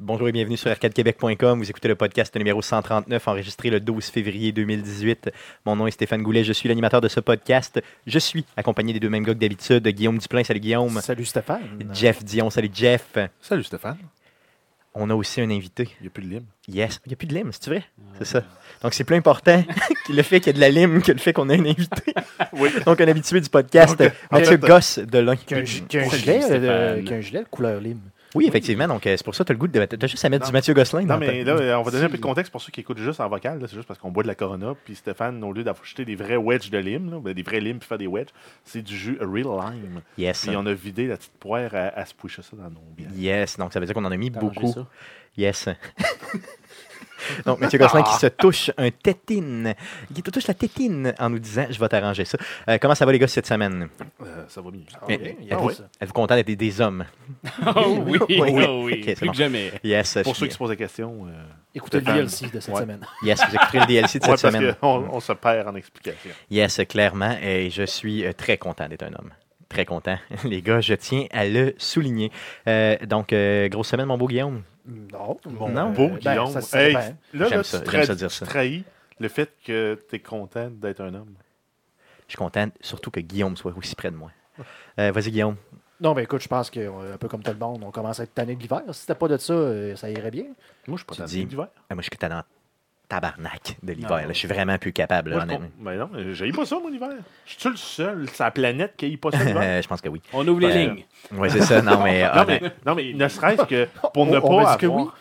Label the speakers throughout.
Speaker 1: Bonjour et bienvenue sur arcadequebec.com. Vous écoutez le podcast numéro 139, enregistré le 12 février 2018. Mon nom est Stéphane Goulet, je suis l'animateur de ce podcast. Je suis accompagné des deux mêmes gars que d'habitude, Guillaume Duplain, salut Guillaume.
Speaker 2: Salut Stéphane.
Speaker 1: Jeff Dion, salut Jeff.
Speaker 3: Salut Stéphane.
Speaker 1: On a aussi un invité.
Speaker 3: Il n'y a plus de lime.
Speaker 1: Yes, il n'y a plus de lime, c'est vrai? C'est ça. Donc c'est plus important que le fait qu'il y ait de la lime que le fait qu'on ait un invité.
Speaker 3: Oui.
Speaker 1: Donc un habitué du podcast,
Speaker 3: Donc,
Speaker 1: Mathieu
Speaker 3: arrête.
Speaker 1: Gosse de l'un.
Speaker 2: Qu'un
Speaker 3: Salut,
Speaker 2: gilet, euh,
Speaker 3: Stéphane.
Speaker 2: qu'un gilet de couleur lime.
Speaker 1: Oui, effectivement, donc euh, c'est pour ça que tu as le goût de... T'as juste à mettre
Speaker 3: Non.
Speaker 1: du Mathieu Gosselin.
Speaker 3: Non,
Speaker 1: dans
Speaker 3: mais
Speaker 1: ta-
Speaker 3: là, on va donner un peu de contexte pour ceux qui écoutent juste en vocal. là. C'est juste parce qu'on boit de la Corona. Puis Stéphane, au lieu d'acheter des vrais wedges de lime, là, ben, des vrais limes puis faire des wedges, c'est du jus Real Lime.
Speaker 1: Yes.
Speaker 3: Puis on a vidé la petite poire à, à se pusher ça dans nos bières.
Speaker 1: Yes, donc ça veut dire qu'on en a mis
Speaker 2: T'as
Speaker 1: beaucoup.
Speaker 2: mangé ça?
Speaker 1: Yes. Donc, Mathieu Gosselin qui se
Speaker 3: Ah.
Speaker 1: touche un tétine, qui te touche la tétine en nous disant Je vais t'arranger ça. Euh, comment ça va, les gars, cette semaine
Speaker 3: Euh, ça va mieux.
Speaker 1: Mais-
Speaker 2: Ah, il y a
Speaker 1: êtes-vous,
Speaker 2: pas ça.
Speaker 1: êtes-vous contents d'être des- des hommes
Speaker 4: Oh oui,
Speaker 1: Oui, oui.
Speaker 4: oh oui,
Speaker 1: Ok, c'est
Speaker 4: plus
Speaker 1: bon.
Speaker 4: que jamais.
Speaker 1: Yes, je
Speaker 3: Pour
Speaker 1: suis-
Speaker 3: ceux qui se posent la question, euh,
Speaker 2: Écoutez le
Speaker 3: Stéphane.
Speaker 2: DLC de cette
Speaker 3: Ouais.
Speaker 2: semaine.
Speaker 1: yes, vous écouterez le DLC de
Speaker 3: ouais,
Speaker 1: cette
Speaker 3: parce
Speaker 1: semaine. Mm.
Speaker 3: qu'on on se perd en explication.
Speaker 1: Yes, clairement. Et je suis euh, très content d'être un homme. Très content. Les gars, je tiens à le souligner. Euh, donc, euh, grosse semaine, mon beau Guillaume.
Speaker 2: Non.
Speaker 1: Non.
Speaker 2: euh,
Speaker 3: Beau
Speaker 2: ben,
Speaker 3: Guillaume.
Speaker 2: ça se
Speaker 3: Hey,
Speaker 2: sent bien.
Speaker 3: là,
Speaker 1: J'aime
Speaker 3: là,
Speaker 1: ça,
Speaker 3: tu
Speaker 1: j'aime ça
Speaker 3: tra-
Speaker 1: dire ça.
Speaker 3: tu trahis le fait que tu es content d'être un homme.
Speaker 1: Je suis content, surtout que Guillaume soit aussi près de moi. Euh, vas-y, Guillaume.
Speaker 2: Non, mais écoute, je pense qu'un peu comme tout le monde, on commence à être tanné de l'hiver. Si c'était pas de ça, euh, ça irait bien.
Speaker 3: Moi, je suis pas
Speaker 1: Tu
Speaker 3: dans
Speaker 1: dis-
Speaker 3: l'hiver.
Speaker 1: Ah, moi, je suis que dans tabarnak de l'hiver.
Speaker 3: Non.
Speaker 1: là. Je suis vraiment plus capable. là,
Speaker 3: Moi, je
Speaker 1: honnêtement.
Speaker 3: pas- ben non, euh, j'ai pas ça, mon hiver. Je suis le seul sur la planète qui a pas ça l'hiver.
Speaker 1: Euh, je pense que oui.
Speaker 4: On ouvre les
Speaker 1: Ouais.
Speaker 4: lignes.
Speaker 1: Oui, c'est ça. Ah, Non, mais. euh, ben,
Speaker 3: Non
Speaker 1: honnêtement,
Speaker 3: mais, non, mais ne serait-ce que pour ne
Speaker 2: On- on
Speaker 3: pas
Speaker 2: m'a dit que
Speaker 3: avoir...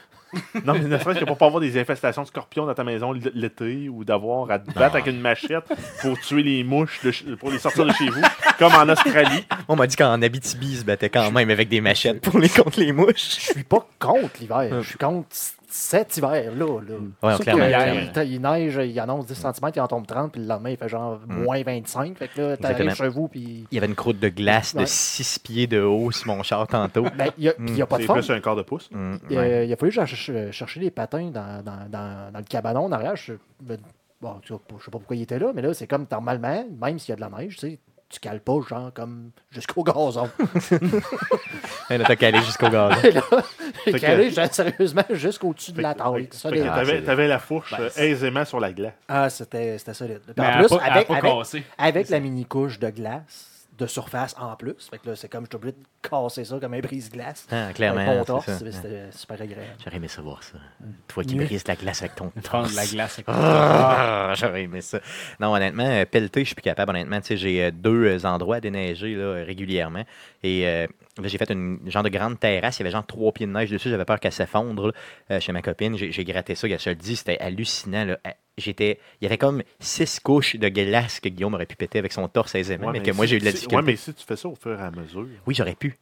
Speaker 3: Non, mais ne serait-ce que pour pas avoir des infestations de scorpions dans ta maison l- l'été ou d'avoir à te battre avec une machette pour tuer les mouches, de ch- pour les sortir de chez vous, comme en Australie.
Speaker 1: On m'a dit qu'en Abitibi, ils se battaient quand même avec des machettes pour les contre les mouches.
Speaker 2: Je suis pas contre l'hiver. Je suis contre c- cet hiver-là. Là.
Speaker 1: Ouais,
Speaker 2: Surtout
Speaker 1: clairement,
Speaker 2: qu'il-
Speaker 4: clairement.
Speaker 2: Il, il neige, il annonce 10 cm, il en tombe 30, puis le lendemain, il fait genre
Speaker 3: Mm.
Speaker 2: moins 25. Fait que là,
Speaker 1: Exactement.
Speaker 2: t'arrives chez vous, puis.
Speaker 1: Il y avait une croûte de glace de
Speaker 2: Ouais.
Speaker 1: 6 pieds de haut sur mon char tantôt.
Speaker 2: Ben, il y a, puis il y a pas de
Speaker 3: Mm. C'est
Speaker 2: fond.
Speaker 3: plus un quart de pouce.
Speaker 1: Mm,
Speaker 2: Il,
Speaker 1: ouais.
Speaker 2: euh, il a fallu que j'aille ch- chercher les patins dans, dans, dans, dans le cabanon en arrière. Je, ben, bon, tu vois, je sais pas pourquoi il était là, mais là, c'est comme normalement, même s'il y a de la neige, tu sais, tu cales pas, genre, comme jusqu'au gazon.
Speaker 1: Elle a qu'à aller jusqu'au gaz.
Speaker 2: Et là, j'ai
Speaker 3: que-
Speaker 2: calé, genre, sérieusement, jusqu'au-dessus de
Speaker 3: Fait
Speaker 2: la
Speaker 3: que-
Speaker 2: table.
Speaker 3: fait que-
Speaker 2: Solide.
Speaker 1: Ah,
Speaker 3: fait que T'avais t'avais la fourche
Speaker 1: Ben,
Speaker 3: euh, aisément sur la glace.
Speaker 2: Ah, c'était c'était solide. Puis
Speaker 4: Mais
Speaker 2: en
Speaker 4: elle a
Speaker 2: plus,
Speaker 4: pas- elle a
Speaker 2: avec,
Speaker 4: pas
Speaker 2: avec-
Speaker 4: cassé.
Speaker 2: avec la mini-couche de glace, de surface en plus, fait que là, c'est comme je t'oblige de casser ça comme un brise-glace.
Speaker 1: Ah, clairement,
Speaker 2: Avec mon
Speaker 1: c'est
Speaker 2: torse,
Speaker 1: ça.
Speaker 2: mais c'était super agréable.
Speaker 1: J'aurais aimé savoir ça. Toi qui
Speaker 4: Mieux.
Speaker 1: brises la glace avec ton
Speaker 4: Prendre la
Speaker 1: torse.
Speaker 4: glace.
Speaker 1: Ah, J'aurais aimé ça. Non, honnêtement, euh, pelleter, je suis plus capable. Honnêtement, tu sais, j'ai euh, deux euh, endroits à déneiger là, euh, régulièrement. Et euh, là, j'ai fait une genre de grande terrasse. Il y avait genre trois pieds de neige dessus. J'avais peur qu'elle s'effondre là, euh, chez ma copine. J'ai j'ai gratté ça. Je te le dis, c'était hallucinant. là. Euh, J'étais, il y avait comme six couches de glace que Guillaume aurait pu péter avec son torse aisément,
Speaker 3: Ouais,
Speaker 1: mais, que moi
Speaker 3: si-
Speaker 1: j'ai eu de la
Speaker 3: si-
Speaker 1: difficulté.
Speaker 3: Ouais, mais si tu fais ça au fur et à mesure.
Speaker 1: Oui, j'aurais pu,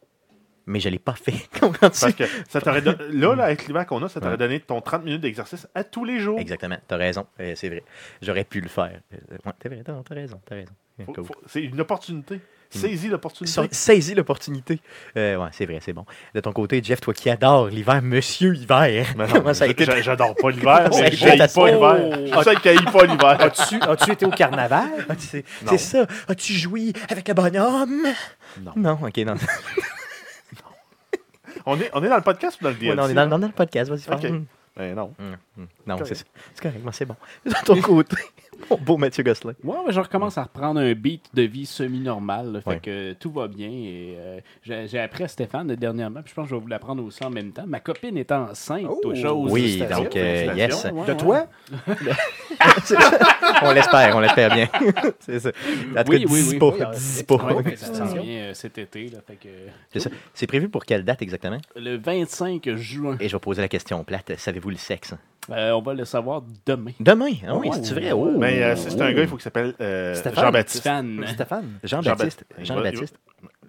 Speaker 1: mais je l'ai pas fait. Comprends-tu?
Speaker 3: Parce que ça t'aurait don- là, là, avec l'hiver qu'on a, ça t'aurait
Speaker 1: Ouais.
Speaker 3: donné ton 30 minutes d'exercice à tous les jours.
Speaker 1: Exactement, t'as raison, Euh, c'est vrai. J'aurais pu le faire. Euh, ouais, t'as vrai, t'as t'as raison, t'as raison.
Speaker 3: Faut-
Speaker 1: Cool.
Speaker 3: faut- C'est une opportunité.
Speaker 1: Mm.
Speaker 3: Saisis l'opportunité.
Speaker 1: Sa- Saisis l'opportunité. Euh, ouais, c'est vrai, c'est bon. De ton côté, Jeff, toi qui adore l'hiver, monsieur hiver,
Speaker 3: Mais non,
Speaker 1: comment ça a été?
Speaker 3: j'a- J'adore pas l'hiver,
Speaker 1: Ça a
Speaker 3: mais
Speaker 1: été Oh,
Speaker 3: j'haïs
Speaker 1: ta-
Speaker 3: pas l'hiver. Je suis celle qui haït pas
Speaker 1: oh,
Speaker 3: l'hiver.
Speaker 2: As-tu as-tu été au carnaval?
Speaker 1: Ah, tu sais-
Speaker 3: Non.
Speaker 1: C'est ça. As-tu joué avec le bonhomme?
Speaker 3: Non.
Speaker 1: Non, ok, non.
Speaker 3: On est, on est dans le podcast ou dans le DLC?
Speaker 1: Ouais, non, on est dans, dans le podcast, vas-y,
Speaker 3: Ok.
Speaker 1: parle. Hum,
Speaker 3: Ben non.
Speaker 1: hum, hum. Non,
Speaker 3: Correct.
Speaker 1: c'est ça. C'est correct, moi, c'est bon. De ton côté, mon beau Mathieu Gosselin.
Speaker 4: Moi, je recommence à reprendre un beat de vie semi-normal. là. Fait
Speaker 1: Ouais.
Speaker 4: que euh, tout va bien. Et, euh, j'ai j'ai appris à Stéphane euh, dernièrement, puis je pense que je vais vous l'apprendre aussi en même temps. Ma copine est enceinte,
Speaker 2: Oh!
Speaker 4: toi, chose.
Speaker 1: Oui,
Speaker 2: félicitations,
Speaker 1: donc, euh, yes.
Speaker 4: Ouais,
Speaker 2: De
Speaker 4: ouais.
Speaker 2: toi?
Speaker 1: C'est ça. on l'espère, on l'espère bien. c'est ça. En tout
Speaker 4: Oui,
Speaker 1: cas,
Speaker 4: oui,
Speaker 1: dis
Speaker 4: oui.
Speaker 1: pas,
Speaker 2: Oui, alors,
Speaker 1: dis
Speaker 2: c'est-
Speaker 1: pas.
Speaker 4: Ouais, fait que ça
Speaker 2: Félicitations.
Speaker 4: s'en vient, euh, cet été. là. Fait que, euh,
Speaker 1: C'est ça. C'est prévu pour quelle date exactement?
Speaker 4: le 25 juin,
Speaker 1: Et je vais poser la question plate. Savez-vous le sexe?
Speaker 4: Euh, on va le savoir demain.
Speaker 1: Demain? Ah oui,
Speaker 4: Oh.
Speaker 1: c'est vrai. Oh.
Speaker 3: Mais euh, si c'est un gars, il faut qu'il s'appelle euh,
Speaker 1: Ben,
Speaker 3: Jean-Baptiste.
Speaker 4: Stéphane.
Speaker 2: Stéphane?
Speaker 1: Jean-Baptiste.
Speaker 3: Jean-Baptiste.
Speaker 1: Jean-Baptiste.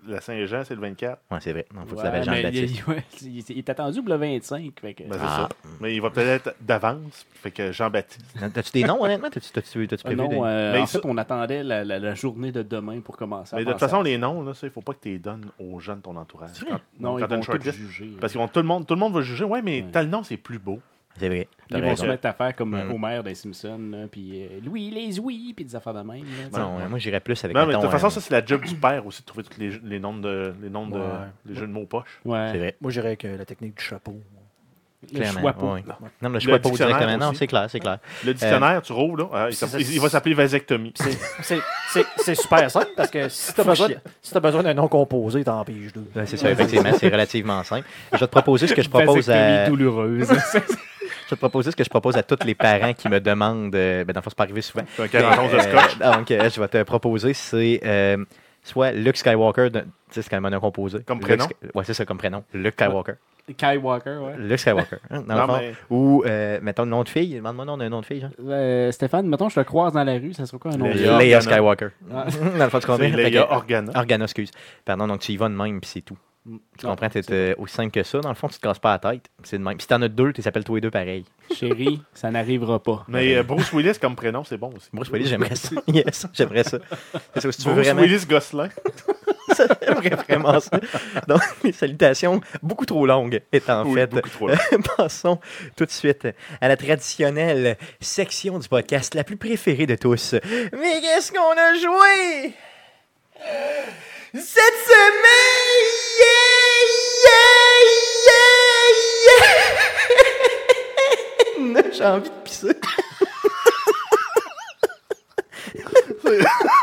Speaker 3: La Saint-Jean, c'est le 24.
Speaker 1: Oui, c'est vrai. Non, faut que tu
Speaker 4: Ouais,
Speaker 1: l'appelles
Speaker 4: mais
Speaker 1: Jean-Baptiste.
Speaker 4: Il, ouais, il- il est attendu pour le 25. Fait que,
Speaker 3: Ben, c'est
Speaker 1: Ah.
Speaker 3: ça. Mais il va peut-être être d'avance. Fait que Jean-Baptiste.
Speaker 1: T'as-tu des noms, honnêtement? T'as-tu t'as-tu- t'as-tu
Speaker 4: Ah
Speaker 1: prévu? des-
Speaker 4: non, euh,
Speaker 3: Mais
Speaker 4: en
Speaker 3: ça-
Speaker 4: fait, on attendait la, la- la journée de demain pour commencer. à
Speaker 3: Mais de toute
Speaker 4: penser à
Speaker 3: façon,
Speaker 4: ça.
Speaker 3: les noms, là, ça, il faut pas que tu les donnes aux gens de ton entourage.
Speaker 1: C'est vrai?
Speaker 3: quand
Speaker 4: non, ils
Speaker 3: t'as une
Speaker 4: vont tout
Speaker 3: shortlist,
Speaker 4: juger.
Speaker 1: hein.
Speaker 3: Parce que tout le monde, tout le monde va juger. Ouais, mais
Speaker 4: Ouais.
Speaker 3: tel nom, c'est plus beau.
Speaker 1: C'est vrai. T'as
Speaker 4: Ils vont
Speaker 1: raison.
Speaker 4: se mettre à faire comme euh,
Speaker 1: Mm.
Speaker 4: Homer dans les Simpsons, là, puis euh, Louis, les oui, puis des affaires de même. là, t'sais.
Speaker 1: Non, euh, moi, j'irais plus avec.
Speaker 3: Non, mais de
Speaker 1: mettons,
Speaker 3: toute façon,
Speaker 1: euh,
Speaker 3: ça, c'est la job du père aussi de trouver tous les, les noms de, les noms de,
Speaker 2: Ouais.
Speaker 3: les jeux de mots poche.
Speaker 4: Ouais.
Speaker 1: C'est vrai.
Speaker 2: Moi, j'irais avec euh, la technique du chapeau.
Speaker 4: Le
Speaker 1: Clairement,
Speaker 4: choix pas.
Speaker 1: oui. Non, mais le
Speaker 3: Le
Speaker 1: choix pas
Speaker 3: dictionnaire
Speaker 1: directement. Non,
Speaker 3: aussi.
Speaker 1: c'est clair, c'est clair.
Speaker 3: Le dictionnaire, tu roules, là, euh, il,
Speaker 2: c'est ça,
Speaker 3: s'appelle- il va s'appeler vasectomie.
Speaker 2: Puis c'est- C'est c'est- c'est super simple parce que si t'as besoin,
Speaker 4: chier.
Speaker 2: si t'as besoin d'un nom composé, t'en piges deux.
Speaker 1: Ouais, Ben, c'est ça, effectivement, c'est relativement simple. Je vais te proposer ce que je propose euh, à,
Speaker 4: Vasectomie douloureuse.
Speaker 1: je vais te proposer ce que je propose à tous les parents qui me demandent. euh, ben, dans le fond, c'est pas arrivé souvent.
Speaker 3: C'est un 41 de
Speaker 1: Mais, euh,
Speaker 3: scotch.
Speaker 1: donc, euh, je vais te proposer, c'est euh, soit Luke Skywalker, de- tu sais, c'est quand même un nom composé.
Speaker 3: Comme
Speaker 1: Luke
Speaker 3: prénom?
Speaker 1: Sk- ouais, c'est ça, comme prénom. Luke Skywalker.
Speaker 4: Kai Walker, ouais.
Speaker 1: Luke Skywalker. hein, dans le
Speaker 3: Non,
Speaker 1: fond.
Speaker 3: mais-
Speaker 1: Ou, euh, mettons, le nom de fille. Demande-moi le nom d'un nom de fille. Genre.
Speaker 4: Euh, Stéphane, mettons, je te croise dans la rue, ça serait quoi un nom?
Speaker 3: Léa.
Speaker 1: Leia,
Speaker 3: Organa.
Speaker 1: Skywalker.
Speaker 4: Ah.
Speaker 1: dans le fond, tu comprends?
Speaker 3: C'est
Speaker 1: Fait que- Ah,
Speaker 3: Leia Organa.
Speaker 1: Organa, excuse. Pardon, donc tu y vas de même, puis c'est tout.
Speaker 4: Mm.
Speaker 1: Tu comprends? C'est euh, aussi simple que ça. Dans le fond, tu te casses pas la tête. C'est de même. Si t'en as deux, tu les appelles tous les deux pareil.
Speaker 4: Chérie, ça n'arrivera pas.
Speaker 3: Mais euh, Bruce Willis comme prénom, c'est bon aussi.
Speaker 1: Bruce Willis, j'aimerais ça. Yes, j'aimerais ça. C'est ça, si tu veux
Speaker 3: Bruce
Speaker 1: vraiment.
Speaker 3: Willis Gosselin.
Speaker 1: J'aimerais vraiment ça. Donc, les salutations, beaucoup trop longues, étant
Speaker 3: Oui,
Speaker 1: fait.
Speaker 3: beaucoup trop long.
Speaker 1: Passons tout de suite à la traditionnelle section du podcast, la plus préférée de tous. Mais qu'est-ce qu'on a joué cette semaine? Yeah, yeah, yeah, yeah! J'ai envie de pisser.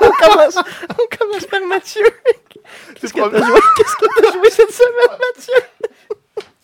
Speaker 1: on, commence, on commence par Mathieu. Qu'est-ce que
Speaker 3: probable-
Speaker 1: t'as joué? Qu'est-ce que t'as joué cette semaine, Mathieu?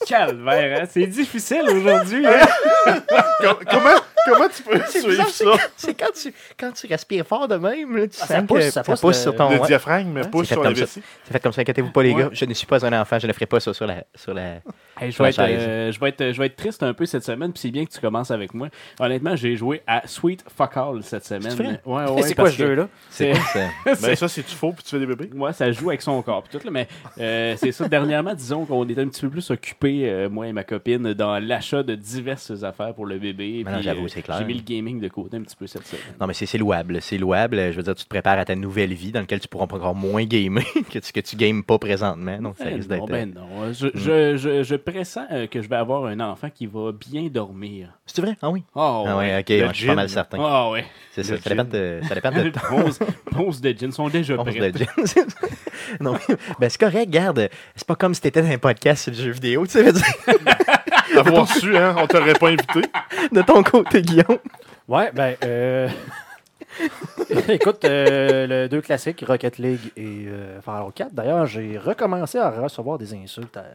Speaker 4: Calvaire, hein? c'est difficile aujourd'hui. hein?
Speaker 3: Com- comment, comment tu peux
Speaker 1: C'est
Speaker 3: suivre
Speaker 1: bizarre, c'est quand,
Speaker 3: ça?
Speaker 1: c'est quand tu, quand tu respires fort de même, là, tu
Speaker 2: Ah,
Speaker 1: sens
Speaker 2: ça
Speaker 1: que
Speaker 2: pousse, ça pousse le-
Speaker 1: sur ton...
Speaker 3: Le
Speaker 1: ouais.
Speaker 3: diaphragme me
Speaker 1: C'est
Speaker 3: pousse
Speaker 1: fait
Speaker 3: sur la
Speaker 1: comme ça.
Speaker 3: vessie.
Speaker 1: C'est fait comme ça, inquiétez-vous pas, les
Speaker 4: Ouais.
Speaker 1: gars. Je ne suis pas un enfant, je ne ferai pas ça sur la. Sur la...
Speaker 4: Hey, je,
Speaker 1: Sur
Speaker 4: vais
Speaker 1: la
Speaker 4: être, euh, je, vais être, je vais être triste un peu cette semaine, puis c'est bien que tu commences avec moi. Honnêtement, j'ai joué à Sweet Fuck All cette semaine.
Speaker 1: vrai?
Speaker 4: Ouais,
Speaker 2: Et
Speaker 4: ouais,
Speaker 2: c'est
Speaker 4: parce
Speaker 2: quoi ce
Speaker 4: que-
Speaker 2: jeu-là?
Speaker 1: C'est
Speaker 4: C'est-
Speaker 1: quoi ça?
Speaker 3: Mais Ben, ça, c'est-tu faux puis tu fais des bébés?
Speaker 4: Ouais, ça joue avec son corps. pis Tout, là, mais euh, c'est ça. Dernièrement, disons qu'on était un petit peu plus occupés, euh, moi et ma copine, dans l'achat de diverses affaires pour le bébé.
Speaker 1: Mais non,
Speaker 4: puis, euh,
Speaker 1: j'avoue, c'est clair.
Speaker 4: J'ai mis le gaming de côté un petit peu cette semaine.
Speaker 1: Non, mais c'est c'est louable. C'est louable. Je veux dire, tu te prépares à ta nouvelle vie dans laquelle tu pourras encore moins gamer que tu, que tu games pas présentement. Donc, ça
Speaker 4: Eh
Speaker 1: risque
Speaker 4: non,
Speaker 1: d'être. euh, mm.
Speaker 4: ben non. Je, je, je, je pressens euh, que je vais avoir un enfant qui va bien dormir.
Speaker 1: C'est vrai? Ah oui.
Speaker 4: Oh,
Speaker 1: ah oui,
Speaker 4: ouais.
Speaker 1: ok, ouais, je suis pas
Speaker 3: gin.
Speaker 1: mal certain.
Speaker 4: Ah ouais.
Speaker 1: c'est ça.
Speaker 3: le
Speaker 1: Ça dépend de, ça dépend de
Speaker 4: Ponce, ponce de gin sont déjà
Speaker 1: Bon, c'est
Speaker 4: prêtes.
Speaker 1: de gin, c'est ça. non, mais- ben c'est correct, garde. C'est pas comme si t'étais dans un podcast sur le jeu vidéo, tu sais, veux dire, Ah,
Speaker 3: Avoir su, hein, on t'aurait pas invité.
Speaker 1: de ton côté, Guillaume.
Speaker 2: Ouais, ben. euh, Écoute, euh, le deux classiques, Rocket League et euh, Fallout 4. D'ailleurs, j'ai recommencé à recevoir des insultes à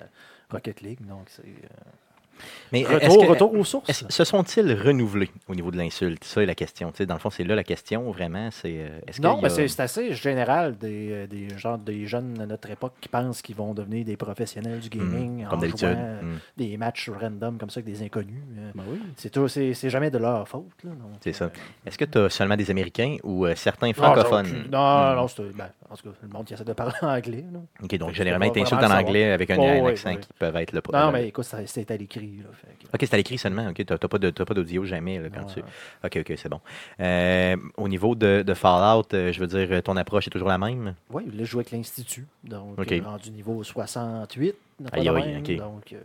Speaker 2: Rocket League. Donc, c'est. euh,
Speaker 1: Mais euh, est-ce
Speaker 2: Retour,
Speaker 1: que-
Speaker 2: retour aux sources.
Speaker 1: est-ce- se sont-ils renouvelés au niveau de l'insulte? Ça est la question. tu sais, dans le fond, c'est là la question, vraiment. C'est, euh, est-ce
Speaker 2: Non,
Speaker 1: qu'il y
Speaker 2: mais
Speaker 1: a-
Speaker 2: c'est c'est assez général des, euh, des, gens, des jeunes de notre époque qui pensent qu'ils vont devenir des professionnels du
Speaker 1: Hmm,
Speaker 2: gaming
Speaker 1: comme
Speaker 2: en jouant
Speaker 1: d'habitude.
Speaker 2: euh,
Speaker 1: Hmm,
Speaker 2: des matchs random comme ça avec des inconnus. euh.
Speaker 4: Ben oui.
Speaker 2: C'est tout- C'est c'est jamais de leur faute. là, donc,
Speaker 1: c'est ça.
Speaker 2: euh,
Speaker 1: Est-ce que tu as seulement des Américains ou euh, certains
Speaker 2: non,
Speaker 1: francophones?
Speaker 2: donc,
Speaker 1: Hmm.
Speaker 2: Non, non, c'est. ben, en tout cas, le monde qui essaie de parler anglais. là.
Speaker 1: OK, donc
Speaker 2: Je
Speaker 1: généralement, ils
Speaker 2: peux pas
Speaker 1: t'insultent en
Speaker 2: vraiment
Speaker 1: anglais avec un,
Speaker 2: Oh,
Speaker 1: un
Speaker 2: oui,
Speaker 1: accent
Speaker 2: oui.
Speaker 1: qui peuvent être le
Speaker 2: Non, mais écoute, ça- c'est à l'écrit. là, fait que-
Speaker 1: OK, c'est à l'écrit seulement. OK, t'as t'as pas de- t'as pas d'audio jamais là, quand
Speaker 2: Ouais,
Speaker 1: tu...
Speaker 2: ouais.
Speaker 1: OK, OK, c'est bon. Euh, au niveau de, de Fallout, euh, je veux dire, euh, ton approche est toujours la même?
Speaker 2: Oui, il a joué avec l'Institut. Donc,
Speaker 1: Ok.
Speaker 2: euh, rendu niveau 68. n'a pas
Speaker 1: Aïe,
Speaker 2: de
Speaker 1: aïe,
Speaker 2: même,
Speaker 1: ok.
Speaker 2: Donc, euh,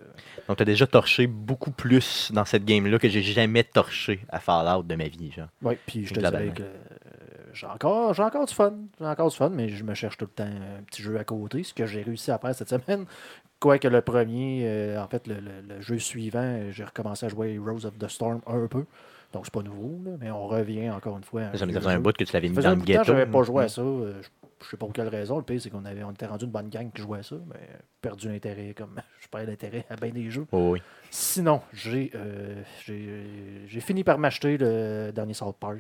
Speaker 1: Donc, t'as déjà torché beaucoup plus dans cette game-là que j'ai jamais torché à Fallout de ma vie. Genre.
Speaker 2: ouais, puis je te
Speaker 1: Globalement.
Speaker 2: dirais que euh, j'ai encore, j'ai encore du fun. J'ai encore du fun, mais je me cherche tout le temps un petit jeu à côté, ce que j'ai réussi à faire cette semaine. Quoique le premier, euh, en fait, le, le- le jeu suivant, euh, j'ai recommencé à jouer Rose of the Storm un peu. Donc, c'est pas nouveau, là, mais on revient encore une fois. à un
Speaker 1: Ça me
Speaker 2: vieux
Speaker 1: faisait un
Speaker 2: jeu.
Speaker 1: bout que tu l'avais
Speaker 2: Ça
Speaker 1: mis
Speaker 2: faisait
Speaker 1: dans
Speaker 2: un
Speaker 1: le
Speaker 2: bout de temps que
Speaker 1: ghetto.
Speaker 2: j'avais pas
Speaker 1: Mm.
Speaker 2: joué à ça. euh, je, je sais pas pour quelle raison. Le pire, c'est qu'on avait, on était rendu une bonne gang qui jouait à ça, mais perdu l'intérêt, comme je perds l'intérêt à bien des jeux.
Speaker 1: Oh, oui.
Speaker 2: Sinon, j'ai euh, j'ai- j'ai fini par m'acheter le dernier South Park,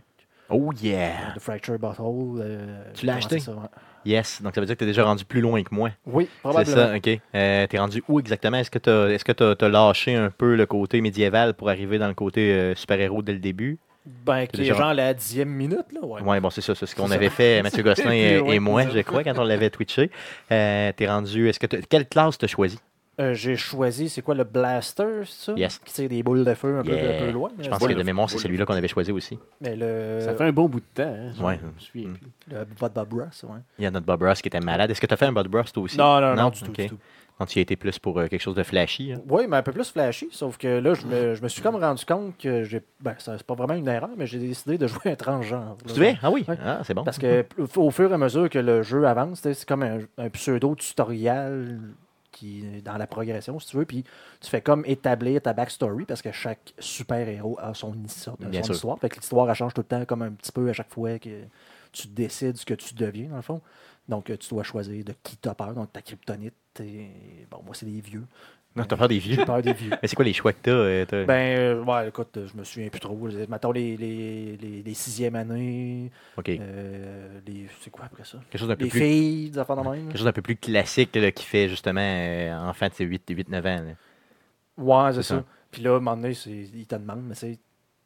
Speaker 1: oh yeah!
Speaker 2: de Fracture Bottle. euh,
Speaker 1: Tu l'as
Speaker 2: j'ai commencé
Speaker 1: acheté?
Speaker 2: ça, ouais.
Speaker 1: Yes, donc ça veut dire que t'es déjà rendu plus loin que moi.
Speaker 2: Oui,
Speaker 1: C'est
Speaker 2: probablement.
Speaker 1: ça, OK. Euh, t'es rendu où exactement? Est-ce que t'as est-ce que t'as- t'as lâché un peu le côté médiéval pour arriver dans le côté euh, super-héros dès le début?
Speaker 2: Ben, qui est
Speaker 1: déjà-
Speaker 2: genre la dixième minute, là, ouais.
Speaker 1: Oui, bon, c'est ça. C'est ce qu'on
Speaker 2: ça.
Speaker 1: avait fait, Mathieu Gosselin et,
Speaker 4: plus loin
Speaker 1: et
Speaker 4: que
Speaker 1: moi,
Speaker 4: ça.
Speaker 1: je crois, quand on l'avait twitché. Euh, t'es rendu. Est-ce que t'as- quelle classe t'as choisi?
Speaker 2: Euh, j'ai choisi, c'est quoi, le Blaster, c'est ça?
Speaker 1: Yes.
Speaker 2: Qui tire des boules de feu un, peu,
Speaker 1: Yeah.
Speaker 2: un peu loin.
Speaker 1: Je
Speaker 2: là.
Speaker 1: pense que de
Speaker 3: Wolf.
Speaker 1: mémoire, c'est
Speaker 3: Wolf.
Speaker 1: celui-là qu'on avait choisi aussi.
Speaker 2: Mais le...
Speaker 4: Ça fait un bon bout de temps. hein, je-
Speaker 1: Ouais.
Speaker 4: je suis-
Speaker 1: Mm.
Speaker 2: Le Vodba Brass, ouais.
Speaker 1: Il y a notre Bob Ross qui était malade. Est-ce que t'as fait un Bob Ross toi aussi?
Speaker 2: Non, non, non, du tout,
Speaker 1: ok.
Speaker 2: du tout.
Speaker 1: Donc, tu y as été plus pour euh, quelque chose de flashy. hein?
Speaker 2: Oui, mais un peu plus flashy, sauf que là, je me, je me suis comme rendu compte que j'ai. Ben, ça, c'est pas vraiment une erreur, mais j'ai décidé de jouer un transgenre. là.
Speaker 1: Tu veux? Ah oui,
Speaker 2: Ouais.
Speaker 1: ah, c'est bon.
Speaker 2: Parce que au fur et à mesure que le jeu avance, tu sais, c'est comme un, un pseudo-tutoriel puis dans la progression, si tu veux. Puis tu fais comme établir ta backstory parce que chaque super-héros a son, histoire-
Speaker 1: Bien
Speaker 2: son
Speaker 1: sûr.
Speaker 2: histoire. Fait que l'histoire, elle change tout le temps, comme un petit peu à chaque fois que tu décides ce que tu deviens, dans le fond. Donc, euh, tu dois choisir de qui t'as peur. Donc, ta kryptonite, t'es- bon, moi, c'est des vieux.
Speaker 1: Non, t'as peur des vieux.
Speaker 2: J'ai peur des vieux.
Speaker 1: Mais c'est quoi les choix que t'as? euh, t'as-
Speaker 2: Ben, euh, ouais, écoute, euh, je me souviens plus trop. là. Mettons les, les, les, les sixièmes années,
Speaker 1: OK.
Speaker 2: euh, les, c'est quoi après ça?
Speaker 1: quelque chose d'un peu
Speaker 2: Les
Speaker 1: plus...
Speaker 2: filles, des affaires de même.
Speaker 1: Quelque chose d'un peu plus classique là, qui fait justement euh, enfant de 8-9 ans. là.
Speaker 2: Ouais, c'est
Speaker 1: C'est
Speaker 2: ça.
Speaker 1: ça.
Speaker 2: Puis là, à un moment donné, c'est- ils te demandent, mais c'est,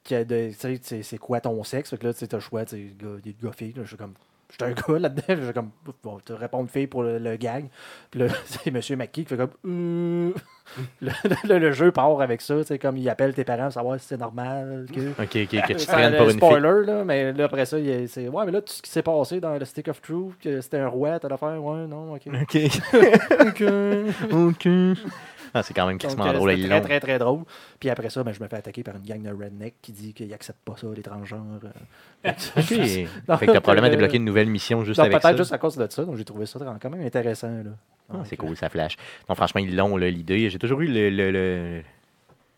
Speaker 2: quel de- tu sais, c'est, c'est quoi ton sexe? Fait que là, tu sais, t'as le choix, tu sais, gars, des gars, filles. là. Je suis comme, je suis un gars là-dedans. Je suis comme, bon, tu réponds fille pour le, le gag. Puis là, c'est monsieur McKee qui fait comme, Euh. le, le- le jeu part avec ça. tu sais, comme, il appelle tes parents pour savoir si c'est normal. Que... Euh,
Speaker 1: OK, OK, que tu te
Speaker 2: Ah, Ça,
Speaker 1: prennes
Speaker 2: le
Speaker 1: pour une fille.
Speaker 2: spoiler, là, mais là, après ça, il y a- c'est. Ouais, mais là, tout ce qui s'est passé dans le Stick of Truth, que c'était un roi, t'as l'affaire, ouais, non, ok.
Speaker 1: OK,
Speaker 2: Ok.
Speaker 1: OK. Ah, c'est quand même
Speaker 2: Donc,
Speaker 1: quasiment
Speaker 2: euh,
Speaker 1: drôle.
Speaker 2: c'était
Speaker 1: Ils
Speaker 2: très,
Speaker 1: l'ont.
Speaker 2: très, très drôle. Puis après ça, ben, je me fais attaquer par une gang de redneck qui dit qu'ils acceptent pas ça, les transgenres. euh.
Speaker 1: OK. Fait que t'as probablement débloqué une nouvelle mission juste
Speaker 2: Non,
Speaker 1: avec
Speaker 2: peut-être
Speaker 1: ça.
Speaker 2: juste à cause de ça, donc j'ai trouvé ça quand même intéressant. Là.
Speaker 1: Ah, c'est
Speaker 2: Donc, euh,
Speaker 1: cool, ça flash. Non, franchement, ils l'ont, là, l'idée. J'ai toujours eu le, le, le-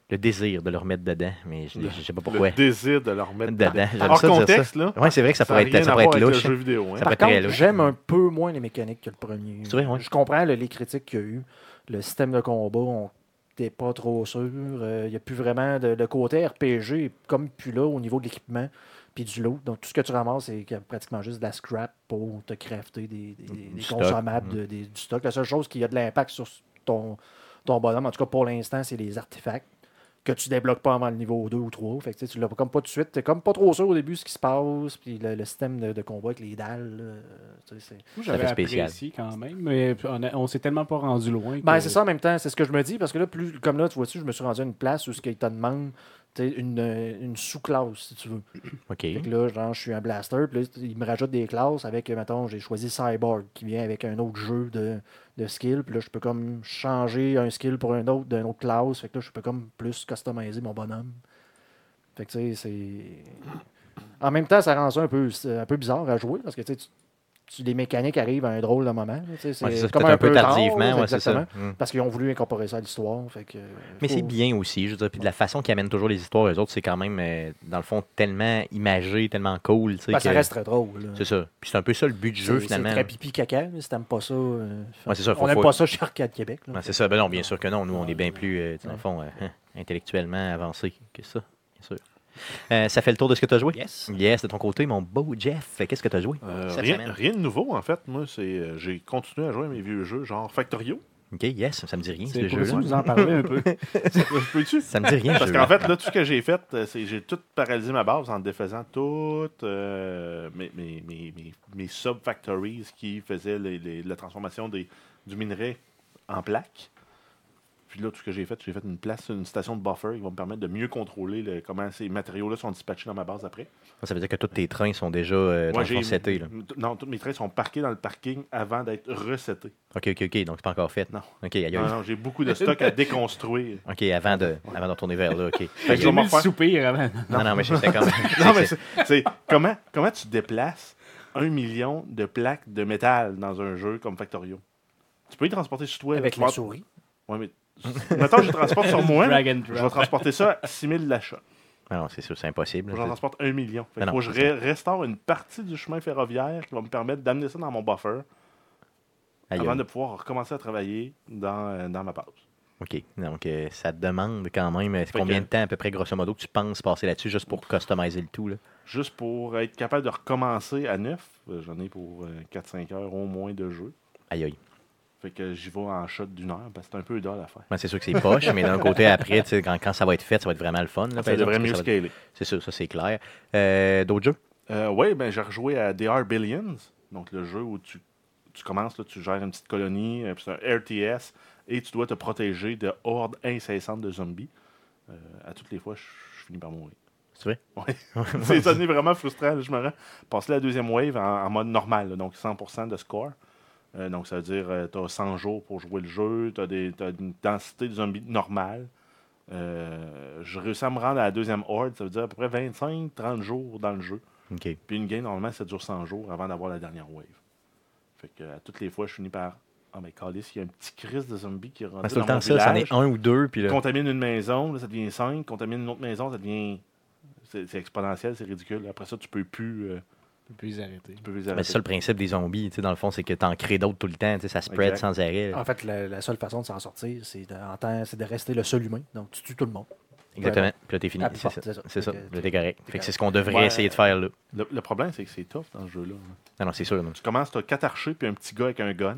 Speaker 1: le désir de le remettre dedans, mais je ne sais pas pourquoi.
Speaker 3: Le désir de leur mettre
Speaker 1: Dedans. J'aime
Speaker 3: Hors
Speaker 1: ça dire
Speaker 3: contexte, là.
Speaker 1: Ouais, c'est vrai que ça
Speaker 3: a
Speaker 1: pourrait
Speaker 3: rien
Speaker 1: être, ça
Speaker 3: à
Speaker 1: pourrait
Speaker 3: voir
Speaker 1: être
Speaker 3: avec le
Speaker 1: louche.
Speaker 3: jeu vidéo. hein.
Speaker 1: Ça
Speaker 2: Par
Speaker 1: pourrait être
Speaker 2: contre,
Speaker 1: très louche.
Speaker 2: j'aime un peu moins les mécaniques que le premier.
Speaker 1: C'est vrai, ouais.
Speaker 2: Je comprends là, les critiques qu'il y a eu. Le système de combat, on n'était pas trop sûr. Euh, Il n'y a plus vraiment de, le côté RPG, est comme plus là au niveau de l'équipement puis du lot. Donc tout ce que tu ramasses, c'est que- pratiquement juste de la scrap pour te crafter des, des- des- des
Speaker 1: stock.
Speaker 2: consommables de- des- du stock. La seule chose qui a de l'impact sur ton, ton bonhomme, en tout cas pour l'instant, c'est les artefacts que tu débloques pas avant le niveau 2 ou 3. Fait que, tu sais, tu l'as comme pas tout de suite. T'es comme pas trop sûr au début ce qui se passe. Puis le, le système de, de combat avec les dalles. là, euh, tu sais, c'est-
Speaker 4: Moi,
Speaker 1: Ça fait
Speaker 4: j'avais
Speaker 1: spécial.
Speaker 4: apprécié quand même, mais on, a- on s'est tellement pas rendu loin.
Speaker 2: Ben,
Speaker 1: Euh,
Speaker 4: que-
Speaker 2: c'est ça en même temps. C'est ce que je me dis. Parce que là, plus, comme là, tu vois-tu, je me suis rendu à une place où ce qu'ils te demandent, tu sais, une, euh, une sous-classe, si tu veux.
Speaker 1: hein. OK.
Speaker 2: Fait que là, genre, je suis un blaster, puis là, il me rajoute des classes avec, euh, mettons, j'ai choisi Cyborg, qui vient avec un autre jeu de, de skill, puis là, je peux comme changer un skill pour un autre, d'une autre classe, fait que là, je peux comme plus customiser mon bonhomme. Fait que, tu sais, c'est... En même temps, ça rend ça un peu, c'est un peu bizarre à jouer, parce que, tu sais, tu- tu- les mécaniques arrivent à un drôle de moment. là, tu sais,
Speaker 1: Ouais, c'est ça,
Speaker 2: comme
Speaker 1: peut-être un peu
Speaker 2: tard,
Speaker 1: tardivement, ouais, c'est
Speaker 2: exactement,
Speaker 1: ça. Mm.
Speaker 2: Parce qu'ils ont voulu incorporer ça à l'histoire, fait que...
Speaker 1: Mais c'est
Speaker 2: faut-
Speaker 1: bien aussi, je veux dire, puis de la façon qu'ils amènent toujours les histoires aux autres, c'est quand même, euh, dans le fond, tellement imagé, tellement cool. tu sais,
Speaker 2: Ben, ça
Speaker 1: que-
Speaker 2: reste très drôle, là.
Speaker 1: C'est ça. Puis c'est un peu ça le but du jeu,
Speaker 2: C'est-
Speaker 1: finalement.
Speaker 2: C'est très pipi caca, mais si t'aimes pas ça. euh,
Speaker 1: Ouais, c'est ça, faut-
Speaker 2: on n'aime
Speaker 1: faut-
Speaker 2: pas ça chez Arcade Québec. là.
Speaker 1: Ouais, c'est ça. Ben non, bien sûr que non. Nous, on est bien plus, euh, dans le fond, euh, hein, intellectuellement avancé que ça, bien sûr. Euh, ça fait le tour de ce que tu as joué?
Speaker 2: Yes.
Speaker 1: Yes, de ton côté, mon beau Jeff, qu'est-ce que tu as joué?
Speaker 3: Euh,
Speaker 1: cette
Speaker 3: rien,
Speaker 1: semaine?
Speaker 3: rien de nouveau, en fait. Moi, c'est euh, j'ai continué à jouer à mes vieux jeux, genre Factorio.
Speaker 1: OK, yes, ça me dit rien, ce
Speaker 4: C'est pour
Speaker 1: jeu-là.
Speaker 4: ça que vous en parlez un peu.
Speaker 3: Je peux-tu?
Speaker 1: Ça me dit rien,
Speaker 3: Parce
Speaker 1: ce
Speaker 3: qu'en
Speaker 1: jeu-là.
Speaker 3: fait, là, tout ce que j'ai fait, euh, c'est j'ai tout paralysé ma base en défaisant toutes euh, mes, mes, mes, mes, mes sub-factories qui faisaient les- les- la transformation des, du minerai en plaques. Puis là, tout ce que j'ai fait, j'ai fait une place, une station de buffer qui va me permettre de mieux contrôler le- comment ces matériaux-là sont dispatchés dans ma base après.
Speaker 1: Ça veut dire que tous tes trains sont déjà euh,
Speaker 3: Moi,
Speaker 1: dans le fond
Speaker 3: j'ai-
Speaker 1: setés, là.
Speaker 3: Non, tous mes traits sont parqués dans le parking avant d'être resetés.
Speaker 1: OK, OK, OK, donc c'est pas encore fait.
Speaker 3: Non.
Speaker 1: OK, aïe, aïe.
Speaker 2: Euh,
Speaker 3: Non, non, j'ai beaucoup de stock à déconstruire.
Speaker 1: OK, avant de, avant de retourner vers là, OK.
Speaker 3: Fait que je
Speaker 4: J'ai
Speaker 3: vais
Speaker 4: mis
Speaker 3: m'en
Speaker 4: le
Speaker 3: faire-
Speaker 4: soupir avant.
Speaker 1: Non, non, mais j'étais comme...
Speaker 3: Non, mais c'est- c'est comment, comment tu déplaces un million de plaques de métal dans un jeu comme Factorio? Tu peux y transporter sur toi.
Speaker 2: Avec
Speaker 3: tu
Speaker 2: la
Speaker 3: vas-
Speaker 2: souris.
Speaker 3: Ouais, mais... Mettons, je transporte sur
Speaker 1: hein?
Speaker 3: moi.
Speaker 4: Drag and
Speaker 3: Je
Speaker 4: drop.
Speaker 3: vais transporter ça à 6000 d'achat.
Speaker 1: Ah non, c'est sûr, c'est impossible.
Speaker 3: J'en transporte un million. Fait
Speaker 1: Mais
Speaker 3: que
Speaker 1: non,
Speaker 3: faut que je
Speaker 1: c'est
Speaker 3: re- restaure une partie du chemin ferroviaire qui va me permettre d'amener ça dans mon buffer
Speaker 1: Aïe, aïe.
Speaker 3: avant de pouvoir recommencer à travailler dans, euh, dans ma pause.
Speaker 1: OK. Donc, euh, ça te demande quand même euh,
Speaker 3: que-
Speaker 1: combien de temps, à peu près, grosso modo, que tu penses passer là-dessus juste pour customiser le tout. Là.
Speaker 3: Juste pour être capable de recommencer à neuf, euh, j'en ai pour euh, 4-5 heures au moins de jeu.
Speaker 1: Aïe, aïe.
Speaker 3: Fait que j'y vais en shot d'une heure parce que c'est un peu d'heure à faire.
Speaker 1: Ben, c'est sûr que c'est poche, mais d'un côté, après, tu sais, quand, quand ça va être fait, ça va être vraiment le fun. là, par
Speaker 3: Ça
Speaker 1: exemple,
Speaker 3: devrait
Speaker 1: Ah, ben, parce que
Speaker 3: mieux
Speaker 1: ça va être-
Speaker 3: scaler.
Speaker 1: C'est sûr, ça, c'est clair. Euh, D'autres jeux?
Speaker 3: Euh, oui, ben, j'ai rejoué à DR Billions, donc le jeu où tu, tu commences, là, tu gères une petite colonie, euh, puis c'est un RTS, et tu dois te protéger de hordes incessantes de zombies. Euh, à toutes les fois, je je finis par mourir.
Speaker 1: C'est vrai?
Speaker 3: Ouais. c'est ça devient vraiment frustrant, là, je me rends. Passer la deuxième wave en, en mode normal, là, donc 100% de score. Euh, donc, ça veut dire que tu as 100 jours pour jouer le jeu, tu as, une densité de zombies normale. Euh, je réussis à me rendre à la deuxième horde, ça veut dire à peu près 25-30 jours dans le jeu.
Speaker 1: OK.
Speaker 3: Puis une game, normalement, ça dure 100 jours avant d'avoir la dernière wave. Fait que à toutes les fois, je finis par Ah, mais calisse, il y a un petit Christ de zombie qui rentre
Speaker 1: Mais c'est tout
Speaker 3: dans
Speaker 1: le
Speaker 3: mon
Speaker 1: temps ça, c'en
Speaker 3: village.
Speaker 1: est un ou deux, puis là,
Speaker 3: Contamine une maison, là, ça devient 5. Contamine une autre maison, ça devient. C'est c'est exponentiel, c'est ridicule. Après ça, tu peux plus. euh,
Speaker 4: Tu peux les arrêter.
Speaker 3: tu peux plus les
Speaker 1: mais
Speaker 3: arrêter.
Speaker 1: c'est ça le principe des zombies, tu sais, dans le fond, c'est que t'en crées d'autres tout le temps, tu sais, ça spread
Speaker 3: Exact.
Speaker 1: sans arrêt. là.
Speaker 2: En fait, la, la seule façon de s'en sortir, c'est de, en temps- c'est de rester le seul humain. Donc, tu tues tout le monde.
Speaker 1: Exactement, puis là, t'es fini.
Speaker 2: Ah, puis
Speaker 1: C'est
Speaker 2: bon,
Speaker 1: ça,
Speaker 2: c'est ça.
Speaker 1: c'est ça,
Speaker 2: Fait que
Speaker 1: Là, t'es correct. Fait que c'est ce qu'on devrait
Speaker 3: Ouais.
Speaker 1: essayer de faire, là. Ah
Speaker 3: Le, le problème, c'est que c'est tough dans ce jeu-là. hein.
Speaker 1: Non, non, c'est sûr, non.
Speaker 3: Tu commences, t'as quatre archers, puis un petit gars avec un gun.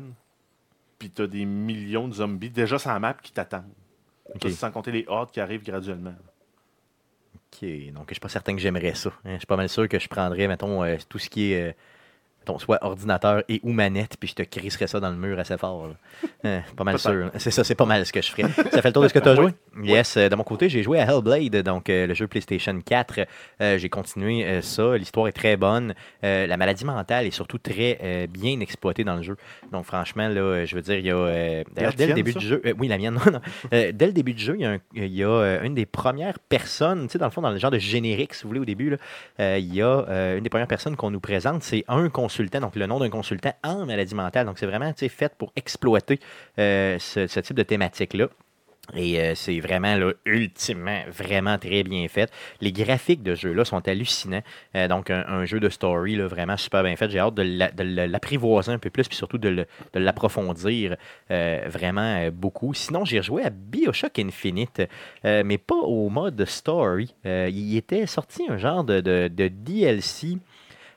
Speaker 3: Puis t'as des millions de zombies déjà sur la map qui t'attendent.
Speaker 1: Ok.
Speaker 3: Ça, c'est Sans compter les hordes qui arrivent graduellement.
Speaker 1: Ok, donc je suis pas certain que j'aimerais ça. hein. Je suis pas mal sûr que je prendrais, mettons, euh, tout ce qui est, euh, mettons, soit ordinateur et ou manette, puis je te crisserais ça dans le mur assez fort. là. Hein, pas mal
Speaker 3: Peut-être.
Speaker 1: sûr. là. C'est ça, c'est pas mal ce que je ferais. ça fait le tour de ce que tu as joué? Yes, euh, de mon côté, j'ai joué à Hellblade, donc euh, le jeu PlayStation 4. Euh, j'ai continué euh, ça. L'histoire est très bonne. Euh, la maladie mentale est surtout très euh, bien exploitée dans le jeu. Donc franchement, là, euh, je veux dire, il y a... euh, D'ailleurs, dès le
Speaker 3: tienne,
Speaker 1: début
Speaker 3: ça?
Speaker 1: du jeu... euh, oui, la mienne, non, non. Euh, dès le début du jeu, il y a, un- il y a, euh, une des premières personnes, tu sais, dans le fond, dans le genre de générique, si vous voulez, au début, là, euh, il y a euh, une des premières personnes qu'on nous présente, c'est un consultant, donc le nom d'un consultant en maladie mentale. Donc c'est vraiment tu sais, fait pour exploiter euh, ce, ce type de thématique-là. Et euh, c'est vraiment, là, ultimement, vraiment très bien fait. Les graphiques de ce jeu-là sont hallucinants. Euh, donc, un, un jeu de story là, vraiment super bien fait. J'ai hâte de la- de le- l'apprivoiser un peu plus, puis surtout de le- de l'approfondir euh, vraiment euh, beaucoup. Sinon, j'ai rejoué à Bioshock Infinite, euh, mais pas au mode story. Euh, il était sorti un genre de, de- de DLC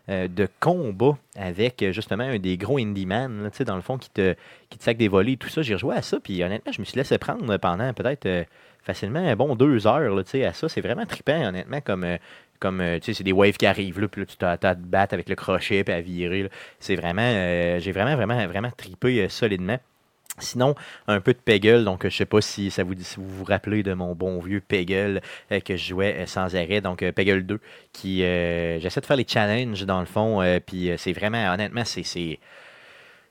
Speaker 1: euh, de combat avec euh, justement un des gros indie man, là, tu sais, dans le fond, qui te, qui te sac des volets et tout ça. J'ai rejoué à ça, puis honnêtement, je me suis laissé prendre pendant peut-être euh, facilement un bon deux heures là, tu sais, à ça. C'est vraiment trippant, honnêtement, comme. euh, comme euh, tu sais, c'est des waves qui arrivent, là, puis là, tu t'as t'as à te battre avec le crochet, puis à virer. là. C'est vraiment, euh, j'ai vraiment, vraiment, vraiment trippé euh, solidement. Sinon, un peu de Peggle, donc euh, je sais pas si ça vous dit- si vous vous rappelez de mon bon vieux Peggle euh, que je jouais euh, sans arrêt, donc euh, Peggle 2, qui euh, j'essaie de faire les challenges dans le fond, euh, puis euh, c'est vraiment, honnêtement, c'est c'est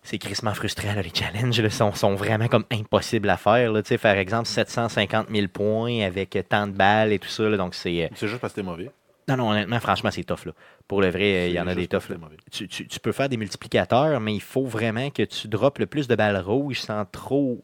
Speaker 1: c'est crissement frustrant, là, les challenges là, sont, sont vraiment comme impossibles à faire. Là, Tu sais, par exemple, 750 000 points avec euh, tant de balles et tout ça, là, donc c'est... euh,
Speaker 3: C'est juste parce que t'es mauvais.
Speaker 1: non, non, honnêtement, franchement, c'est tough. Là. Pour le vrai, euh, il y en a
Speaker 3: C'est
Speaker 1: des
Speaker 3: juste parce
Speaker 1: toughs.
Speaker 3: que
Speaker 1: là
Speaker 3: t'es mauvais.
Speaker 1: tu, tu- tu peux faire des multiplicateurs, mais il faut vraiment que tu droppes le plus de balles rouges sans trop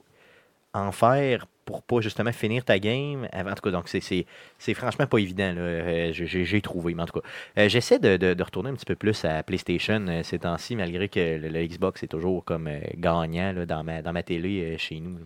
Speaker 1: en faire pour pas justement finir ta game. avant- En tout cas, donc c'est- c'est c'est franchement pas évident. là. Euh, j'ai- J'ai j'ai trouvé, mais en tout cas. Euh, J'essaie de, de- de retourner un petit peu plus à PlayStation euh, ces temps-ci, malgré que le, le Xbox est toujours comme euh, gagnant là, dans, ma, dans ma télé euh, chez nous. là.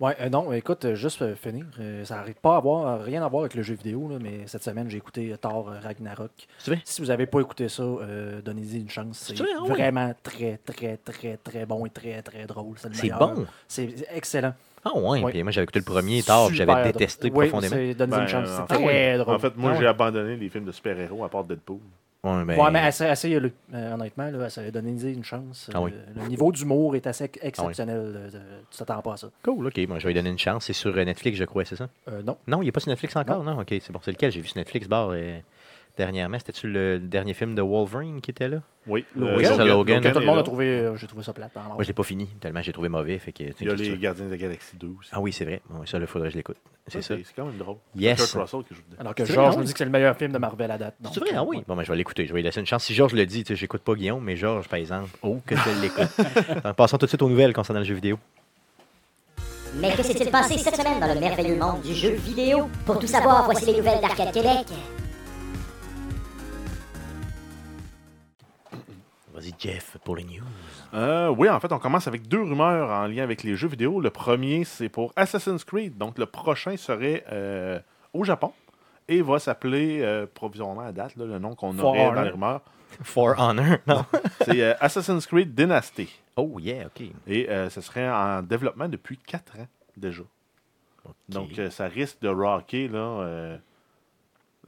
Speaker 2: Ouais, euh, non, écoute, euh, juste euh, finir. euh, ça n'arrive pas à voir, rien à voir avec le jeu vidéo, là, mais cette semaine, j'ai écouté euh, Thor euh, Ragnarok.
Speaker 1: C'est vrai?
Speaker 2: Si vous n'avez pas écouté ça, euh, donnez-y une chance. C'est
Speaker 1: C'est vrai, ah ouais.
Speaker 2: vraiment très, très, très, très bon et très, très drôle. le
Speaker 1: C'est
Speaker 2: meilleur.
Speaker 1: bon?
Speaker 2: C'est excellent.
Speaker 1: Ah ouais,
Speaker 2: Ouais.
Speaker 1: puis moi j'avais écouté le premier tard, puis j'avais
Speaker 2: Super
Speaker 1: détesté
Speaker 2: drôle. Oui,
Speaker 1: profondément.
Speaker 2: c'est- Donnez-y une
Speaker 3: Ben,
Speaker 2: chance.
Speaker 3: en
Speaker 2: C'est
Speaker 3: fait,
Speaker 2: très drôle.
Speaker 3: En fait, moi,
Speaker 2: Ah ouais.
Speaker 3: j'ai abandonné les films de super-héros à part Deadpool.
Speaker 1: Ouais, ben,
Speaker 2: Ouais, mais essa- essayez-le. Euh, honnêtement, là, essa- donnez-y une chance.
Speaker 1: Ah oui. Ah
Speaker 2: Euh, Le niveau d'humour est assez ex- exceptionnel. euh, euh, Tu t'attends pas à ça.
Speaker 1: Cool, ok, moi je vais lui donner une chance. C'est sur euh, Netflix, je crois, c'est ça?
Speaker 2: Euh, non.
Speaker 1: Non, il n'est pas sur Netflix encore, non? Ok, c'est bon. C'est lequel? J'ai vu sur Netflix bar euh, dernièrement. C'était-tu le dernier film de Wolverine qui était là?
Speaker 3: Oui,
Speaker 2: Logan.
Speaker 3: euh,
Speaker 2: Oui, c'est ça,
Speaker 1: Logan.
Speaker 3: est
Speaker 2: Tout le monde
Speaker 3: là.
Speaker 2: a trouvé, euh, j'ai trouvé ça plate. par
Speaker 1: Moi, je l'ai pas fini, tellement j'ai trouvé mauvais. Fait que, tu sais,
Speaker 3: Il y a
Speaker 1: qu'est-ce que
Speaker 3: les
Speaker 1: tu veux?
Speaker 3: Gardiens de la Galaxie 2 aussi.
Speaker 1: Ah oui, c'est vrai. Bon, ça, il faudrait que je l'écoute. C'est ça.
Speaker 3: C'est quand même drôle.
Speaker 1: Yes.
Speaker 3: C'est Kurt Russell qui joue dedans.
Speaker 2: Alors que
Speaker 1: C'est
Speaker 2: Georges
Speaker 1: vrai,
Speaker 2: nous dit que c'est le meilleur film de Marvel à date. Donc, euh,
Speaker 1: C'est vrai, ah oui.
Speaker 2: ouais.
Speaker 1: Bon, ben, je vais l'écouter. Je vais lui laisser une chance. Si Georges le dit, tu sais, j'écoute pas Guillaume, mais Georges, par exemple, oh, que je l'écoute. Donc, passons tout de suite aux nouvelles concernant le jeu vidéo.
Speaker 5: Mais que s'est-il passé cette semaine dans le merveilleux monde du jeu vidéo Pour tout savoir, voici les nouvelles d'Arcade Québec.
Speaker 1: Vas-y, Jeff, pour les news.
Speaker 3: Euh, oui, en fait, on commence avec deux rumeurs en lien avec les jeux vidéo. Le premier, c'est pour Assassin's Creed. Donc, le prochain serait euh, au Japon et va s'appeler, euh, provisoirement à date, là, le nom qu'on
Speaker 2: For
Speaker 3: aurait dans
Speaker 2: Honor.
Speaker 3: les rumeurs,
Speaker 1: For Honor, non?
Speaker 3: c'est euh, Assassin's Creed Dynasty.
Speaker 1: Oh, yeah, OK.
Speaker 3: Et euh, ce serait en développement depuis quatre ans déjà.
Speaker 1: Ok.
Speaker 3: Donc, euh, ça risque de rocker là, euh,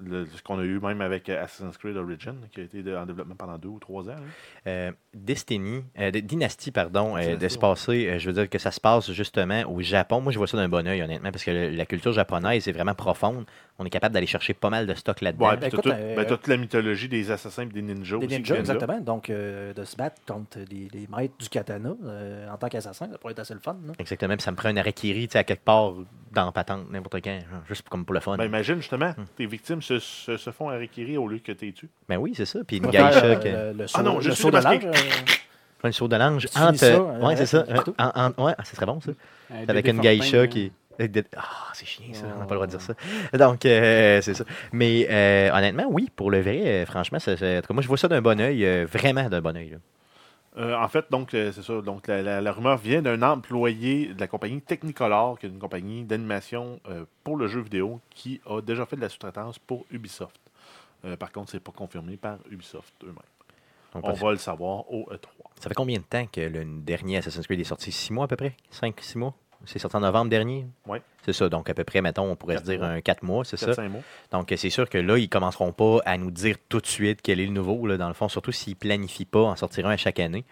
Speaker 3: le- ce qu'on a eu même avec euh, Assassin's Creed Origin, qui a été de- en développement pendant deux ou trois ans. là.
Speaker 1: euh, Destiny, euh, de- Dynasty, pardon, euh, de
Speaker 3: Dynasty,
Speaker 1: se passer, euh, je veux dire que ça se passe justement au Japon. Moi, je vois ça d'un bon oeil, honnêtement, parce que le- la culture japonaise est vraiment profonde. On est capable d'aller chercher pas mal de stock là-dedans.
Speaker 3: Ouais, puis t'as
Speaker 2: écoute,
Speaker 3: tout-
Speaker 2: euh,
Speaker 3: ben, t'as toute la mythologie des assassins et des ninjas.
Speaker 2: Des
Speaker 3: aussi qui
Speaker 2: ninjas,
Speaker 3: viennent là.
Speaker 2: exactement. Donc, euh, de se battre contre les, les maîtres du katana euh, en tant qu'assassin, ça pourrait être assez le fun. non?
Speaker 1: Exactement, puis ça me prend un harakiri, tu sais, à quelque part dans la patente, n'importe quand, genre, juste comme pour le fun.
Speaker 3: Ben,
Speaker 1: Ben,
Speaker 3: imagine justement,
Speaker 2: Hmm.
Speaker 3: tes victimes se, se, se font harakiri au lieu que t'es tu.
Speaker 1: Ben oui, c'est ça. Puis une
Speaker 2: Faire,
Speaker 1: geisha
Speaker 2: euh,
Speaker 1: que-
Speaker 2: le, le saut,
Speaker 3: Ah non, je
Speaker 2: le
Speaker 3: suis
Speaker 2: saut de
Speaker 3: démasqué.
Speaker 2: l'âge. euh,
Speaker 1: Prends une sourde de l'ange.
Speaker 2: Tu finis
Speaker 1: entre-
Speaker 2: ça,
Speaker 1: ouais,
Speaker 2: euh,
Speaker 1: c'est ça.
Speaker 2: partout?
Speaker 1: En- en- ouais, ah, ce serait bon, ça.
Speaker 4: Euh,
Speaker 1: C'est avec
Speaker 4: Dédé
Speaker 1: une
Speaker 4: Fortin,
Speaker 1: geisha
Speaker 4: euh,
Speaker 1: qui. avec des- Ah, c'est chiant ça, on n'a pas le droit de dire ça. Donc, euh, c'est ça. Mais euh, honnêtement, oui, pour le vrai, euh, franchement, ça- ça- en tout cas, moi, je vois ça d'un bon œil, euh, vraiment d'un bon œil. là.
Speaker 3: Euh, en fait, donc, euh, c'est ça. Donc, la, la- la rumeur vient d'un employé de la compagnie Technicolor, qui est une compagnie d'animation euh, pour le jeu vidéo, qui a déjà fait de la sous-traitance pour Ubisoft. Euh, par contre, c'est pas confirmé par Ubisoft eux-mêmes.
Speaker 1: Donc,
Speaker 3: On va le savoir au E E3.
Speaker 1: Ça fait combien de temps que le dernier Assassin's Creed est sorti Six mois à peu près Cinq, six mois C'est sorti en novembre dernier
Speaker 3: Ouais.
Speaker 1: C'est ça. Donc, à peu près, mettons, on pourrait
Speaker 3: Quatre
Speaker 1: se dire
Speaker 3: mois.
Speaker 1: un quatre mois, c'est ça.
Speaker 3: 4-5 mois.
Speaker 1: Donc, euh, c'est sûr que là, ils commenceront pas à nous dire tout de suite quel est le nouveau, là, dans le fond, surtout s'ils planifient pas en sortir un à chaque année.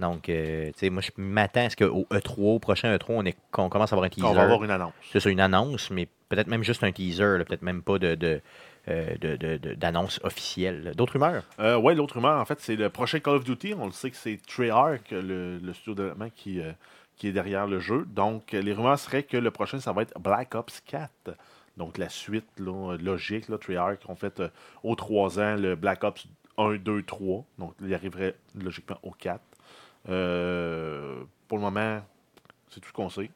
Speaker 1: Donc, euh, tu sais, moi, je m'attends à ce qu'au E3, au prochain E3, on, est, qu'on commence à avoir un teaser.
Speaker 3: On va avoir une annonce.
Speaker 1: C'est ça, une annonce, mais peut-être même juste un teaser, là, peut-être même pas de, de, euh, de- de- de- d'annonce officielle. D'autres rumeurs?
Speaker 3: Euh, ouais, l'autre rumeur, en fait, c'est le prochain Call of Duty. On le sait que c'est Treyarch, le, le studio de développement qui, euh, qui est derrière le jeu. Donc, euh, les rumeurs seraient que le prochain, ça va être Black Ops 4. Donc, la suite là, logique, là, Treyarch, ont fait euh, aux trois ans le Black Ops 1, 2, 3. Donc, il arriverait logiquement au 4. Euh, pour le moment, c'est tout ce qu'on sait.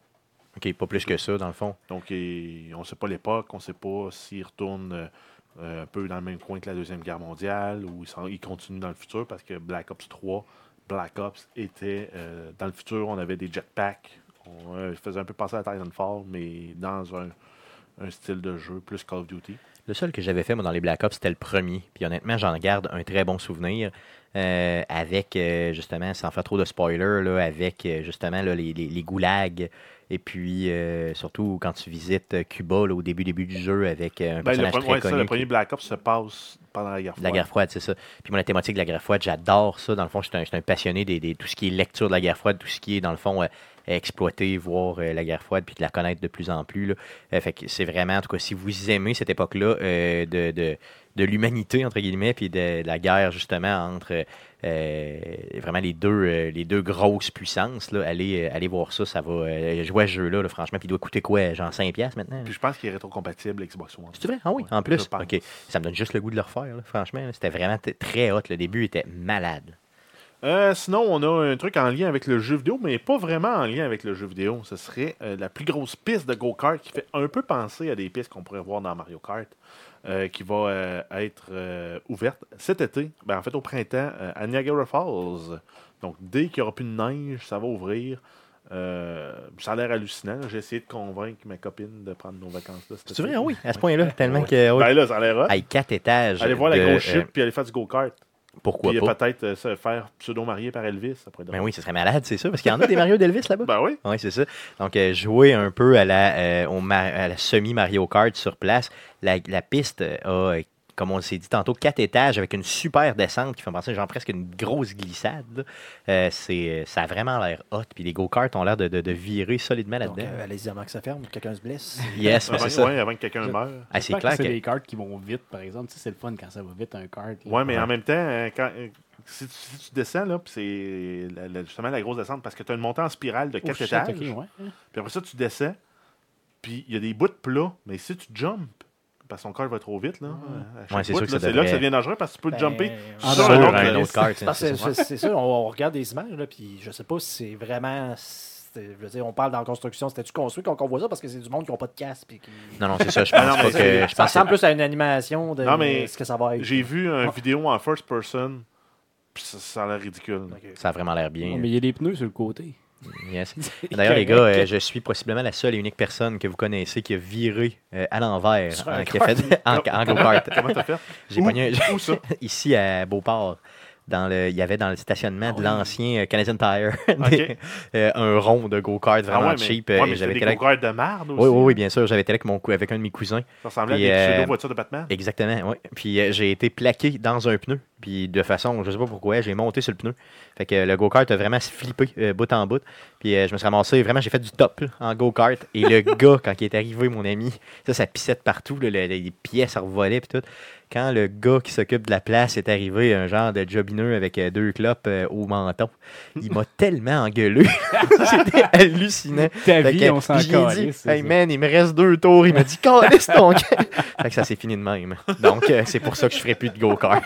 Speaker 1: OK, pas plus que ça, dans le fond.
Speaker 3: Donc, et- on ne sait pas l'époque, on ne sait pas s'il retourne euh, euh, un peu dans le même coin que la Deuxième Guerre mondiale ou s'en- il continue dans le futur parce que Black Ops 3, Black Ops était euh, dans le futur, on avait des jetpacks. On euh, faisait un peu passer à Titanfall, mais dans un, un style de jeu plus Call of Duty.
Speaker 1: Le seul que j'avais fait, moi, dans les Black Ops, c'était le premier. Puis honnêtement, j'en garde un très bon souvenir. euh, avec, euh, justement, sans faire trop de spoilers, là, avec, euh, justement, là, les, les- les goulags. Et puis, euh, surtout, quand tu visites euh, Cuba, là, au début, début du jeu, avec euh, un
Speaker 3: Ben, le,
Speaker 1: personnage
Speaker 3: pre-
Speaker 1: très
Speaker 3: ouais, ça,
Speaker 1: connu.
Speaker 3: le
Speaker 1: qui-
Speaker 3: premier Black Ops se passe pendant la guerre
Speaker 1: de
Speaker 3: froide.
Speaker 1: la guerre froide, c'est ça. Puis moi, la thématique de la guerre froide, j'adore ça. Dans le fond, je suis un, je suis un passionné de tout ce qui est lecture de la guerre froide, tout ce qui est, dans le fond, euh, exploiter, voir euh, la guerre froide, puis de la connaître de plus en plus. là. Euh, fait que c'est vraiment, en tout cas, si vous aimez cette époque-là euh, de, de, de l'humanité, entre guillemets, puis de, de la guerre, justement, entre euh, euh, vraiment les deux, euh, les deux grosses puissances, là, allez, euh, allez voir ça. Ça va euh, jouer à ce jeu-là, là, franchement. Puis il doit coûter quoi, genre 5$ piastres maintenant?
Speaker 3: Puis je pense qu'il est rétrocompatible Xbox One.
Speaker 1: C'est vrai? Ah oui,
Speaker 3: Ouais,
Speaker 1: en
Speaker 3: je
Speaker 1: plus.
Speaker 3: pense.
Speaker 1: OK. Ça me donne juste le goût de le refaire, là, franchement. là. C'était vraiment t- très hot. Le début était malade.
Speaker 3: Euh, sinon, on a un truc en lien avec le jeu vidéo, mais pas vraiment en lien avec le jeu vidéo. Ce serait euh, la plus grosse piste de go-kart qui fait un peu penser à des pistes qu'on pourrait voir dans Mario Kart, euh, qui va euh, être euh, ouverte cet été, ben, en fait au printemps, euh, à Niagara Falls. Donc, dès qu'il n'y aura plus de neige, ça va ouvrir. Euh, ça a l'air hallucinant. J'ai essayé de convaincre ma copine de prendre nos vacances là. cet
Speaker 1: C'est
Speaker 3: été.
Speaker 1: vrai, oui. À ce point-là, tellement
Speaker 3: Ouais.
Speaker 1: que.
Speaker 3: Ben là, ça a l'air hot.
Speaker 1: Aïe, quatre étages.
Speaker 3: Allez voir la
Speaker 1: de,
Speaker 3: grosse
Speaker 1: euh,
Speaker 3: chute, puis aller faire du go-kart.
Speaker 1: pourquoi
Speaker 3: Puis
Speaker 1: pas?
Speaker 3: peut-être euh, se faire pseudo-marier par Elvis. Ça pourrait être
Speaker 1: Ben
Speaker 3: drôle.
Speaker 1: oui, ce serait malade, c'est sûr. Parce qu'il y en a des Mario d'Elvis là-bas.
Speaker 3: Ben oui.
Speaker 1: Oui, c'est ça. Donc, euh, jouer un peu à la, euh, au ma- à la semi-Mario Kart sur place. La, la piste euh, a, euh, comme on s'est dit tantôt, quatre étages avec une super descente qui fait penser genre presque une grosse glissade. là. Euh, c'est, ça a vraiment l'air hot. Puis les go-karts ont l'air de, de- de virer solidement
Speaker 2: Donc,
Speaker 1: là-dedans.
Speaker 2: euh, allez-y avant que ça ferme, que quelqu'un se blesse.
Speaker 1: yes,
Speaker 3: Avant,
Speaker 1: c'est ça.
Speaker 3: Ah, ouais, avant que quelqu'un meure.
Speaker 1: Ah, c'est clair
Speaker 4: que c'est
Speaker 1: que-
Speaker 4: des cartes qui vont vite, par exemple. Tu sais, c'est le fun quand ça va vite, un kart. là.
Speaker 3: Ouais, mais
Speaker 1: Ouais.
Speaker 3: en même temps, euh, quand, euh, si, tu, si tu descends, là, puis c'est la- la- justement la grosse descente, parce que tu as une montée en spirale de
Speaker 4: Oh,
Speaker 3: 4
Speaker 4: shit,
Speaker 3: étages,
Speaker 4: ok, ouais.
Speaker 3: puis après ça, tu descends, puis il y a des bouts de plats, mais si tu jumps, parce que ton corps va trop vite, là, à chaque
Speaker 1: Ouais, c'est
Speaker 3: bout,
Speaker 1: sûr que
Speaker 3: là,
Speaker 1: ça
Speaker 3: c'est là que ça
Speaker 1: devrait-
Speaker 3: devient dangereux, parce que tu peux
Speaker 2: Ben,
Speaker 3: jumper
Speaker 2: en
Speaker 3: sur
Speaker 1: sur
Speaker 3: un
Speaker 2: dehors
Speaker 3: autre.
Speaker 1: un
Speaker 3: euh,
Speaker 1: autre kart.
Speaker 2: C'est parce que c'est- c'est ça, on, on regarde des images, là, puis je sais pas si c'est vraiment. c'est- Je veux dire, on parle dans la construction, c'était-tu construit quand on voit ça parce que c'est du monde qui n'a pas de casque. Puis qui...
Speaker 1: Non, non, c'est ça. Je
Speaker 3: Ah,
Speaker 1: pense
Speaker 3: non,
Speaker 1: pas
Speaker 3: mais
Speaker 1: que. Je
Speaker 3: c'est-
Speaker 2: ça
Speaker 1: pense que-
Speaker 2: ressemble plus à une animation de
Speaker 3: Non, mais
Speaker 2: ce que ça va être.
Speaker 3: J'ai vu une vidéo en first person, puis ça, ça a l'air ridicule.
Speaker 2: Donc, euh,
Speaker 1: ça a vraiment l'air
Speaker 4: Non,
Speaker 1: bien.
Speaker 4: mais il y a des pneus sur le côté.
Speaker 1: Yes. D'ailleurs, les gars,
Speaker 4: correct.
Speaker 1: euh, je suis possiblement la seule et unique personne que vous connaissez qui a viré euh, à l'envers,
Speaker 2: Sur un
Speaker 1: hein, qui a fait en, en go-kart.
Speaker 3: Comment t'as fait?
Speaker 1: J'ai
Speaker 3: Où-
Speaker 1: pogné un-
Speaker 3: Où ça?
Speaker 1: ici à Beauport. Dans le, il y avait dans le
Speaker 3: Ah
Speaker 1: stationnement de l'ancien euh, Canadian Tire des- euh, un rond de go-kart
Speaker 3: Ah
Speaker 1: vraiment
Speaker 3: ouais, mais,
Speaker 1: cheap.
Speaker 3: ouais,
Speaker 1: euh,
Speaker 3: mais
Speaker 1: et
Speaker 3: c'était
Speaker 1: j'avais
Speaker 3: des
Speaker 1: été là avec-
Speaker 3: go-karts de marde aussi. hein.
Speaker 1: oui, oui, oui, bien sûr. J'avais été là avec, mon cou- avec un de mes cousins.
Speaker 3: Ça ressemblait
Speaker 1: Puis,
Speaker 3: à des
Speaker 1: euh,
Speaker 3: pseudo-voitures de Batman.
Speaker 1: Exactement, oui. Puis euh, j'ai été plaqué dans un pneu. Puis de façon, je sais pas pourquoi, j'ai monté sur le pneu. Fait que euh, le go-kart a vraiment flippé euh, bout en bout. Puis euh, je me suis ramassé, vraiment, j'ai fait du top là, en go-kart. Et le gars, quand il est arrivé, mon ami, ça, ça pissait de partout. là, le- les pièces revolaient puis tout. Quand le gars qui s'occupe de la place est arrivé, un genre de jobineux avec euh, deux clopes euh, au menton, il m'a tellement engueulé. C'était hallucinant.
Speaker 4: Ta
Speaker 1: Fait
Speaker 4: vie,
Speaker 1: que,
Speaker 4: on s'en
Speaker 1: puis j'ai
Speaker 4: calisse,
Speaker 1: dit,
Speaker 4: c'est
Speaker 1: Hey
Speaker 4: ça.
Speaker 1: man, il me reste deux tours. Il m'a dit, calisse ton gars. Fait que ça s'est fini de même. Donc, euh, c'est pour ça que je ferai plus de go-kart.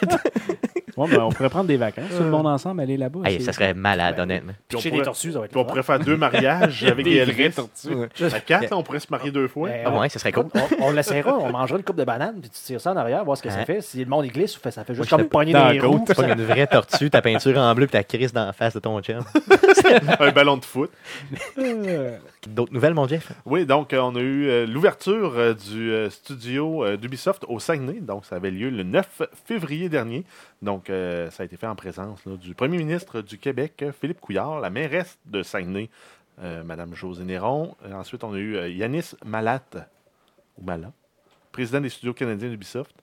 Speaker 4: Ouais, ben, on pourrait prendre des vacances, tout le monde ensemble, aller là-bas.
Speaker 1: Euh. Hey,
Speaker 4: c'est-
Speaker 1: ça serait malade,
Speaker 2: Ben,
Speaker 1: honnêtement.
Speaker 3: Puis on
Speaker 2: Pitcher
Speaker 3: pourrait-
Speaker 2: des tortues, ça va être
Speaker 3: Puis on
Speaker 2: le fun.
Speaker 3: pourrait faire deux mariages avec
Speaker 4: Des
Speaker 3: les
Speaker 4: vraies
Speaker 3: Elvis.
Speaker 4: tortues.
Speaker 3: À quatre, là, on pourrait se marier deux fois.
Speaker 2: Ben,
Speaker 1: Ah
Speaker 2: on-
Speaker 1: ouais, ça serait cool.
Speaker 2: On, on l'essayera, on mangera une coupe de banane, puis tu tires ça en arrière, voir ce que
Speaker 1: Hein?
Speaker 2: ça fait. Si le monde il glisse, ou ça fait juste
Speaker 1: Moi, je
Speaker 2: comme pogner
Speaker 4: dans
Speaker 2: dans
Speaker 4: la
Speaker 2: les roues.
Speaker 1: Pas une vraie tortue, ta peinture en bleu et ta crise dans la face de ton chum.
Speaker 3: Un ballon de foot.
Speaker 1: D'autres nouvelles, mon Jeff?
Speaker 3: Oui, donc euh, on a eu euh, l'ouverture euh, du euh, studio euh, d'Ubisoft au Saguenay. Donc ça avait lieu le 9 février dernier. Donc euh, ça a été fait en présence là, du premier ministre du Québec, euh, Philippe Couillard, la mairesse de Saguenay, euh, Madame José Néron. Euh, ensuite, on a eu euh, Yanis Malat, ou Malat, président des studios canadiens d'Ubisoft.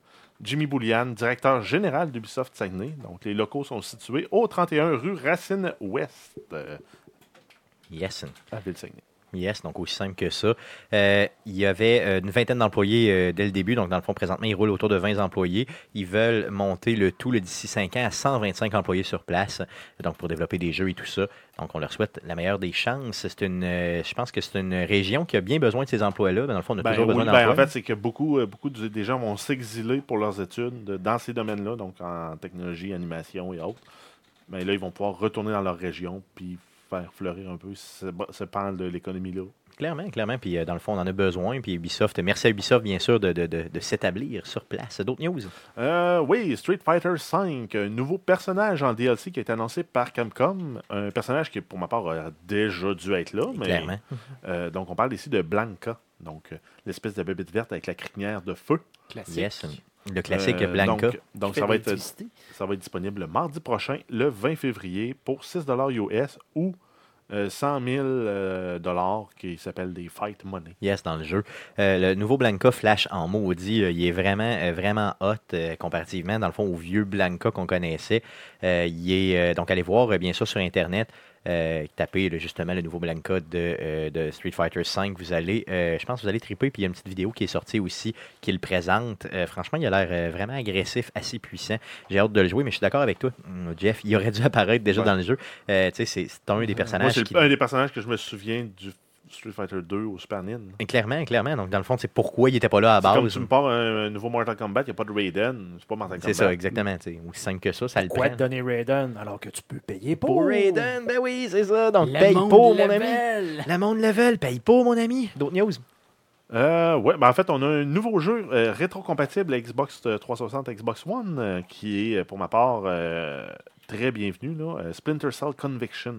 Speaker 3: Jimmy Boulian, directeur général d'Ubisoft Saguenay. Donc les locaux sont situés au 31 rue Racine-Ouest euh,
Speaker 1: Yes.
Speaker 3: à Ville-Saguenay.
Speaker 1: Yes, donc aussi simple que ça. Euh, il y avait euh, une vingtaine d'employés euh, dès le début. Donc, dans le fond, présentement, ils roulent autour de 20 employés. Ils veulent monter le tout le d'ici 5 ans à 125 employés sur place. Donc, pour développer des jeux et tout ça. Donc, on leur souhaite la meilleure des chances. C'est une, euh, je pense que c'est une région qui a bien besoin de ces emplois-là. Mais dans le fond, on a
Speaker 3: Ben
Speaker 1: toujours
Speaker 3: oui,
Speaker 1: besoin
Speaker 3: ben,
Speaker 1: d'emplois.
Speaker 3: en fait, c'est que beaucoup, euh, beaucoup de- des gens vont s'exiler pour leurs études de- dans ces domaines-là, donc en technologie, animation et autres. Mais là, ils vont pouvoir retourner dans leur région puis faire fleurir un peu ce, ce pan de l'économie-là.
Speaker 1: Clairement, clairement. Puis, euh, dans le fond, on en a besoin. Puis, Ubisoft, merci à Ubisoft, bien sûr, de, de- de- de s'établir sur place. D'autres news?
Speaker 3: Euh, oui, Street Fighter V, un nouveau personnage en DLC qui a été annoncé par Capcom. Un personnage qui, pour ma part, a déjà dû être là. Mais,
Speaker 1: Clairement.
Speaker 3: euh, donc, on parle ici de Blanca, donc euh, l'espèce de bébête verte avec la crinière de feu.
Speaker 4: Classique.
Speaker 1: Yes. Le classique
Speaker 3: Euh,
Speaker 1: Blanca.
Speaker 3: Donc, donc ça va être euh, Ça va être disponible le mardi prochain, le 20 février, pour 6 US ou euh, 100 000 dollars qui s'appelle des Fight Money.
Speaker 1: Yes, dans le jeu. Euh, le nouveau Blanca flash en maudit. euh, il est vraiment, euh, vraiment hot euh, comparativement, dans le fond, au vieux Blanca qu'on connaissait. Euh, il est, euh, donc, allez voir, euh, bien sûr, sur Internet, euh, tapez là, justement le nouveau Blanca de, euh, de Street Fighter V. Vous allez, euh, je pense que vous allez triper. Puis, il y a une petite vidéo qui est sortie aussi qui le présente. Euh, franchement, il a l'air euh, vraiment agressif, assez puissant. J'ai hâte de le jouer, mais je suis d'accord avec toi, hum, Jeff. Il aurait dû apparaître déjà
Speaker 3: Ouais.
Speaker 1: dans le jeu. Euh, tu sais, c'est- c'est un des
Speaker 3: Moi,
Speaker 1: personnages
Speaker 3: c'est
Speaker 1: qui...
Speaker 3: le- un des personnages que je me souviens du Street Fighter 2 au Super Nintendo.
Speaker 1: Et Clairement, clairement. Donc, dans le fond, c'est pourquoi il n'était pas là à
Speaker 3: C'est
Speaker 1: base. hein.
Speaker 3: Comme tu me parles un, un nouveau Mortal Kombat, il n'y a pas de Raiden, c'est pas Mortal
Speaker 1: C'est
Speaker 3: Kombat.
Speaker 1: ça, exactement. tu sais. Aussi simple que ça, ça le
Speaker 2: Quoi te
Speaker 1: prend.
Speaker 2: donner Raiden alors que tu peux payer pour,
Speaker 1: Pour Raiden, ben oui, c'est ça. Donc,
Speaker 4: Le
Speaker 1: paye
Speaker 4: monde
Speaker 1: pour, mon ami.
Speaker 4: level.
Speaker 1: La monde level, paye pour, mon ami. D'autres news?
Speaker 3: Euh, ouais, ben en fait, on a un nouveau jeu euh, rétro-compatible Xbox euh, 360, Xbox One, euh, qui est, pour ma part, euh, très bienvenu, là, euh, Splinter Cell Conviction.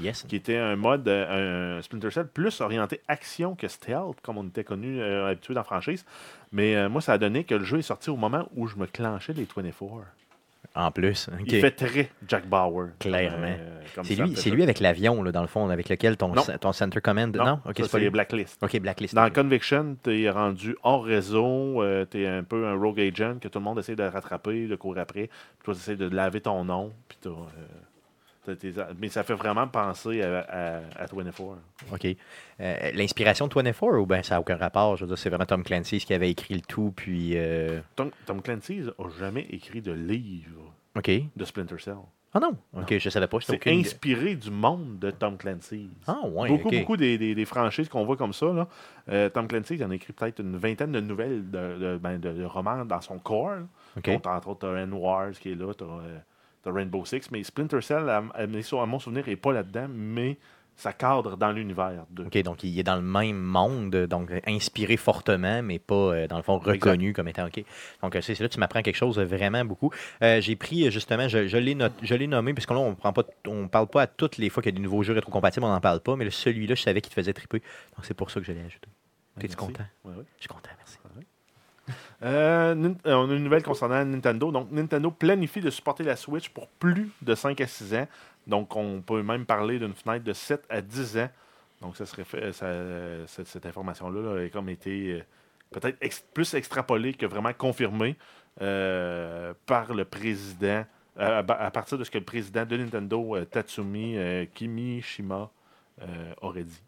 Speaker 1: Yes.
Speaker 3: qui était un mode, euh, un Splinter Cell plus orienté action que stealth, comme on était connu, euh, habitué dans la franchise. Mais euh, moi, ça a donné que le jeu est sorti au moment où je me clenchais les 24.
Speaker 1: En plus. ok.
Speaker 3: Il fait très Jack Bauer.
Speaker 1: Clairement.
Speaker 3: euh, comme
Speaker 1: C'est
Speaker 3: ça,
Speaker 1: lui,
Speaker 3: fait
Speaker 1: c'est
Speaker 3: ça.
Speaker 1: lui avec l'avion, là, dans le fond, avec lequel ton,
Speaker 3: Non.
Speaker 1: ton center command.
Speaker 3: Non,
Speaker 1: Non,
Speaker 3: ça,
Speaker 1: ok,
Speaker 3: c'est
Speaker 1: c'est pas lui.
Speaker 3: Blacklist.
Speaker 1: Ok, Blacklist.
Speaker 3: Dans
Speaker 1: ok.
Speaker 3: Conviction, tu es rendu hors réseau, tu es un peu un rogue agent que tout le monde essaie de rattraper, de courir après. Puis toi, tu essaies de laver ton nom. Puis t'as, euh, t'as tes a- mais ça fait vraiment penser à, à, à 24.
Speaker 1: OK. Euh, L'inspiration de 24, ou bien ça n'a aucun rapport? Je veux dire, c'est vraiment Tom Clancy qui avait écrit le tout, puis. euh,
Speaker 3: Tom, Tom Clancy n'a jamais écrit de livre
Speaker 1: OK.
Speaker 3: de Splinter Cell.
Speaker 1: Ah non. OK, je savais pas. j'étais
Speaker 3: C'est
Speaker 1: aucune-
Speaker 3: inspiré du monde de Tom Clancy.
Speaker 1: Ah ouais,
Speaker 3: beaucoup,
Speaker 1: ok.
Speaker 3: beaucoup des, des- des franchises qu'on voit comme ça. Là. Euh, Tom Clancy, il en a écrit peut-être une vingtaine de nouvelles, de, de- ben, de- de romans dans son corps. là.
Speaker 1: OK.
Speaker 3: Donc, entre autres, t'as N-Wars qui est là, t'as euh, t'as Rainbow Six, mais Splinter Cell, à, à mes sou- à mon souvenir, n'est pas là-dedans, mais ça cadre dans l'univers de.
Speaker 1: OK, donc il est dans le même monde, donc euh, inspiré fortement, mais pas, euh, dans le fond, reconnu comme étant OK. Donc, euh, c'est c'est là que tu m'apprends quelque chose euh, vraiment beaucoup. Euh, J'ai pris, euh, justement, je, je l'ai not- je l'ai nommé, puisqu'on on prend pas, on parle pas à toutes les fois qu'il y a des nouveaux jeux rétrocompatibles, on n'en parle pas, mais le- celui-là, je savais qu'il te faisait triper. Donc, c'est pour ça que je l'ai ajouté. T'es-tu
Speaker 3: Merci.
Speaker 1: content?
Speaker 3: Ouais, ouais.
Speaker 1: Je suis content, merci.
Speaker 3: Euh, Nin- euh, on a une nouvelle concernant Nintendo. Donc, Nintendo planifie de supporter la Switch pour plus de 5 à 6 ans. Donc, on peut même parler d'une fenêtre de 7 à 10 ans. Donc, ça serait fait- ça, euh, cette, cette information-là là, a comme été euh, peut-être ex- plus extrapolée que vraiment confirmée euh, par le président, euh, à, ba- à partir de ce que le président de Nintendo, euh, Tatsumi euh, Kimishima, euh, aurait dit.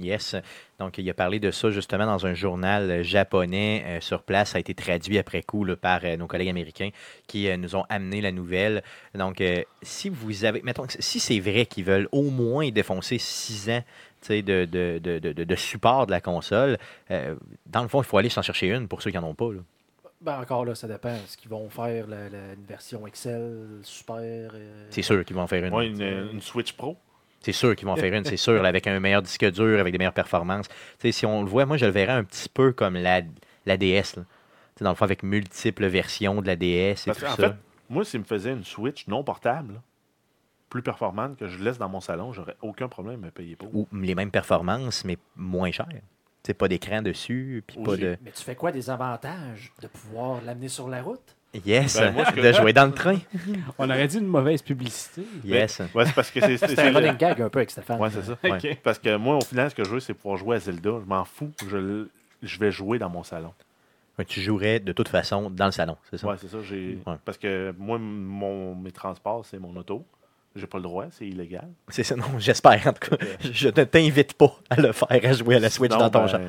Speaker 1: Yes. Donc, il a parlé de ça justement dans un journal euh, japonais euh, sur place. Ça a été traduit après coup là, par euh, nos collègues américains qui euh, nous ont amené la nouvelle. Donc, euh, si vous avez. Mettons, que si c'est vrai qu'ils veulent au moins défoncer six ans tu sais, de, de, de, de, de support de la console, euh, dans le fond, il faut aller s'en chercher une pour ceux qui n'en ont pas. là.
Speaker 2: Ben encore là, ça dépend. Est-ce qu'ils vont faire la, la- une version Excel super euh,
Speaker 1: C'est sûr qu'ils vont en faire une.
Speaker 3: Moi, une, une Switch Pro.
Speaker 1: C'est sûr qu'ils vont en faire une, c'est sûr, là, avec un meilleur disque dur, avec des meilleures performances. Tu sais, si on le voit, moi, je le verrais un petit peu comme la, la DS. là. Tu sais, dans le fond, avec multiples versions de la DS et
Speaker 3: Parce
Speaker 1: tout
Speaker 3: que, en
Speaker 1: ça.
Speaker 3: fait, moi, s'il me faisait une Switch non portable, là, plus performante que je laisse dans mon salon, j'aurais aucun problème à me payer pour.
Speaker 1: Ou les mêmes performances, mais moins cher. Tu sais, pas d'écran dessus, puis
Speaker 3: Ou
Speaker 1: pas
Speaker 3: j'ai-
Speaker 1: de...
Speaker 2: Mais tu fais quoi des avantages de pouvoir l'amener sur la route?
Speaker 1: Yes!
Speaker 3: Ben, moi, ce que- Ben
Speaker 1: de jouer dans le train.
Speaker 4: On aurait dit une mauvaise publicité.
Speaker 1: Yes!
Speaker 3: Ouais, c'est parce que c'est. c'est-
Speaker 2: C'est un
Speaker 3: c'est-
Speaker 2: running gag un peu avec Stéphane.
Speaker 3: Ouais, c'est ça.
Speaker 1: Ouais.
Speaker 4: Ok.
Speaker 3: Parce que moi, au final, ce que je veux, c'est pouvoir jouer à Zelda. Je m'en fous. Je, l- je vais jouer dans mon salon.
Speaker 1: Ouais, Ben, tu jouerais de toute façon dans le salon, c'est ça?
Speaker 3: Ouais, c'est ça. j'ai-
Speaker 1: Ouais.
Speaker 3: Parce que moi, m- mon, mes transports, c'est mon auto. J'ai pas le droit, c'est illégal.
Speaker 1: C'est ça, non, j'espère en tout cas. Je ne t'invite pas à le faire, à jouer à la Switch
Speaker 3: Sinon,
Speaker 1: dans ton
Speaker 3: ben,
Speaker 1: champ.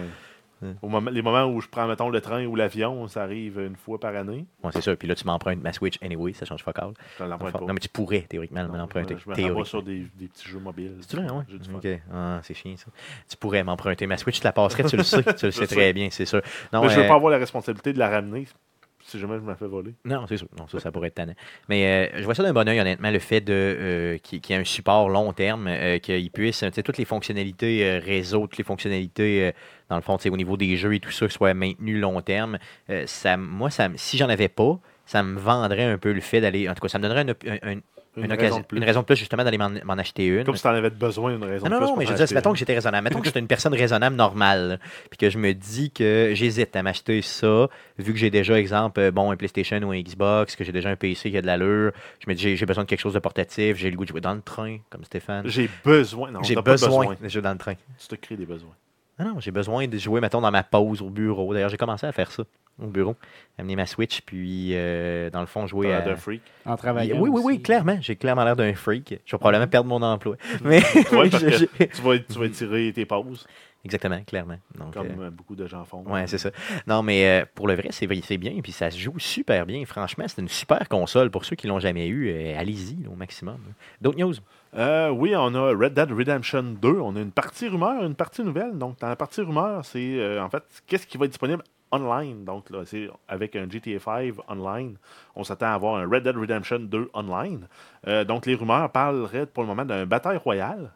Speaker 3: Au moment, les moments où je prends, mettons, le train ou l'avion, ça arrive une fois par année.
Speaker 1: Ouais, c'est sûr. Puis là, tu m'empruntes ma Switch anyway, ça change pas call.
Speaker 3: Je ne l'emprunte pas.
Speaker 1: Non, mais tu pourrais théoriquement
Speaker 3: Non,
Speaker 1: l'emprunter.
Speaker 3: Je me
Speaker 1: Théoriquement.
Speaker 3: rabats sur des, des petits jeux mobiles.
Speaker 1: C'est vrai, ouais.
Speaker 3: J'ai du fun.
Speaker 1: Ok. Ah, c'est chiant, ça. Tu pourrais m'emprunter ma Switch, tu la passerais, tu le sais. Tu le sais très
Speaker 3: sais.
Speaker 1: bien, c'est sûr. Non,
Speaker 3: Mais je veux
Speaker 1: euh,
Speaker 3: pas avoir la responsabilité de la ramener si jamais je me fais voler.
Speaker 1: non c'est sûr. Non, ça, ça pourrait être tannant. Mais euh, je vois ça d'un bon oeil, honnêtement, le fait de euh, qu'il qu'il y ait un support long terme, euh, qu'il puisse, tu sais, toutes les fonctionnalités euh, réseau, toutes les fonctionnalités, euh, dans le fond, tu sais, au niveau des jeux et tout ça, soient maintenues long terme. Euh, ça, moi, ça, me- si j'en avais pas, ça me vendrait un peu le fait d'aller. En tout cas, ça me donnerait une, op- un- un-
Speaker 3: Une,
Speaker 1: une
Speaker 3: raison
Speaker 1: occasion-
Speaker 3: de plus.
Speaker 1: une raison de plus, justement, d'aller m'en m'en acheter une.
Speaker 3: Comme si t'en avais besoin, une raison
Speaker 1: Ah Non, non,
Speaker 3: de plus.
Speaker 1: non,
Speaker 3: pour
Speaker 1: mais je
Speaker 3: t'en
Speaker 1: dis,
Speaker 3: acheter
Speaker 1: mettons
Speaker 3: une.
Speaker 1: que j'étais raisonnable, mettons que j'étais une personne raisonnable normale, puis que je me dis que j'hésite à m'acheter ça, vu que j'ai déjà, exemple, euh, bon, un PlayStation ou un Xbox, que j'ai déjà un PC qui a de l'allure, je me dis, j'ai- j'ai besoin de quelque chose de portatif, j'ai le goût de jouer dans le train, comme Stéphane.
Speaker 3: J'ai besoin. Non,
Speaker 1: J'ai
Speaker 3: t'as pas
Speaker 1: besoin,
Speaker 3: besoin.
Speaker 1: de jouer dans le train.
Speaker 3: Tu te crées des besoins.
Speaker 1: Non, non, j'ai besoin de jouer, mettons, dans ma pause au bureau. D'ailleurs, j'ai commencé à faire ça au bureau, amener ma Switch, puis, euh, dans le fond, jouer
Speaker 3: T'as
Speaker 1: à...
Speaker 3: l'air d'un freak.
Speaker 4: En travaillant.
Speaker 1: Oui, oui, oui,
Speaker 4: aussi.
Speaker 1: clairement. J'ai clairement l'air d'un freak. Je vais probablement perdre mon emploi. Mais
Speaker 3: Ouais, parce
Speaker 1: je-
Speaker 3: que
Speaker 1: je-
Speaker 3: tu vas, tu vas tirer tes pauses,
Speaker 1: Exactement, clairement. Donc, euh,
Speaker 3: comme euh, beaucoup de gens font.
Speaker 1: Ouais, c'est ça. Non, mais euh, pour le vrai, c'est vrai, c'est bien. Puis ça se joue super bien. Franchement, c'est une super console. Pour ceux qui l'ont jamais eu, euh, allez-y là, au maximum. D'autres news?
Speaker 3: Euh, oui, on a Red Dead Redemption 2. On a une partie rumeur, une partie nouvelle. Donc, dans la partie rumeur, c'est euh, en fait qu'est-ce qui va être disponible online. Donc, là, c'est avec un GTA 5 online. On s'attend à avoir un Red Dead Redemption 2 online. Euh, donc, les rumeurs parleraient pour le moment d'un bataille royale.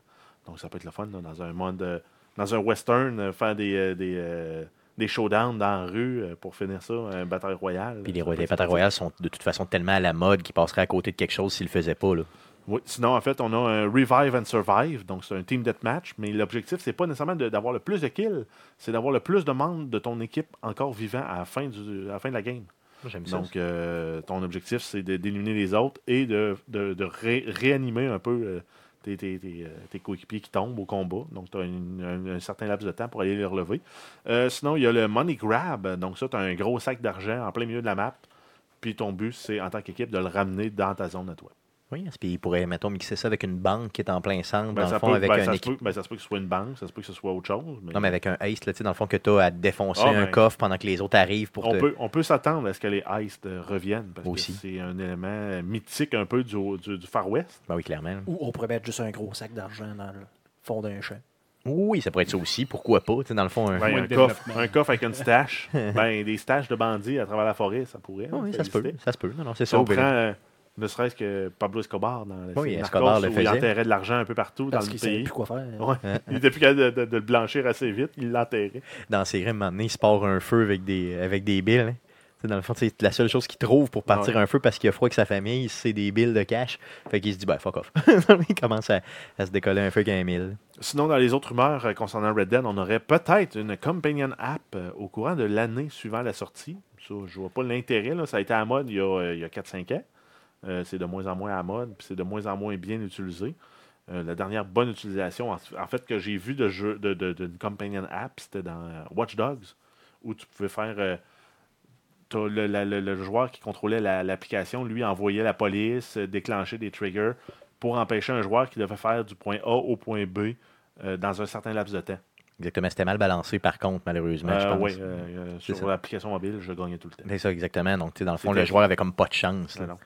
Speaker 3: Donc, ça peut être le fun là, dans un monde, euh, dans un western, euh, faire des, euh, des, euh, des showdowns dans la rue euh, pour finir ça, un bataille royale.
Speaker 1: Puis les,
Speaker 3: Ça peut
Speaker 1: rois- les
Speaker 3: être
Speaker 1: batailles royales sont de toute façon tellement à la mode qu'ils passeraient à côté de quelque chose s'ils le faisaient pas. Là.
Speaker 3: Oui, sinon, en fait, on a un Revive and Survive, donc c'est un team deathmatch, mais l'objectif, c'est pas nécessairement de- d'avoir le plus de kills, c'est d'avoir le plus de membres de ton équipe encore vivants à la fin, du, à la fin de la game.
Speaker 1: J'aime ça.
Speaker 3: Donc, euh, ton objectif, c'est de- d'éliminer les autres et de, de- de ré- réanimer un peu euh, tes, tes- tes, euh, tes coéquipiers qui tombent au combat. Donc, tu as un, un certain laps de temps pour aller les relever. Euh, sinon, il y a le Money Grab. Donc, ça, tu as un gros sac d'argent en plein milieu de la map. Puis, ton but, c'est, en tant qu'équipe, de le ramener dans ta zone à toi.
Speaker 1: Oui, hein, puis ils pourraient, mettons, mixer ça avec une banque qui est en plein centre,
Speaker 3: Ben,
Speaker 1: dans
Speaker 3: ça
Speaker 1: le fond,
Speaker 3: peut-
Speaker 1: avec
Speaker 3: ben,
Speaker 1: un
Speaker 3: ça se
Speaker 1: équipe.
Speaker 3: peut- ben, ça se peut que ce soit une banque, ça se peut que ce soit autre chose. Mais
Speaker 1: Non, mais avec un ace, là, tu sais, dans le fond, que tu as à défoncer
Speaker 3: Ah,
Speaker 1: un
Speaker 3: ben.
Speaker 1: coffre pendant que les autres arrivent pour
Speaker 3: on,
Speaker 1: te.
Speaker 3: peut, on peut s'attendre à ce que les heist euh, reviennent parce
Speaker 1: Aussi.
Speaker 3: que c'est un élément mythique un peu du, du- du Far West.
Speaker 1: Ben oui, clairement.
Speaker 2: Ou on pourrait mettre juste un gros sac d'argent dans le fond d'un champ.
Speaker 1: Oui, ça pourrait être ça aussi. Pourquoi pas? Tu sais, dans le fond, un.
Speaker 3: Ben,
Speaker 4: Moins
Speaker 3: un,
Speaker 4: de
Speaker 3: coffre,
Speaker 4: développement.
Speaker 3: un coffre avec une stache, ben, des staches de bandits à travers la forêt, ça pourrait.
Speaker 1: Oui, ça se peut.
Speaker 3: existait.
Speaker 1: Ça se peut. Non, non, c'est
Speaker 3: Si
Speaker 1: ça.
Speaker 3: on
Speaker 1: au
Speaker 3: prend,
Speaker 1: pire.
Speaker 3: euh, ne serait-ce que Pablo Escobar dans le
Speaker 1: Oui,
Speaker 3: film
Speaker 1: Escobar
Speaker 3: Narcos,
Speaker 1: le
Speaker 3: où
Speaker 1: faisait.
Speaker 3: il enterrait de l'argent un peu partout
Speaker 2: Parce
Speaker 3: dans le
Speaker 2: qu'ils savaient
Speaker 3: pays.
Speaker 2: plus quoi faire.
Speaker 3: Ouais.
Speaker 1: Hein,
Speaker 3: il était plus capable de, de- de le blanchir assez vite, il l'enterrait.
Speaker 1: dans ces rimes, maintenant, il se part un feu avec des, avec des billes. hein. Tu sais, Dans le fond, c'est la seule chose qu'il trouve pour partir
Speaker 3: Ouais.
Speaker 1: un feu parce qu'il a froid avec sa famille, c'est des billes de cash. Fait qu'il se dit, ben, fuck off. il commence à, à se décoller un feu avec un mille.
Speaker 3: Sinon, dans les autres rumeurs euh, concernant Red Dead, on aurait peut-être une companion app euh, au courant de l'année suivant la sortie. Ça, je vois pas l'intérêt. là. Ça a été à la mode il y a, euh, il y a 4-5 ans. Euh, c'est de moins en moins à la mode, puis c'est de moins en moins bien utilisé. Euh, la dernière bonne utilisation, en, en fait, que j'ai vue de jeu- de- de- d'une companion app, c'était dans euh, Watch Dogs, où tu pouvais faire. euh, t'as le, la- le- le joueur qui contrôlait la- l'application, lui, envoyait la police, euh, déclenchait des triggers pour empêcher un joueur qui devait faire du point A au point B euh, dans un certain laps de temps.
Speaker 1: Exactement, c'était mal balancé par contre, malheureusement, je
Speaker 3: Euh,
Speaker 1: pense.
Speaker 3: ouais, euh, euh,
Speaker 1: C'est ça.
Speaker 3: sur l'application mobile, je gagnais tout le temps.
Speaker 1: C'est ça, exactement. Donc, tu sais, dans le fond, le
Speaker 3: C'était-
Speaker 1: joueur avait comme pas de chance. là.
Speaker 3: Non, non.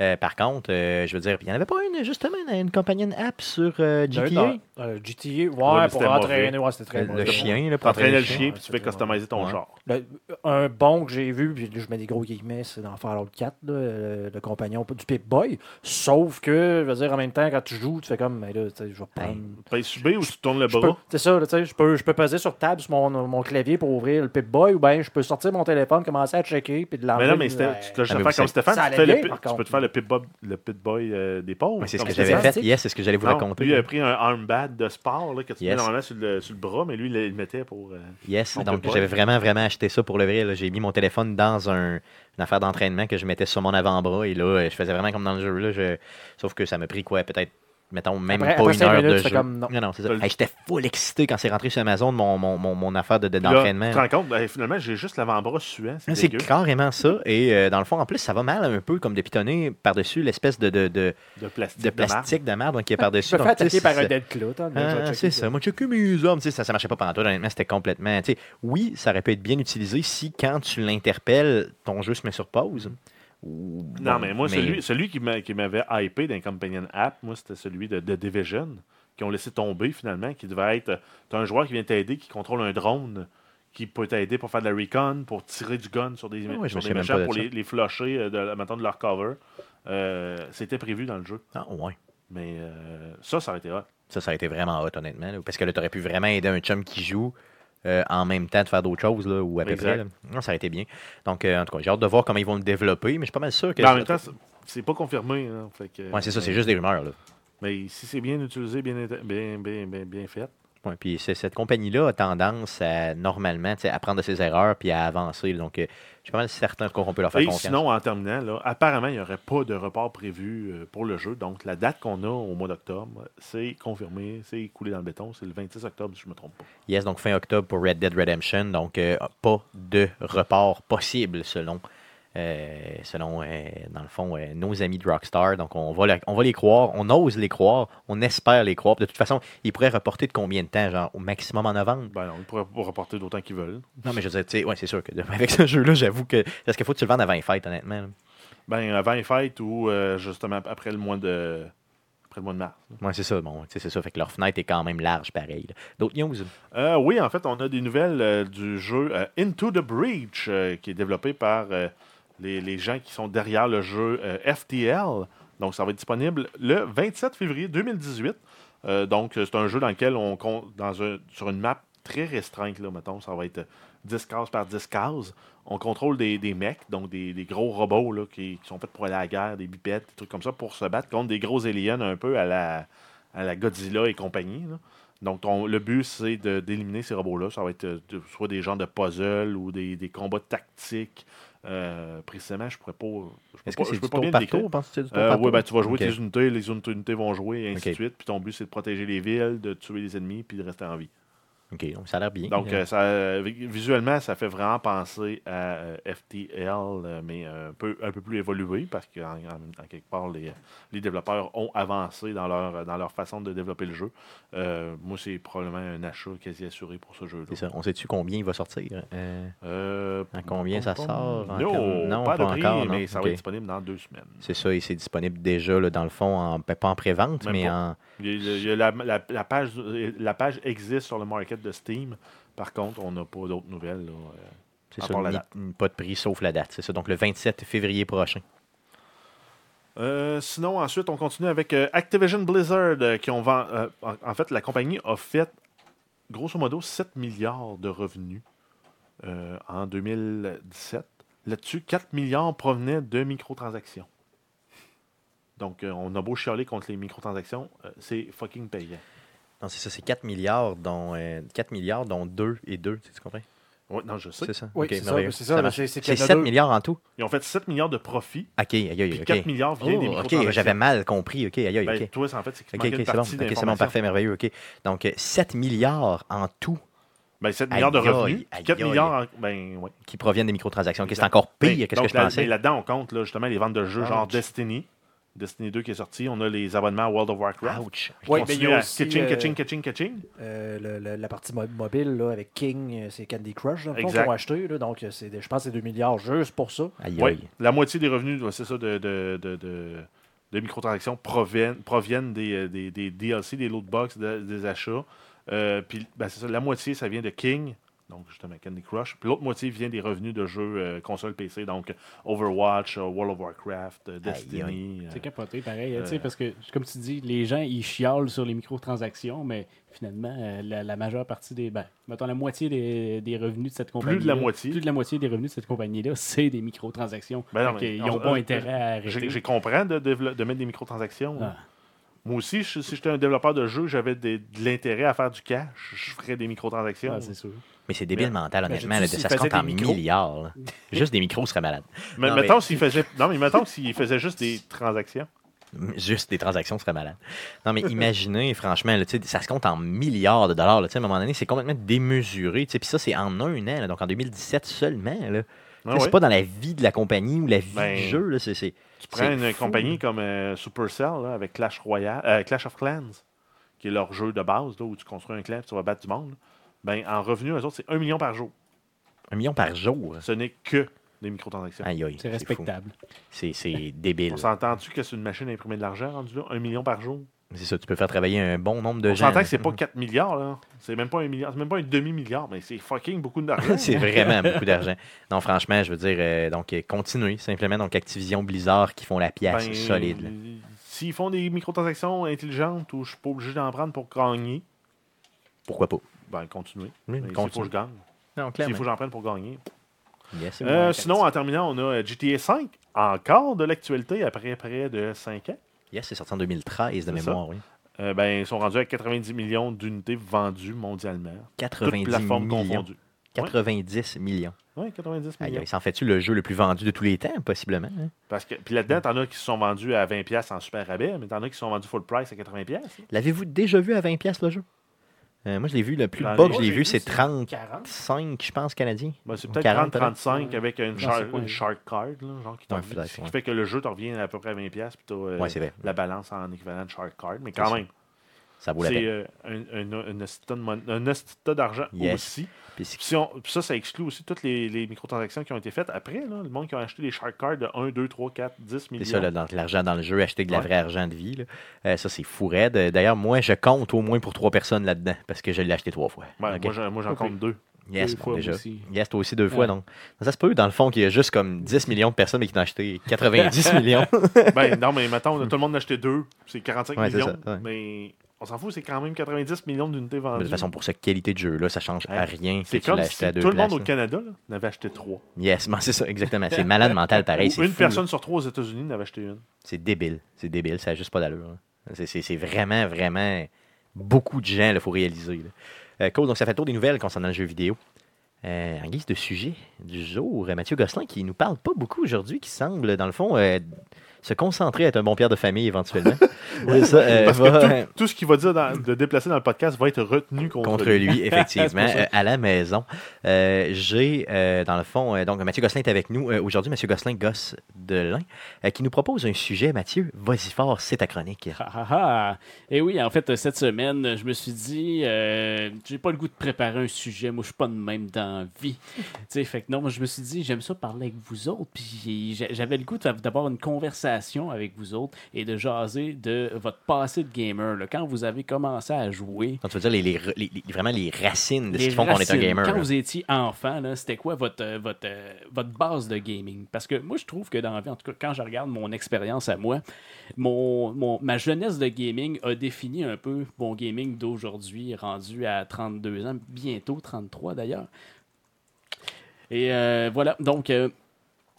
Speaker 1: Euh, par contre, euh, je veux dire, il n'y en avait pas une, justement, une companion app sur euh, GTA.
Speaker 2: Non, euh, GTA, ouais,
Speaker 3: mais
Speaker 2: pour
Speaker 3: c'était
Speaker 2: entraîner,
Speaker 3: mauvais.
Speaker 2: ouais, c'était très
Speaker 1: Euh, Le,
Speaker 2: mauvais.
Speaker 1: le chien, là, pour
Speaker 3: T'entraînais le
Speaker 1: entraîner
Speaker 3: chien, puis tu fais
Speaker 2: c'était-
Speaker 3: customiser ton
Speaker 1: Ouais.
Speaker 3: genre.
Speaker 2: Le- un bon que j'ai vu, puis là, je mets des gros guillemets, c'est dans Fallout 4, là, euh, le compagnon du Pip-Boy. Sauf que, je veux dire, en même temps, quand tu joues, tu fais comme, mais là, tu sais, je vais
Speaker 1: Ben,
Speaker 2: prendre.
Speaker 3: Tu pèses sur B ou tu tournes le
Speaker 2: Je peux-
Speaker 3: bras.
Speaker 2: C'est ça, là, tu sais, je peux, je peux peser sur table sur mon, mon clavier pour ouvrir le Pip-Boy, ou bien je peux sortir mon téléphone, commencer à checker, puis de l'enlever.
Speaker 3: Mais là, mais c'était-
Speaker 2: Ouais.
Speaker 3: tu te laisses
Speaker 1: Ah, mais
Speaker 3: faire
Speaker 1: vous
Speaker 3: comme
Speaker 1: savez-
Speaker 3: Stéphane.
Speaker 2: Ça
Speaker 3: Tu, te fais
Speaker 2: allait
Speaker 3: le
Speaker 2: bien,
Speaker 3: pi-
Speaker 2: par
Speaker 3: tu peux te
Speaker 2: contre.
Speaker 3: faire le pit, bob, le pit boy euh, des pauvres.
Speaker 1: Mais c'est ce
Speaker 3: comme
Speaker 1: que
Speaker 2: c'est
Speaker 1: j'avais fait.
Speaker 2: fantastique.
Speaker 1: Yes, c'est ce que j'allais vous
Speaker 3: Non,
Speaker 1: raconter.
Speaker 3: Lui, il a pris un armband de sport là, que tu mets
Speaker 1: Yes.
Speaker 3: normalement sur le, sur le bras, mais lui, il le mettait pour. euh,
Speaker 1: Yes,
Speaker 3: On peut
Speaker 1: donc
Speaker 3: pas.
Speaker 1: j'avais vraiment, vraiment acheté ça pour le vrai. là. J'ai mis mon téléphone dans un, une affaire d'entraînement que je mettais sur mon avant-bras et là, euh, je faisais vraiment comme dans le jeu. Là, je- Sauf que ça m'a pris quoi, peut-être, mettons, même
Speaker 2: Après-
Speaker 1: pas
Speaker 2: après
Speaker 1: une
Speaker 2: cinq
Speaker 1: heure
Speaker 2: minutes,
Speaker 1: de
Speaker 2: tu fais
Speaker 1: jeu.
Speaker 2: comme non.
Speaker 1: non, c'est ça.
Speaker 3: T'as le-
Speaker 1: Hey, J'étais full excité quand c'est rentré sur Amazon, mon, mon, mon, mon affaire de- de-
Speaker 3: Là,
Speaker 1: d'entraînement.
Speaker 3: Tu te rends compte, ben, finalement, j'ai juste l'avant-bras suant.
Speaker 1: Hein,
Speaker 3: C'est
Speaker 1: C'est
Speaker 3: dégueu.
Speaker 1: carrément ça. Et euh, dans le fond, en plus, ça va mal un peu comme de pitonner par-dessus l'espèce de, de, de,
Speaker 3: De plastique.
Speaker 1: de
Speaker 3: de marbre.
Speaker 1: plastique de merde qui est
Speaker 2: Tu
Speaker 1: par-dessus.
Speaker 2: peux
Speaker 1: Donc,
Speaker 2: faire
Speaker 1: tu sais,
Speaker 2: attaquer par
Speaker 1: c'est-
Speaker 2: un dead clot. hein, mais je vais
Speaker 1: ah,
Speaker 2: checker
Speaker 1: c'est ça. Moi, j'ai que mes hommes. Tu sais, Ça, ça marchait pas pendant toi. Honnêtement, c'était complètement. tu sais, Oui, ça aurait pu être bien utilisé si, quand tu l'interpelles, ton jeu se met sur pause. Ou-
Speaker 3: Non,
Speaker 1: bon,
Speaker 3: mais moi, celui, celui qui m'a- qui m'avait hypé d'un companion app, moi, c'était celui de, de Division, qui ont laissé tomber finalement, qui devait être. euh, T'as un joueur qui vient t'aider, qui contrôle un drone, qui peut t'aider pour faire de la recon, pour tirer du gun sur des,
Speaker 1: Ah ouais, je me
Speaker 3: sur des
Speaker 1: souviens même
Speaker 3: méchants,
Speaker 1: pas de
Speaker 3: pour
Speaker 1: ça.
Speaker 3: les, les flusher, euh, de, mettons, de leur cover. Euh, C'était prévu dans le jeu.
Speaker 1: Ah, ouais.
Speaker 3: Mais euh, ça, ça aurait été hot.
Speaker 1: Ça, ça a été vraiment hot, honnêtement. là, parce que là, t'aurais pu vraiment aider un chum qui joue. euh, en même temps de faire d'autres choses là, ou à peu
Speaker 3: Exact.
Speaker 1: près. là. Non, ça aurait été bien. Donc, euh, en tout cas, j'ai hâte de voir comment ils vont le développer, mais je suis pas mal sûr que.
Speaker 3: Mais Ben, en même temps, c'est- c'est pas confirmé. hein, fait que,
Speaker 1: Ouais, c'est ça, c'est juste des rumeurs. Là.
Speaker 3: Mais si c'est bien utilisé, bien, été- bien, bien, bien, bien fait.
Speaker 1: Ouais, puis c'est- cette compagnie-là a tendance à, normalement, tu sais, à prendre de ses erreurs puis à avancer. Donc, euh, je suis pas mal certain qu'on peut leur faire
Speaker 3: Et
Speaker 1: confiance.
Speaker 3: sinon, en terminant, là, apparemment, il n'y aurait pas de report prévu euh, pour le jeu. Donc, la date qu'on a au mois d'octobre, c'est confirmé, c'est coulé dans le béton. C'est le 26 octobre, si je ne me trompe pas.
Speaker 1: Yes, donc fin octobre pour Red Dead Redemption. Donc, euh, pas de report possible selon, euh, selon euh, dans le fond, euh, nos amis de Rockstar. Donc, on va, le- on va les croire, on ose les croire, on espère les croire. De toute façon, ils pourraient reporter de combien de temps Genre, au maximum en novembre
Speaker 3: Ben non, ils pourraient pas reporter d'autant qu'ils veulent.
Speaker 1: Non, mais je veux dire, tu sais, ouais, c'est sûr que avec ce jeu-là, j'avoue que. Parce qu'il faut que tu le vendes avant les fêtes, honnêtement. là.
Speaker 3: Ben, avant les fêtes ou euh, justement après le mois de. Après le mois de mars.
Speaker 1: Ouais, c'est ça. Bon, tu sais, c'est ça. Fait que leur fenêtre est quand même large, pareil. là. D'autres news
Speaker 3: Euh, oui, en fait, on a des nouvelles euh, du jeu euh, Into the Breach, euh, qui est développé par euh, les, les gens qui sont derrière le jeu euh, FTL. Donc, ça va être disponible le 27 février 2018. Euh, donc, euh, c'est un jeu dans lequel on compte dans un- sur une map très restreinte, là, mettons. Ça va être euh, 10 cases par 10 cases. On contrôle des, des mecs, donc des, des gros robots là, qui, qui sont faits pour aller à la guerre, des bipèdes, des trucs comme ça, pour se battre contre des gros aliens un peu à la, à la Godzilla et compagnie. là. Donc, ton- le but, c'est de- d'éliminer ces robots-là. Ça va être euh, de- soit des genres de puzzle ou des, des combats tactiques. Euh, précisément, je pourrais pas. Je peux
Speaker 1: Est-ce que
Speaker 3: pas,
Speaker 1: c'est
Speaker 3: je peux
Speaker 1: du
Speaker 3: pas
Speaker 1: tour
Speaker 3: bien le
Speaker 1: par
Speaker 3: décrire.
Speaker 1: tour Penses-tu que c'est du tour
Speaker 3: Euh,
Speaker 1: par
Speaker 3: oui,
Speaker 1: tour?
Speaker 3: ben, tu vas jouer
Speaker 1: Ok.
Speaker 3: tes unités, les unités, unités vont jouer, et ainsi
Speaker 1: Ok.
Speaker 3: de suite. Puis ton but, c'est de protéger les villes, de tuer les ennemis, puis de rester en vie.
Speaker 1: Ok, donc ça a l'air bien.
Speaker 3: Donc,
Speaker 1: Euh,
Speaker 3: euh, ça, euh, vi- visuellement, ça fait vraiment penser à euh, FTL, euh, mais euh, un peu, un peu plus évolué, parce qu'en en- en quelque part, les, les développeurs ont avancé dans leur, dans leur façon de développer le jeu. Euh, moi, c'est probablement un achat quasi assuré pour ce jeu-là.
Speaker 1: C'est ça. On sait-tu combien il va sortir? Euh,
Speaker 3: Euh,
Speaker 1: À combien ça
Speaker 3: pom,
Speaker 1: sort
Speaker 3: pom.
Speaker 1: en
Speaker 3: Non,
Speaker 1: termes- non,
Speaker 3: pas,
Speaker 1: pas
Speaker 3: de prix,
Speaker 1: encore, non.
Speaker 3: mais ça
Speaker 1: Ok.
Speaker 3: va être disponible dans deux semaines.
Speaker 1: c'est ça, et c'est disponible déjà, là, dans le fond, en, ben, pas en pré-vente,
Speaker 3: Même
Speaker 1: mais
Speaker 3: pas.
Speaker 1: en.
Speaker 3: Il y a- il y a la, la- la page, la page existe sur le market de Steam. Par contre, on n'a pas d'autres nouvelles. là. Euh,
Speaker 1: C'est
Speaker 3: À
Speaker 1: ça,
Speaker 3: part la
Speaker 1: ni-
Speaker 3: date.
Speaker 1: ni- pas de prix sauf la date. C'est ça, donc le 27 février prochain.
Speaker 3: Euh, sinon, ensuite, on continue avec euh, Activision Blizzard, euh, qui ont vend- euh, en, en fait, la compagnie a fait, grosso modo, 7 milliards de revenus euh, en 2017. Là-dessus, 4 milliards provenaient de microtransactions. Donc, euh, on a beau chialer contre les microtransactions, euh, c'est fucking payant.
Speaker 1: Non, c'est ça, c'est 4 milliards, dont, 4 milliards, dont 2 et 2, tu comprends?
Speaker 3: Ouais, non, je sais.
Speaker 1: C'est ça?
Speaker 2: Oui,
Speaker 1: Ok,
Speaker 2: c'est ça,
Speaker 1: merveilleux.
Speaker 2: c'est ça,
Speaker 1: marche.
Speaker 2: c'est- c'est
Speaker 1: C'est
Speaker 2: qu'il y en a
Speaker 1: 7
Speaker 2: deux.
Speaker 1: milliards en tout?
Speaker 3: Ils ont fait 7 milliards de profits,
Speaker 1: Ok, aïe, aïe,
Speaker 3: puis
Speaker 1: aïe,
Speaker 3: 4
Speaker 1: ok.
Speaker 3: milliards viennent des
Speaker 1: Oh,
Speaker 3: microtransactions.
Speaker 1: ok, j'avais mal compris, ok, aïe, aïe,
Speaker 3: Ben,
Speaker 1: ok.
Speaker 3: toi, c'est en fait, c'est qu'il
Speaker 1: Ok,
Speaker 3: manquait
Speaker 1: ok,
Speaker 3: une
Speaker 1: c'est bon,
Speaker 3: partie
Speaker 1: ok, c'est bon,
Speaker 3: d'information.
Speaker 1: parfait, merveilleux, ok. Donc, euh, 7 milliards en tout
Speaker 3: 7 Ben, milliards de
Speaker 1: Aïe,
Speaker 3: revenus,
Speaker 1: aïe,
Speaker 3: 4
Speaker 1: aïe.
Speaker 3: milliards en... Ben, ouais.
Speaker 1: qui proviennent des microtransactions. Ok, c'est
Speaker 3: Exact.
Speaker 1: encore pire
Speaker 3: Ben,
Speaker 1: que ce que
Speaker 3: donc,
Speaker 1: je
Speaker 3: là-
Speaker 1: pensais.
Speaker 3: ben, là-dedans, on compte là, justement les ventes de jeux
Speaker 1: Ah,
Speaker 3: genre
Speaker 1: tu-
Speaker 3: Destiny, Destiny 2 qui est sorti. On a les abonnements à World of Warcraft.
Speaker 1: Ouch.
Speaker 3: qui
Speaker 2: Ouais, mais il y
Speaker 3: continuent
Speaker 2: a
Speaker 3: à
Speaker 2: aussi,
Speaker 3: Kitching,
Speaker 2: euh,
Speaker 3: kitching, kitching, kitching.
Speaker 2: Euh, le- le- la partie mo- mobile là, avec King, euh, c'est Candy Crush, dans le fond, qu'ils
Speaker 3: Exact.
Speaker 2: ont acheté. là. donc, euh, c'est des- je pense que c'est 2 milliards juste pour ça.
Speaker 1: Aïe,
Speaker 3: Oui,
Speaker 1: aïe.
Speaker 3: la moitié des revenus, ouais, c'est ça, de, de, de, de- de microtransactions proviennent, proviennent des, euh, des, des DLC, des loot box, de- des achats. Euh, puis, ben, c'est ça, la moitié, ça vient de King, donc justement Candy Crush. Puis l'autre moitié vient des revenus de jeux euh, console PC, donc Overwatch, euh, World of Warcraft, euh, Destiny. euh,
Speaker 4: C'est capoté, pareil.
Speaker 3: Euh.
Speaker 4: tu sais, Parce que, comme tu dis, les gens, ils chiolent sur les microtransactions, mais finalement, euh, la, la majeure partie des. Ben, mettons, la moitié des, des revenus de cette compagnie.
Speaker 3: de la moitié.
Speaker 4: Plus de la moitié des revenus de cette compagnie-là, c'est des microtransactions.
Speaker 3: Ben non,
Speaker 4: Fait
Speaker 3: mais
Speaker 4: qu'ils
Speaker 3: on-
Speaker 4: n'ont pas
Speaker 3: on-
Speaker 4: intérêt à
Speaker 3: j'ai,
Speaker 4: arrêter.
Speaker 3: j'ai comprends de, dévelop- de mettre des microtransactions.
Speaker 4: Ah.
Speaker 3: Moi aussi, je- si j'étais un développeur de jeu, j'avais des- de l'intérêt à faire du cash, je ferais des microtransactions.
Speaker 4: Ah, c'est sûr.
Speaker 1: Mais c'est débile mental, honnêtement.
Speaker 2: j'ai
Speaker 1: là, ça
Speaker 2: dit, s'il
Speaker 1: se
Speaker 2: faisait
Speaker 1: compte en
Speaker 2: des micros.
Speaker 1: milliards. là. Juste des micros seraient malades.
Speaker 3: Mais
Speaker 1: Non,
Speaker 3: mettons s'il faisait. Non, mais mettons s'il faisait juste des transactions.
Speaker 1: Juste des transactions seraient malades. Non, mais imaginez, franchement, là, tu sais, ça se compte en milliards de dollars. là, tu sais, à un moment donné, c'est complètement démesuré. tu sais, Puis ça, c'est en un an, là, donc en 2017 seulement. là. Tu sais,
Speaker 3: Ah
Speaker 1: c'est
Speaker 3: ouais.
Speaker 1: pas dans la vie de la compagnie ou la vie
Speaker 3: Ben,
Speaker 1: du jeu. là, c'est- c'est-
Speaker 3: Tu prends
Speaker 1: c'est
Speaker 3: une
Speaker 1: fou.
Speaker 3: compagnie comme euh, Supercell là, avec Clash Royale, euh, Clash of Clans, qui est leur jeu de base, là, où tu construis un clan et tu vas battre du monde. Ben, en revenu, eux autres, c'est 1 million par jour.
Speaker 1: Un million par jour.
Speaker 3: Ce n'est que des microtransactions.
Speaker 1: Aïe, aïe,
Speaker 4: C'est
Speaker 1: fou.
Speaker 4: respectable.
Speaker 1: C'est c'est débile.
Speaker 3: On s'entend-tu que c'est une machine à imprimer de l'argent rendu là? 1 million par jour?
Speaker 1: C'est ça, tu peux faire travailler un bon nombre de
Speaker 3: On
Speaker 1: gens.
Speaker 3: s'entend que c'est pas 4 milliards, là. C'est même pas un milliard, c'est même pas un demi-milliard, mais c'est fucking beaucoup d'argent.
Speaker 1: c'est vraiment beaucoup d'argent. Non, franchement, je veux dire, euh, donc, euh, continuez simplement. Donc, Activision, Blizzard qui font la pièce
Speaker 3: Ben,
Speaker 1: solide. là.
Speaker 3: S'ils font des microtransactions intelligentes où je suis pas obligé d'en prendre pour gagner,
Speaker 1: Pourquoi pas?
Speaker 3: ben continuez.
Speaker 1: Oui,
Speaker 3: Mais s'il faut
Speaker 1: continue.
Speaker 3: que je gagne.
Speaker 1: Non,
Speaker 3: S'il
Speaker 1: clairement.
Speaker 3: faut que j'en prenne pour gagner.
Speaker 1: Yes.
Speaker 3: Euh, sinon, en terminant, on a euh, GTA V, encore de l'actualité après près de 5 ans.
Speaker 1: Yes, c'est sorti en 2013 de
Speaker 3: C'est ça.
Speaker 1: mémoire, oui.
Speaker 3: Euh, ben, ils sont rendus à 90 millions d'unités vendues mondialement. Toutes
Speaker 1: 90
Speaker 3: plateformes
Speaker 1: millions.
Speaker 3: confondues.
Speaker 1: 90 millions.
Speaker 3: Oui, 90
Speaker 1: Aïe,
Speaker 3: millions.
Speaker 1: aïe, s'en fait-tu le jeu le plus vendu de tous les temps, possiblement? hein?
Speaker 3: Parce que, puis là-dedans, t'en as qui se sont vendus à 20$ piastres en super rabais, mais t'en as qui se sont vendus full price à 80$. piastres.
Speaker 1: L'avez-vous déjà vu à 20$ piastres, le jeu? Euh, moi, je l'ai vu, le plus
Speaker 3: Dans
Speaker 1: bas
Speaker 3: les-
Speaker 1: que je l'ai
Speaker 2: Moi,
Speaker 1: vu, c'est
Speaker 2: j'ai vu, c'est
Speaker 1: 35,
Speaker 2: 40.
Speaker 1: je pense, canadiens.
Speaker 3: Ben, c'est
Speaker 1: Ou
Speaker 3: peut-être
Speaker 1: 40, peut-être.
Speaker 3: 30-35 avec une,
Speaker 4: c'est
Speaker 3: shark-
Speaker 4: quoi,
Speaker 3: une
Speaker 4: hein?
Speaker 3: shark card, là, genre qui, t'en-
Speaker 1: Ouais, peut-être,
Speaker 3: ce qui
Speaker 1: ouais.
Speaker 3: fait que le jeu te revient à peu près à 20$, piastres, puis t'as euh,
Speaker 1: Ouais, c'est vrai.
Speaker 3: la balance en équivalent de shark card, mais
Speaker 1: C'est
Speaker 3: quand
Speaker 1: ça.
Speaker 3: même.
Speaker 1: Ça vaut la
Speaker 3: C'est
Speaker 1: peine.
Speaker 3: euh, un, un, un hostie de mon- un hostie d'argent
Speaker 1: Yes.
Speaker 3: aussi.
Speaker 1: Puis c'est-
Speaker 3: Puis si on- puis ça, ça exclut aussi toutes les, les microtransactions qui ont été faites après. Là, le monde qui a acheté des Shark Cards de 1, 2, 3, 4, 10 millions.
Speaker 1: C'est ça, là, dans- l'argent dans le jeu, acheter de la
Speaker 3: Ouais.
Speaker 1: vraie argent de vie. là. Euh, ça, c'est fou raide. Euh, D'ailleurs, moi, je compte au moins pour trois personnes là-dedans parce que je l'ai acheté trois fois.
Speaker 3: Ouais,
Speaker 1: Ok.
Speaker 3: Ben, moi, j'en- Moi, j'en
Speaker 4: Ok.
Speaker 3: compte deux.
Speaker 1: yes,
Speaker 4: deux
Speaker 1: bon,
Speaker 4: fois
Speaker 1: déjà.
Speaker 4: aussi.
Speaker 1: Yes, toi aussi deux fois.
Speaker 4: Ouais.
Speaker 1: Donc. Ça se peut, dans le fond, qu'il y a juste comme 10 millions de personnes mais qui ont acheté 90 millions.
Speaker 3: ben non, mais mettons, là, tout le monde en a acheté deux. C'est 45
Speaker 1: Ouais, c'est
Speaker 3: millions.
Speaker 1: ça, ouais.
Speaker 3: Mais on s'en fout, c'est quand même 90 millions d'unités
Speaker 1: Mais
Speaker 3: vendues.
Speaker 1: de toute façon, pour cette qualité de jeu-là, ça change
Speaker 3: Ouais.
Speaker 1: à rien que
Speaker 3: c'est
Speaker 1: tu l'as
Speaker 3: comme
Speaker 1: acheté
Speaker 3: si
Speaker 1: à
Speaker 3: tout
Speaker 1: deux
Speaker 3: le monde
Speaker 1: places.
Speaker 3: au
Speaker 1: là.
Speaker 3: Canada là, n'avait acheté trois.
Speaker 1: Yes, man, c'est ça, exactement. C'est malade mental pareil.
Speaker 3: Ou
Speaker 1: C'est
Speaker 3: une
Speaker 1: fou,
Speaker 3: personne sur trois aux États-Unis n'avait acheté une.
Speaker 1: là. C'est débile. C'est débile. Ça n'a juste pas d'allure. là. C'est- C'est c'est vraiment, vraiment beaucoup de gens, il faut réaliser. là. Euh, cool, donc ça fait le tour des nouvelles concernant le jeu vidéo. Euh, en guise de sujet du jour, euh, Mathieu Gosselin qui nous parle pas beaucoup aujourd'hui, qui semble, dans le fond, euh, se concentrer à être un bon père de famille éventuellement. C'est ça, euh,
Speaker 3: Parce
Speaker 1: va-
Speaker 3: que tout, tout ce qu'il va dire dans- de déplacer dans le podcast va être retenu contre,
Speaker 1: contre
Speaker 3: lui.
Speaker 1: lui, effectivement,
Speaker 4: C'est pour ça.
Speaker 1: euh, à la maison. Euh, J'ai, euh, dans le fond, euh, donc Mathieu Gosselin est avec nous euh, aujourd'hui, Mathieu Gosselin, gosse de lin, euh, qui nous propose un sujet, Mathieu, vas-y fort, c'est ta chronique.
Speaker 4: Ah, ah, ah. Et oui, en fait, cette semaine, je me suis dit, euh, j'ai pas le goût de préparer un sujet. Moi, je suis pas de même dans la vie. tu sais, fait que non, moi, je me suis dit, j'aime ça parler avec vous autres. Puis j'a- j'avais le goût de- d'avoir une conversation avec vous autres et de jaser de votre passé de gamer. là. quand vous avez commencé à jouer,
Speaker 1: Donc, tu veux dire les, les- les- les- vraiment les racines de ce
Speaker 4: les
Speaker 1: qui font qu'on est un
Speaker 4: racines.
Speaker 1: gamer.
Speaker 4: Quand
Speaker 1: là.
Speaker 4: vous étiez enfant, là, c'était quoi votre, euh, votre, euh, votre base de gaming? Parce que moi, je trouve que dans la vie, en tout cas, quand je regarde mon expérience à moi, mon, mon- ma jeunesse de gaming a défini un peu mon gaming d'aujourd'hui, rendu à 32 ans, bientôt 33 d'ailleurs. Et euh, voilà, donc... euh,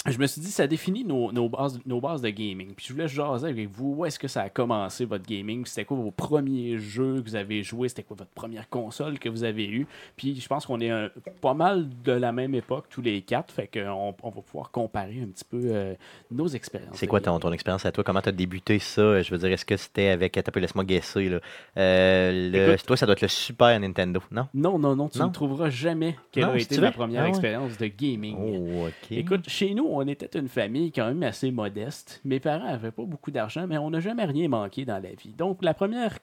Speaker 4: je me suis dit, ça définit nos, nos bases, nos bases de gaming. Puis je voulais jaser avec vous, où est-ce que ça a commencé votre gaming? C'était quoi vos premiers jeux que vous avez joués? C'était quoi votre première console que vous avez eue? Puis je pense qu'on est un- pas mal de la même époque, tous les quatre. Fait qu'on on va pouvoir comparer un petit peu euh, nos expériences.
Speaker 1: C'est
Speaker 4: de
Speaker 1: quoi ton,
Speaker 4: gaming.
Speaker 1: ton expérience à toi? Comment tu as débuté ça? Euh, Je veux dire, est-ce que c'était avec. Attends, un peu, laisse-moi guesser. Là. Euh, le-
Speaker 4: Écoute.
Speaker 1: toi, ça doit être le Super Nintendo, non?
Speaker 4: Non, non, non, tu
Speaker 1: Non.
Speaker 4: ne trouveras jamais quelle
Speaker 1: Non,
Speaker 4: a
Speaker 1: c'est
Speaker 4: été
Speaker 1: vrai?
Speaker 4: ma première
Speaker 1: Ah ouais.
Speaker 4: expérience de gaming.
Speaker 1: Oh, ok.
Speaker 4: Écoute, chez nous, on était une famille quand même assez modeste. Mes parents avaient pas beaucoup d'argent, mais on n'a jamais rien manqué dans la vie. Donc, la première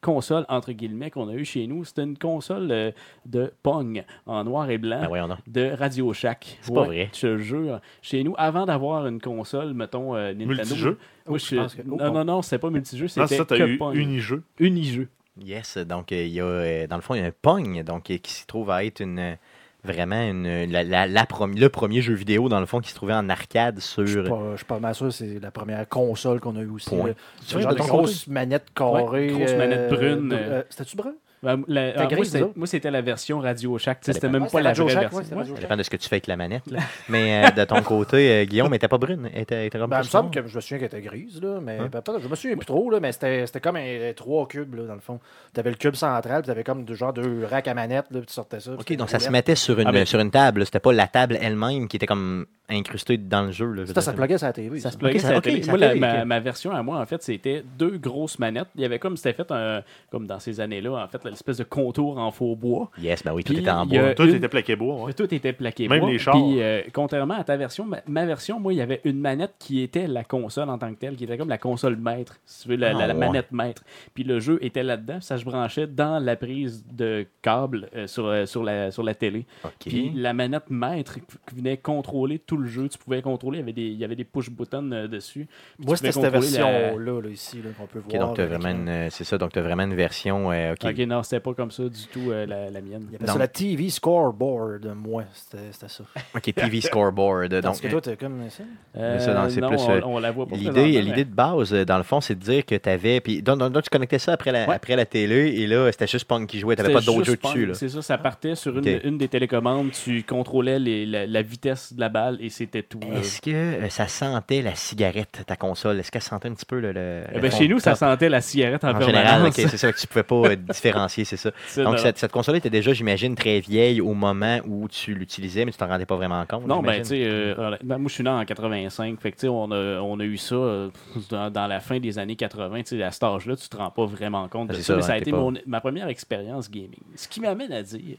Speaker 4: console, entre guillemets, qu'on a eue chez nous, c'était une console euh, de Pong en noir et blanc
Speaker 1: Ben voyons donc.
Speaker 4: de Radio Shack.
Speaker 1: C'est pas vrai.
Speaker 4: Je te jure. Chez nous, avant d'avoir une console, mettons euh, Nintendo.
Speaker 3: Multijeu?
Speaker 4: Moi, je-
Speaker 2: Oh, je pense que- oh, Ah,
Speaker 4: Non,
Speaker 2: bon.
Speaker 4: non, non, c'était pas multijeu,
Speaker 3: Non,
Speaker 4: c'était
Speaker 3: c'est Ah, ça, t'as
Speaker 4: que
Speaker 3: eu
Speaker 4: Pong.
Speaker 3: Unijeu.
Speaker 4: Unijeu.
Speaker 1: Yes, donc euh, il y a, euh, dans le fond, il y a un Pong donc, euh, qui se trouve à être une, euh, vraiment une, la, la- la prom- le premier jeu vidéo, dans le fond, qui se trouvait en arcade sur...
Speaker 2: Je suis pas- je suis pas mal sûr, c'est la première console qu'on a eue aussi.
Speaker 1: Point.
Speaker 2: là.
Speaker 3: Tu
Speaker 2: C'est
Speaker 3: vois,
Speaker 2: une genre
Speaker 3: de
Speaker 2: de
Speaker 3: ton
Speaker 2: grosse manette carrée.
Speaker 4: Ouais, grosse manette brune,
Speaker 2: euh,
Speaker 4: euh,
Speaker 2: euh, C'était-tu brun?
Speaker 4: Ben, la-
Speaker 2: T'as
Speaker 4: ah,
Speaker 2: gris,
Speaker 4: moi,
Speaker 2: nous
Speaker 4: c'était-
Speaker 2: autres?
Speaker 4: moi, c'était la version Radio Shack. tu
Speaker 1: Ça
Speaker 4: sais, C'était
Speaker 1: dépend.
Speaker 4: même
Speaker 2: Ouais,
Speaker 4: pas
Speaker 2: c'était
Speaker 4: la
Speaker 2: Radio
Speaker 4: vraie
Speaker 2: Shack,
Speaker 4: version.
Speaker 2: ouais, c'était
Speaker 4: Ouais.
Speaker 2: Radio
Speaker 1: Ça
Speaker 2: Shack.
Speaker 1: dépend de ce que tu fais avec la manette. là. Mais euh, de ton côté, euh, Guillaume, était pas brune. Était, était comme
Speaker 2: Ben, il me
Speaker 1: ça.
Speaker 2: semble que je me souviens qu'elle était grise, là,
Speaker 1: Hein?
Speaker 2: mais ben, peut-être, je me souviens plus trop, là, mais c'était c'était comme un- trois cubes, là, dans le fond. Tu avais le cube central, tu avais comme deux, genre deux racks à manette, là, puis tu sortais ça. puis
Speaker 1: OK,
Speaker 2: c'était
Speaker 1: donc
Speaker 2: une
Speaker 1: ça se
Speaker 2: roulette.
Speaker 1: mettait sur une,
Speaker 4: ben.
Speaker 3: Ah, mais-
Speaker 1: sur une table. là. C'était pas la table elle-même qui était comme incrustée dans le jeu. là, je veux
Speaker 2: Ça,
Speaker 1: dire.
Speaker 2: ça se pluguait sur la TV.
Speaker 4: Ça
Speaker 2: ça.
Speaker 4: se pluguait
Speaker 1: Ok,
Speaker 4: sur
Speaker 1: ça-
Speaker 4: la
Speaker 1: ok,
Speaker 4: télé.
Speaker 1: ça
Speaker 4: Moi, la-
Speaker 1: fait-
Speaker 4: ma,
Speaker 1: ok.
Speaker 4: ma version à moi, en fait, c'était deux grosses manettes. Il y avait comme, c'était fait un- comme dans ces années-là, en fait, l'espèce de contour en faux bois.
Speaker 1: Yes, ben oui, tout
Speaker 4: Puis,
Speaker 1: était en
Speaker 4: il y a-
Speaker 1: bois.
Speaker 3: Toi,
Speaker 4: Euh, une-
Speaker 3: t'étais plaqué bois, ouais.
Speaker 4: Tout était plaqué.
Speaker 3: Même
Speaker 4: bois.
Speaker 3: les chars.
Speaker 4: Puis, euh, contrairement à ta version, ma, ma version, moi, il y avait une manette qui était la console en tant que telle, qui était comme la console maître, si tu veux, la, la-
Speaker 1: Ah,
Speaker 4: la
Speaker 1: ouais.
Speaker 4: manette maître. Puis le jeu était là-dedans, ça se branchait dans la prise de câble euh, sur, euh, sur, la, sur la télé.
Speaker 1: OK.
Speaker 4: Puis la manette maître qui venait contrôler tout le jeu, tu pouvais contrôler, il y avait des, il y avait des push-buttons euh, dessus. Puis
Speaker 2: Moi,
Speaker 4: tu
Speaker 2: c'était
Speaker 4: pouvais
Speaker 2: cette
Speaker 4: contrôler la-
Speaker 2: version-là, là, ici, là, qu'on peut
Speaker 1: OK,
Speaker 2: voir.
Speaker 1: donc t'as
Speaker 2: avec,
Speaker 1: vraiment
Speaker 2: euh,
Speaker 1: une, euh, c'est ça, donc tu as vraiment une version euh, OK.
Speaker 4: Ok, non, c'était pas comme ça du tout euh, la, la mienne.
Speaker 2: Il y avait ça
Speaker 1: Non.
Speaker 2: la TV scoreboard, moi, c'était c'était ça.
Speaker 1: OK, TV scoreboard. Donc
Speaker 2: Parce que toi, t'es comme ça.
Speaker 4: Euh,
Speaker 1: ça, non, c'est
Speaker 4: non,
Speaker 1: plus,
Speaker 4: on,
Speaker 1: euh,
Speaker 4: on la voit pas.
Speaker 1: L'idée,
Speaker 4: présentement,
Speaker 1: l'idée de base, euh, dans le fond, c'est de dire que tu avais. Puis, donc, donc- donc, tu connectais ça après la,
Speaker 4: Ouais.
Speaker 1: après la télé et là, c'était juste Pong qui jouait. Tu n'avais pas
Speaker 4: C'était
Speaker 1: d'autres
Speaker 4: juste
Speaker 1: jeux
Speaker 4: Pong,
Speaker 1: dessus. Là.
Speaker 4: C'est ça, ça partait sur une,
Speaker 1: Ok.
Speaker 4: une des télécommandes, tu contrôlais les- la, la vitesse de la balle et c'était tout. là.
Speaker 1: Est-ce que euh, ça sentait la cigarette, ta console Est-ce qu'elle sentait un petit peu le. le-
Speaker 4: Eh
Speaker 1: le
Speaker 4: ben,
Speaker 1: fond
Speaker 4: chez
Speaker 1: de
Speaker 4: nous, ça
Speaker 1: top?
Speaker 4: sentait la cigarette en,
Speaker 1: En
Speaker 4: permanence.
Speaker 1: général, ok, c'est ça que tu pouvais pas euh, différencier, c'est ça.
Speaker 4: C'est
Speaker 1: Donc,
Speaker 4: dans-
Speaker 1: cette, cette console était déjà, j'imagine, très vieille au moment où tu l'utilisais, mais tu t'en rendais pas vraiment compte.
Speaker 4: Non, ben,
Speaker 1: j'imagine.
Speaker 4: tu sais, euh, honnêtement, moi, je suis né en 85. Fait que, tu sais, on a, on a eu ça euh, dans, dans la fin des années 80. Tu sais, à cet âge-là, tu te rends pas vraiment compte de
Speaker 1: Ah, c'est
Speaker 4: ça.
Speaker 1: ça,
Speaker 4: mais ça a
Speaker 1: hein,
Speaker 4: été
Speaker 1: t'es pas-
Speaker 4: mon- ma première expérience gaming. Ce qui m'amène à dire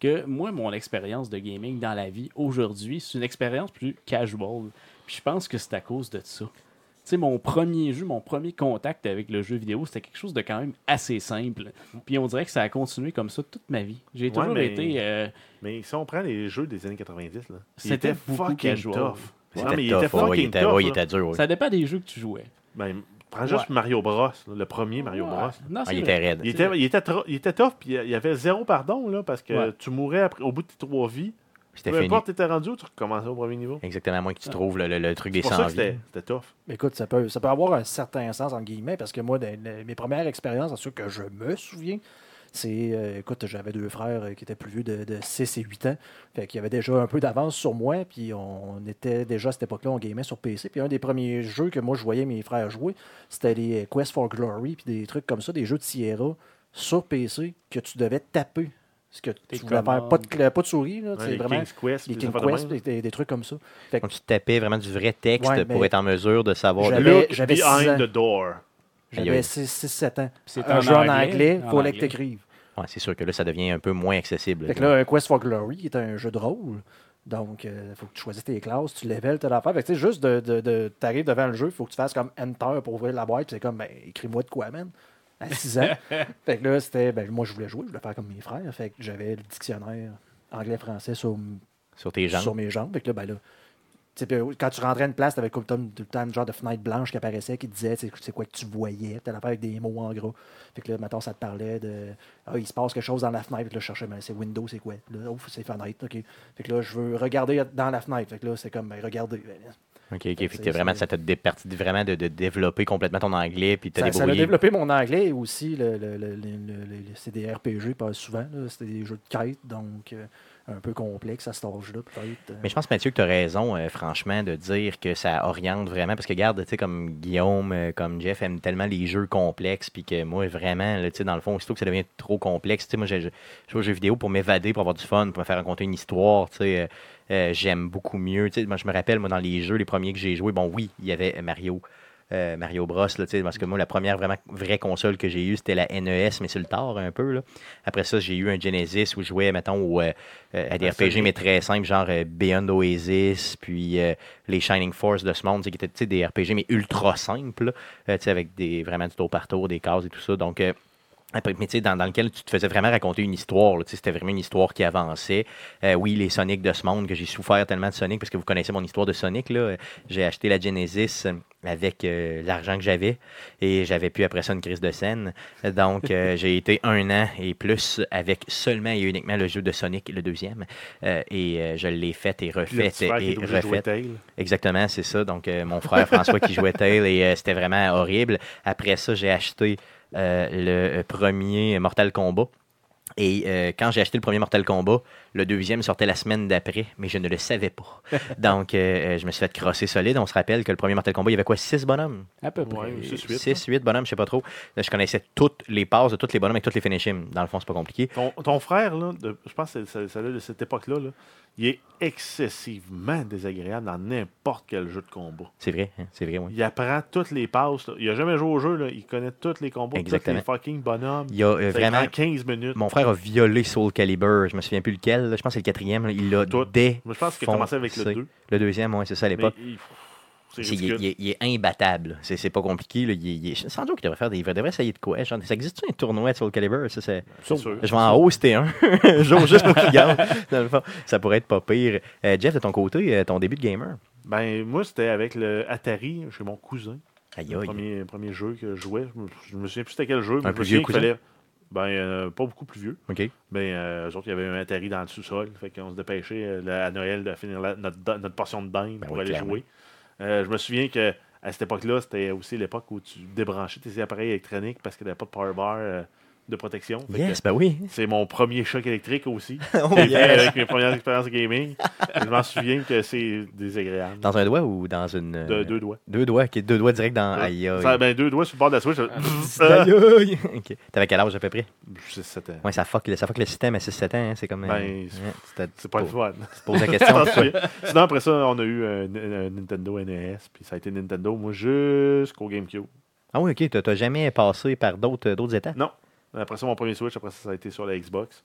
Speaker 4: que, moi, mon expérience de gaming dans la vie aujourd'hui, c'est une expérience plus casual. Puis je pense que c'est à cause de ça. Tu sais, mon premier jeu, mon premier contact avec le jeu vidéo, c'était quelque chose de quand même assez simple. Puis on dirait que ça a continué comme ça toute ma vie. J'ai
Speaker 3: Ouais,
Speaker 4: toujours
Speaker 3: mais-
Speaker 4: été... euh,
Speaker 3: Mais si on prend les jeux des années 90, là, ils
Speaker 4: C'était
Speaker 3: étaient
Speaker 4: beaucoup
Speaker 3: fucking
Speaker 4: casual.
Speaker 3: tough.
Speaker 1: C'était
Speaker 3: Non, mais ils
Speaker 1: tough,
Speaker 3: étaient
Speaker 1: ouais, il
Speaker 3: fucking
Speaker 1: était, ouais, il
Speaker 3: tough. là.
Speaker 1: était dur. ouais.
Speaker 4: Ça dépend des jeux que tu jouais.
Speaker 3: Ben, Prends juste
Speaker 4: Ouais.
Speaker 3: Mario Bros, là, le premier Mario
Speaker 4: Ouais.
Speaker 3: Bros.
Speaker 4: Non,
Speaker 1: Ah,
Speaker 4: c'est
Speaker 1: il
Speaker 4: vrai.
Speaker 1: était raide.
Speaker 3: Il était, il, était trop- il était tough, puis il y avait zéro pardon, là, parce que
Speaker 4: Ouais.
Speaker 3: tu mourais après, au bout de tes trois vies.
Speaker 1: C'était
Speaker 3: Peu
Speaker 1: fini.
Speaker 3: importe, t'étais rendu où, tu recommençais au premier niveau.
Speaker 1: Exactement, à moins que tu trouves le, le- le truc des
Speaker 3: C'est pour
Speaker 1: 100
Speaker 3: ça que
Speaker 1: vies.
Speaker 3: c'était c'était tough.
Speaker 2: Écoute, ça peut, ça peut avoir un certain sens, entre guillemets, parce que moi, dans les- mes premières expériences, en ce que je me souviens, c'est, euh, écoute, j'avais deux frères euh, qui étaient plus vieux de, de 6 et 8 ans, fait qu'ils avaient déjà un peu d'avance sur moi, puis on était déjà à cette époque-là, on gamait sur PC, puis un des premiers jeux que moi, je voyais mes frères jouer, c'était les Quest for Glory, puis des trucs comme ça, des jeux de Sierra sur PC que tu devais taper. Ce que
Speaker 4: Des
Speaker 2: tu voulais faire, pas de, cla- pas de souris, là,
Speaker 3: Hein,
Speaker 2: c'est
Speaker 3: les
Speaker 2: vraiment...
Speaker 3: King's Quest,
Speaker 2: Les
Speaker 3: les
Speaker 2: King
Speaker 3: affaires de
Speaker 2: Quest,
Speaker 3: même.
Speaker 2: des, des- des trucs comme ça. Fait que
Speaker 1: Donc, tu tapais vraiment du vrai texte
Speaker 2: Ouais,
Speaker 1: pour
Speaker 2: mais-
Speaker 1: être en mesure de savoir.
Speaker 2: J'avais-
Speaker 3: Look
Speaker 2: j'avais six ans.
Speaker 3: behind the door.
Speaker 1: Aïe,
Speaker 2: J'avais
Speaker 1: aïe.
Speaker 2: 6-7 ans.
Speaker 4: c'est
Speaker 2: un
Speaker 4: en
Speaker 2: jeu en
Speaker 4: anglais,
Speaker 2: anglais, il
Speaker 4: en
Speaker 2: fallait que
Speaker 4: anglais.
Speaker 2: t'écrives.
Speaker 1: Ouais, c'est sûr que là, ça devient un peu moins accessible.
Speaker 2: Fait que là, Quest for Glory est un jeu de rôle. Donc, il faut que tu choisisses tes classes, tu levels, t'as l'affaire. Fait que tu sais, juste de, de, de- t'arrives devant le jeu, il faut que tu fasses comme Enter pour ouvrir la boîte. puis C'est comme, ben, écris-moi de quoi, man. À 6 ans. fait que là, c'était, ben, moi, je voulais jouer, je voulais faire comme mes frères. Fait que j'avais le dictionnaire anglais-français sur, m-
Speaker 1: sur tes jambes.
Speaker 2: sur mes jambes. Fait que là, ben là. tu sais, puis, euh, quand tu rentrais à une place, t'avais comme tout le temps une genre de fenêtre blanche qui apparaissait qui te disait tu sais, c'est quoi que tu voyais, t'as l'affaire avec des mots en gros. Fait que là, maintenant ça te parlait de Ah, il se passe quelque chose dans la fenêtre, Fait que là, je cherchais, mais c'est window, c'est quoi? Là, ouf, c'est fenêtre, ok. Fait que là, je veux regarder dans la fenêtre. Fait que là, c'est comme ben, regarder. Ben,
Speaker 1: Ok, ok.
Speaker 2: que
Speaker 1: Fait que
Speaker 2: c'est-
Speaker 1: t'es vraiment,
Speaker 2: c'est-
Speaker 1: ça t'a dé- parti de- vraiment de, de développer complètement ton anglais puis t'as
Speaker 2: Ça, ça a
Speaker 1: débrouillé.
Speaker 2: développé mon anglais et aussi. Le, le- le- le- le- le- le- c'est des RPG, pas souvent. là. C'était des jeux de quête, donc euh, un peu complexe à cet âge-là, peut-être.
Speaker 1: Mais je pense, Mathieu, que tu as raison, euh, franchement, de dire que ça oriente vraiment. Parce que, regarde, tu sais, comme Guillaume, euh, comme Jeff aiment tellement les jeux complexes, puis que moi, vraiment, là, tu sais, dans le fond, aussitôt que ça devient trop complexe, tu sais, moi, je, je- je joue aux jeux vidéo pour m'évader, pour avoir du fun, pour me faire raconter une histoire, tu sais. euh, euh, J'aime beaucoup mieux. Tu sais, moi, je me rappelle, moi, dans les jeux, les premiers que j'ai joués, bon, oui, il y avait Mario. euh, Mario Bros. là, tu sais, parce que moi, la première vraiment vraie console que j'ai eue, c'était la NES, mais sur le tard un peu. là. Après ça, j'ai eu un Genesis où je jouais, mettons, au, euh, euh, à des RPG, mais très simples, genre euh, Beyond Oasis, puis euh, les Shining Force de ce monde, tu sais, qui étaient tu sais, des RPG, mais ultra simples, là, euh, tu sais, avec des, vraiment du tour par tour, des cases et tout ça. Donc, euh, après, mais tu sais, dans, dans lequel tu te faisais vraiment raconter une histoire. là, tu sais, C'était vraiment une histoire qui avançait. Euh, oui, les Sonic de ce monde, que j'ai souffert tellement de Sonic, parce que vous connaissez mon histoire de Sonic. Là. Euh, J'ai acheté la Genesis euh, avec euh, l'argent que j'avais et j'avais pu après ça une crise de scène. Euh, Donc, euh, j'ai été un an et plus avec seulement et uniquement le jeu de Sonic, le deuxième. Euh, et euh, je l'ai fait et
Speaker 3: Puis le
Speaker 1: refait
Speaker 3: petit frère qui
Speaker 1: et
Speaker 3: est obligé de jouer
Speaker 1: refait.
Speaker 3: Tail.
Speaker 1: Exactement, c'est ça. Donc, euh, mon frère François qui jouait Tail et euh, c'était vraiment horrible. Après ça, j'ai acheté euh, le premier Mortal Kombat. Et euh, quand j'ai acheté le premier Mortal Kombat, le deuxième sortait la semaine d'après, mais je ne le savais pas. Donc, euh, euh, je me suis fait crosser solide. On se rappelle que le premier Mortal Kombat, il y avait quoi Six bonhommes
Speaker 4: À peu près.
Speaker 3: Ouais, ou six, huit,
Speaker 1: 6, 8 bonhommes, je sais pas trop. Je connaissais toutes les passes de tous les bonhommes et toutes les finishings. Dans le fond, c'est pas compliqué.
Speaker 3: Ton, ton frère, là, de- je pense que c'est- c'est c'est là, de cette époque-là, là, il est excessivement désagréable dans n'importe quel jeu de combat.
Speaker 1: C'est vrai, hein, c'est vrai, oui.
Speaker 3: Il apprend toutes les passes. là. Il a jamais joué au jeu. là. Il connaît tous les combats, tous
Speaker 1: Exactement.
Speaker 3: les fucking bonhommes.
Speaker 1: Il y a euh,
Speaker 3: Fait que
Speaker 1: vraiment
Speaker 3: En 15 minutes.
Speaker 1: Mon frère a violé Soul Calibur, je me souviens plus lequel, là. je pense que c'est le quatrième, là. il l'a
Speaker 3: Tout.
Speaker 1: dès.
Speaker 3: Moi, je pense qu'il a commencé avec le deux.
Speaker 1: Le deuxième, oui, c'est ça à
Speaker 3: mais
Speaker 1: l'époque.
Speaker 3: il- pff, C'est
Speaker 1: C'est- Il, est-
Speaker 3: ridicule.
Speaker 1: il est- il est imbattable, là. c'est c'est pas compliqué. Là. Il, est- il est- Sans doute qu'il devrait faire des. Il devrait essayer de quoi genre, Ça existe un tournoi de Soul Calibur ça, c'est-
Speaker 3: C'est sûr.
Speaker 1: Je vais en haut, c'était un. J'ose juste pour qu'il gagne. Dans le fond, ça pourrait être pas pire. Euh, Jeff, de ton côté, euh, ton début de gamer.
Speaker 3: Ben, moi, c'était avec le Atari chez mon cousin.
Speaker 1: Aïe,
Speaker 3: Le
Speaker 1: aïe.
Speaker 3: premier, premier jeu que je jouais. Je me- Je me souviens plus c'était quel jeu. mais je me
Speaker 1: plus
Speaker 3: souviens
Speaker 1: vieux
Speaker 3: qu'il
Speaker 1: cousin?
Speaker 3: fallait- Ben, euh, pas beaucoup plus vieux.
Speaker 1: OK.
Speaker 3: Ben, euh, eux autres, il y avait un Atari dans le sous-sol. Fait qu'on se dépêchait euh, le- à Noël de finir la- notre, da- notre portion de dinde
Speaker 1: Ben
Speaker 3: pour
Speaker 1: oui,
Speaker 3: aller
Speaker 1: clairement.
Speaker 3: jouer. Euh, je me souviens que à cette époque-là, c'était aussi l'époque où tu débranchais tes appareils électroniques parce qu'il n'y avait pas de power bar euh, de protection. Fait que euh,
Speaker 1: Yes, ben oui.
Speaker 3: C'est mon premier choc électrique aussi.
Speaker 1: Oh,
Speaker 3: J'ai fait
Speaker 1: yes.
Speaker 3: avec mes premières expériences gaming. Je m'en souviens que c'est désagréable.
Speaker 1: Dans un doigt ou dans une. euh,
Speaker 3: De, deux doigts.
Speaker 1: Deux doigts, qui est deux doigts direct dans. Aïe,
Speaker 3: Ça,
Speaker 1: aïe.
Speaker 3: ben, deux doigts sur le bord de la Switch. je- Euh,
Speaker 1: Aïe, aïe. Ok. T'avais quel âge à peu près
Speaker 3: Je- c'était-
Speaker 1: Ouais, ça fuck, le- ça fuck le système à 6-7 ans, hein, c'est comme. euh,
Speaker 3: Ben,
Speaker 1: ouais, tu te-
Speaker 3: C'est pas le
Speaker 1: tu
Speaker 3: fun.
Speaker 1: te poses la question. tu fais-
Speaker 3: Sinon, après ça, on a eu un, un Nintendo NES, puis ça a été Nintendo, moi, jusqu'au GameCube.
Speaker 1: Ah oui, ok, t'as- t'as jamais passé par d'autres d'autres étapes.
Speaker 3: Non. Après ça, mon premier Switch, après ça, ça a été sur la Xbox.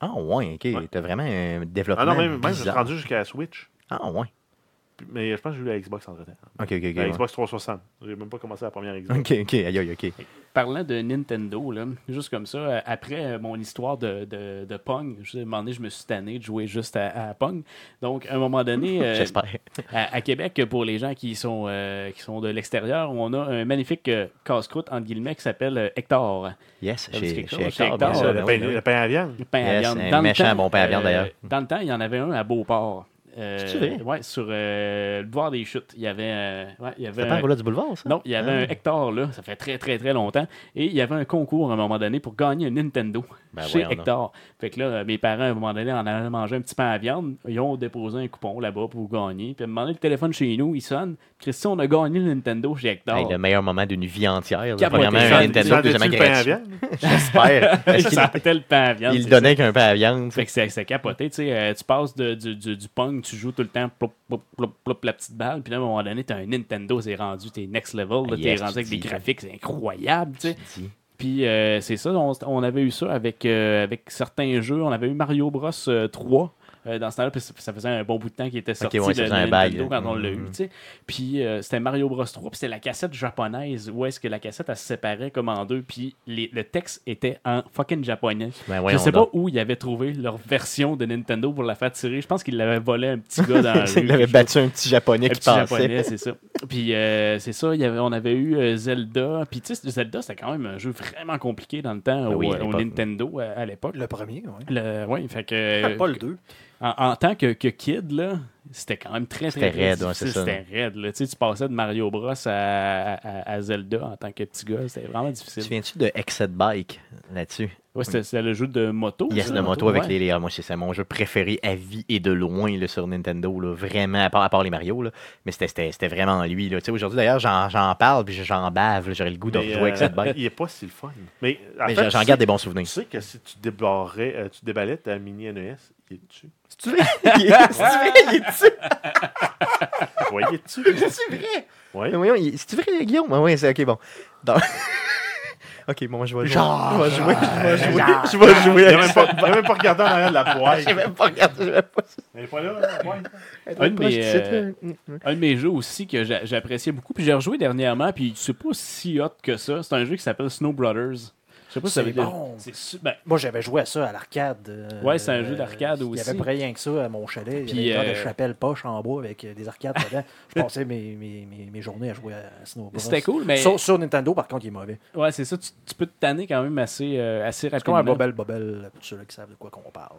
Speaker 1: Ah ouais, ok,
Speaker 3: Ouais.
Speaker 1: t'as vraiment un développement.
Speaker 3: Ah non, même, même je suis
Speaker 1: bizarre.
Speaker 3: rendu jusqu'à la Switch.
Speaker 1: Ah ouais,
Speaker 3: puis- Mais je pense que j'ai eu la Xbox entre temps.
Speaker 1: ok, ok, ok.
Speaker 3: La
Speaker 1: ouais.
Speaker 3: Xbox 360. J'ai même pas commencé la première Xbox.
Speaker 1: Ok, ok, aïe, aïe, ok.
Speaker 4: Euh, Parlant de Nintendo, là, juste comme ça, euh, après euh, mon histoire de, de, de Pong, je, à un moment donné, je me suis tanné de jouer juste à, à Pong. Donc, à un moment donné, euh,
Speaker 1: J'espère.
Speaker 4: à, à Québec, pour les gens qui sont, euh, qui sont de l'extérieur, on a un magnifique euh, casse-croûte, entre guillemets, qui s'appelle euh, Hector.
Speaker 1: Yes,
Speaker 4: Ça vous dit
Speaker 1: chez,
Speaker 4: quelque
Speaker 1: chez
Speaker 4: chose? Chez
Speaker 1: Hector,
Speaker 4: Hector,
Speaker 1: bien sûr,
Speaker 4: euh,
Speaker 1: ben
Speaker 3: Ah, le,
Speaker 1: oui, ben
Speaker 3: pain,
Speaker 1: oui.
Speaker 3: le pain à viande.
Speaker 4: Pain à
Speaker 1: Yes,
Speaker 4: viande.
Speaker 1: un
Speaker 4: Dans le
Speaker 1: méchant
Speaker 4: temps,
Speaker 1: bon pain à viande,
Speaker 4: euh,
Speaker 1: d'ailleurs.
Speaker 4: Dans le temps, il y en avait un à Beauport. Euh,
Speaker 1: C'est-tu vrai?
Speaker 4: ouais, sur euh, le boire des chutes. Il y avait, euh, ouais, il y avait
Speaker 1: C'était pas un
Speaker 4: un-
Speaker 1: rouleau du boulevard, ça?
Speaker 4: Non, il y avait
Speaker 1: Ah.
Speaker 4: un Hector, là, ça fait très, très, très longtemps. Et il y avait un concours à un moment donné pour gagner un Nintendo
Speaker 1: Ben
Speaker 4: chez
Speaker 1: voyons donc.
Speaker 4: Hector. Fait que là, euh, mes parents, à un moment donné, en allant manger un petit pain à viande, ils ont déposé un coupon là-bas pour gagner. Puis à un moment donné, le téléphone chez nous, il sonne. Christian, on a gagné le Nintendo chez Hector.
Speaker 1: Hey, le meilleur moment d'une vie entière. là.
Speaker 4: Capoté.
Speaker 1: Premièrement,
Speaker 4: Ça-
Speaker 1: un Nintendo,
Speaker 3: ça
Speaker 1: deuxièmement,
Speaker 3: vendait-tu le pain à
Speaker 1: gratuit.
Speaker 3: viande?
Speaker 1: J'espère. Est-ce qu'il
Speaker 4: ça s'appelait le pain à viande.
Speaker 1: il
Speaker 4: c'est
Speaker 1: donnait qu'un pain à viande?
Speaker 4: Fait que c'est c'est capoté, tu sais. euh, tu passes de, du, du, du pong, tu joues tout le temps, plop, plop, plop, plop, la petite balle. Puis là, à un moment donné, t'as un Nintendo, c'est rendu, t'es next level, là,
Speaker 1: Ah,
Speaker 4: t'es
Speaker 1: yes,
Speaker 4: rendu
Speaker 1: tu
Speaker 4: avec des
Speaker 1: dis.
Speaker 4: graphiques, c'est incroyable, tu sais.
Speaker 1: Dis.
Speaker 4: Puis euh, c'est ça, on, on avait eu ça avec, euh, avec certains jeux. On avait eu Mario Bros euh, 3. euh, dans ce temps-là, puis ça ça faisait un bon bout de temps qu'il était sorti
Speaker 1: ouais, ça
Speaker 4: de
Speaker 1: faisait un
Speaker 4: Nintendo
Speaker 1: bail, là.
Speaker 4: quand on l'a eu.
Speaker 1: Mhm.
Speaker 4: tu sais. Puis euh, c'était Mario Bros 3, puis c'était la cassette japonaise où est-ce que la cassette elle se séparait comme en deux, puis les- le texte était en fucking japonais.
Speaker 1: Ben
Speaker 4: Je
Speaker 1: voyons
Speaker 4: sais pas
Speaker 1: donc.
Speaker 4: où ils avaient trouvé leur version de Nintendo pour la faire tirer. Je pense qu'ils l'avaient volé à un petit gars dans la rue,
Speaker 1: Il avait
Speaker 4: quelque
Speaker 1: battu un petit japonais
Speaker 4: un
Speaker 1: qui
Speaker 4: petit
Speaker 1: passait.
Speaker 4: japonais, c'est ça. Puis euh, c'est ça, il y avait, on avait eu euh, Zelda. Puis tu sais, Zelda, c'était quand même un jeu vraiment compliqué dans le temps
Speaker 1: Ah oui,
Speaker 4: au,
Speaker 1: à
Speaker 4: au
Speaker 1: l'époque.
Speaker 4: Nintendo à, à l'époque.
Speaker 2: Le premier, oui.
Speaker 4: Le- ouais, fait
Speaker 1: Euh, Ah,
Speaker 4: que,
Speaker 2: Pas le deux.
Speaker 4: en, en tant que, que kid, là, c'était quand même très, très,
Speaker 1: C'était
Speaker 4: très
Speaker 1: raide, ouais,
Speaker 4: difficile.
Speaker 1: c'est ça.
Speaker 4: C'était raide. là. Tu sais, tu passais de Mario Bros à, à- à Zelda en tant que petit gars. C'était vraiment
Speaker 1: Tu
Speaker 4: difficile.
Speaker 1: viens-tu de Exit Bike là-dessus?
Speaker 4: Ouais, c'était c'était le jeu de moto.
Speaker 1: Yes,
Speaker 4: ça,
Speaker 1: le moto avec
Speaker 4: ouais.
Speaker 1: les, les- ah, Moi, c'est c'est mon jeu préféré à vie et de loin là, sur Nintendo. là. vraiment, à part, à part les Mario. là. mais c'était- c'était c'était vraiment lui. là. Tu sais, Aujourd'hui, d'ailleurs, j'en j'en parle puis j'en bave. là. J'aurais le goût de
Speaker 3: Mais,
Speaker 1: rejouer avec
Speaker 3: euh,
Speaker 1: cette bête.
Speaker 3: Il est pas si le fun. Mais, en
Speaker 1: Mais
Speaker 3: fait,
Speaker 1: j'en- j'en garde
Speaker 3: tu sais-
Speaker 1: des bons
Speaker 3: Tu
Speaker 1: souvenirs.
Speaker 3: sais que si tu débarrais, euh, tu déballais ta mini NES, E il est dessus.
Speaker 1: C'est-tu vrai? Il est- c'est-tu vrai? Il est dessus?
Speaker 3: Voyais-tu?
Speaker 1: C'est vrai!
Speaker 3: Oui.
Speaker 1: Mais voyons, il- c'est vrai, Guillaume? Ah oui, c'est OK, bon. Donc- OK, bon, moi, je vais jouer. Je vais jouer. Je vais jouer. Je vais jouer.
Speaker 3: Il n'a même, pas- il a même pas regardé en arrière de la poêle.
Speaker 1: J'ai même pas regardé. j'ai même pas-
Speaker 3: Il est pas là, hein, la poêle.
Speaker 4: Un de mes, euh, un de mes jeux aussi que j'a- j'appréciais beaucoup, puis j'ai rejoué dernièrement, puis c'est pas si hot que ça. C'est un jeu qui s'appelle Snow Brothers. Je sais pas si ça
Speaker 2: C'est
Speaker 4: veut dire-
Speaker 2: bon.
Speaker 4: C'est su- ben,
Speaker 2: Moi, j'avais joué à ça à l'arcade. euh,
Speaker 4: Ouais, c'est un jeu d'arcade
Speaker 2: Il y
Speaker 4: aussi.
Speaker 2: avait pas rien que ça à mon chalet. Il
Speaker 4: Puis,
Speaker 2: y avait une genre de
Speaker 4: euh,
Speaker 2: chapelle poche en bois avec euh, des arcades dedans. Je passais mes, mes, mes, mes journées à jouer à Snow Bros.
Speaker 4: C'était cool, mais
Speaker 2: Sur, sur Nintendo, par contre, il est mauvais.
Speaker 4: ouais, c'est ça. Tu, tu peux te tanner quand même assez, euh, assez
Speaker 2: C'est comme un
Speaker 4: rapidement.
Speaker 2: bobel bobel pour ceux qui savent de quoi qu'on parle.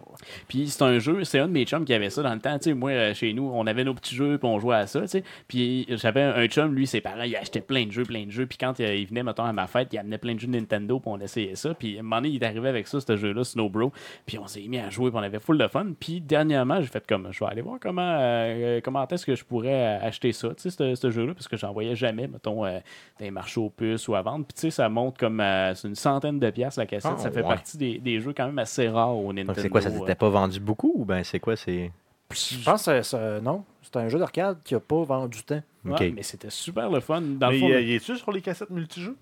Speaker 4: Puis c'est un jeu, c'est un de mes chums qui avait ça dans le temps. Tu sais, moi, euh, chez nous, on avait nos petits jeux, puis on jouait à ça. tu sais. Puis j'avais un un chum, lui, ses parents, il achetait plein de jeux, plein de jeux. Puis quand euh, il venait, mettons, à ma fête, il amenait plein de jeux Nintendo, puis on essayait ça. Puis à un moment donné, il est arrivé avec ça, ce jeu-là, Snowbro. Puis on s'est mis à jouer, puis on avait full de fun. Puis dernièrement, j'ai fait comme, je vais aller voir comment, euh, comment est-ce que je pourrais euh, acheter ça, tu sais, ce- ce jeu-là, parce que j'en voyais jamais, mettons, euh, dans les marchés aux puces ou à vendre. Puis tu sais, ça monte comme euh, c'est une centaine de pièces la cassette.
Speaker 1: Ah,
Speaker 4: ça fait
Speaker 1: ouais.
Speaker 4: partie des, des jeux quand même assez rares au Nintendo.
Speaker 1: Donc, c'est quoi, ça
Speaker 4: euh.
Speaker 1: s'était pas vendu beaucoup ou ben c'est quoi, c'est...
Speaker 2: Je pense que c'est- c'est- non, c'est un jeu d'arcade qui n'a pas vendu tant.
Speaker 1: OK.
Speaker 4: Ouais, mais c'était super le fun. Dans
Speaker 3: Mais euh,
Speaker 4: le fond,
Speaker 3: il
Speaker 4: le- euh,
Speaker 3: il est-tu sur les cassettes multijoues?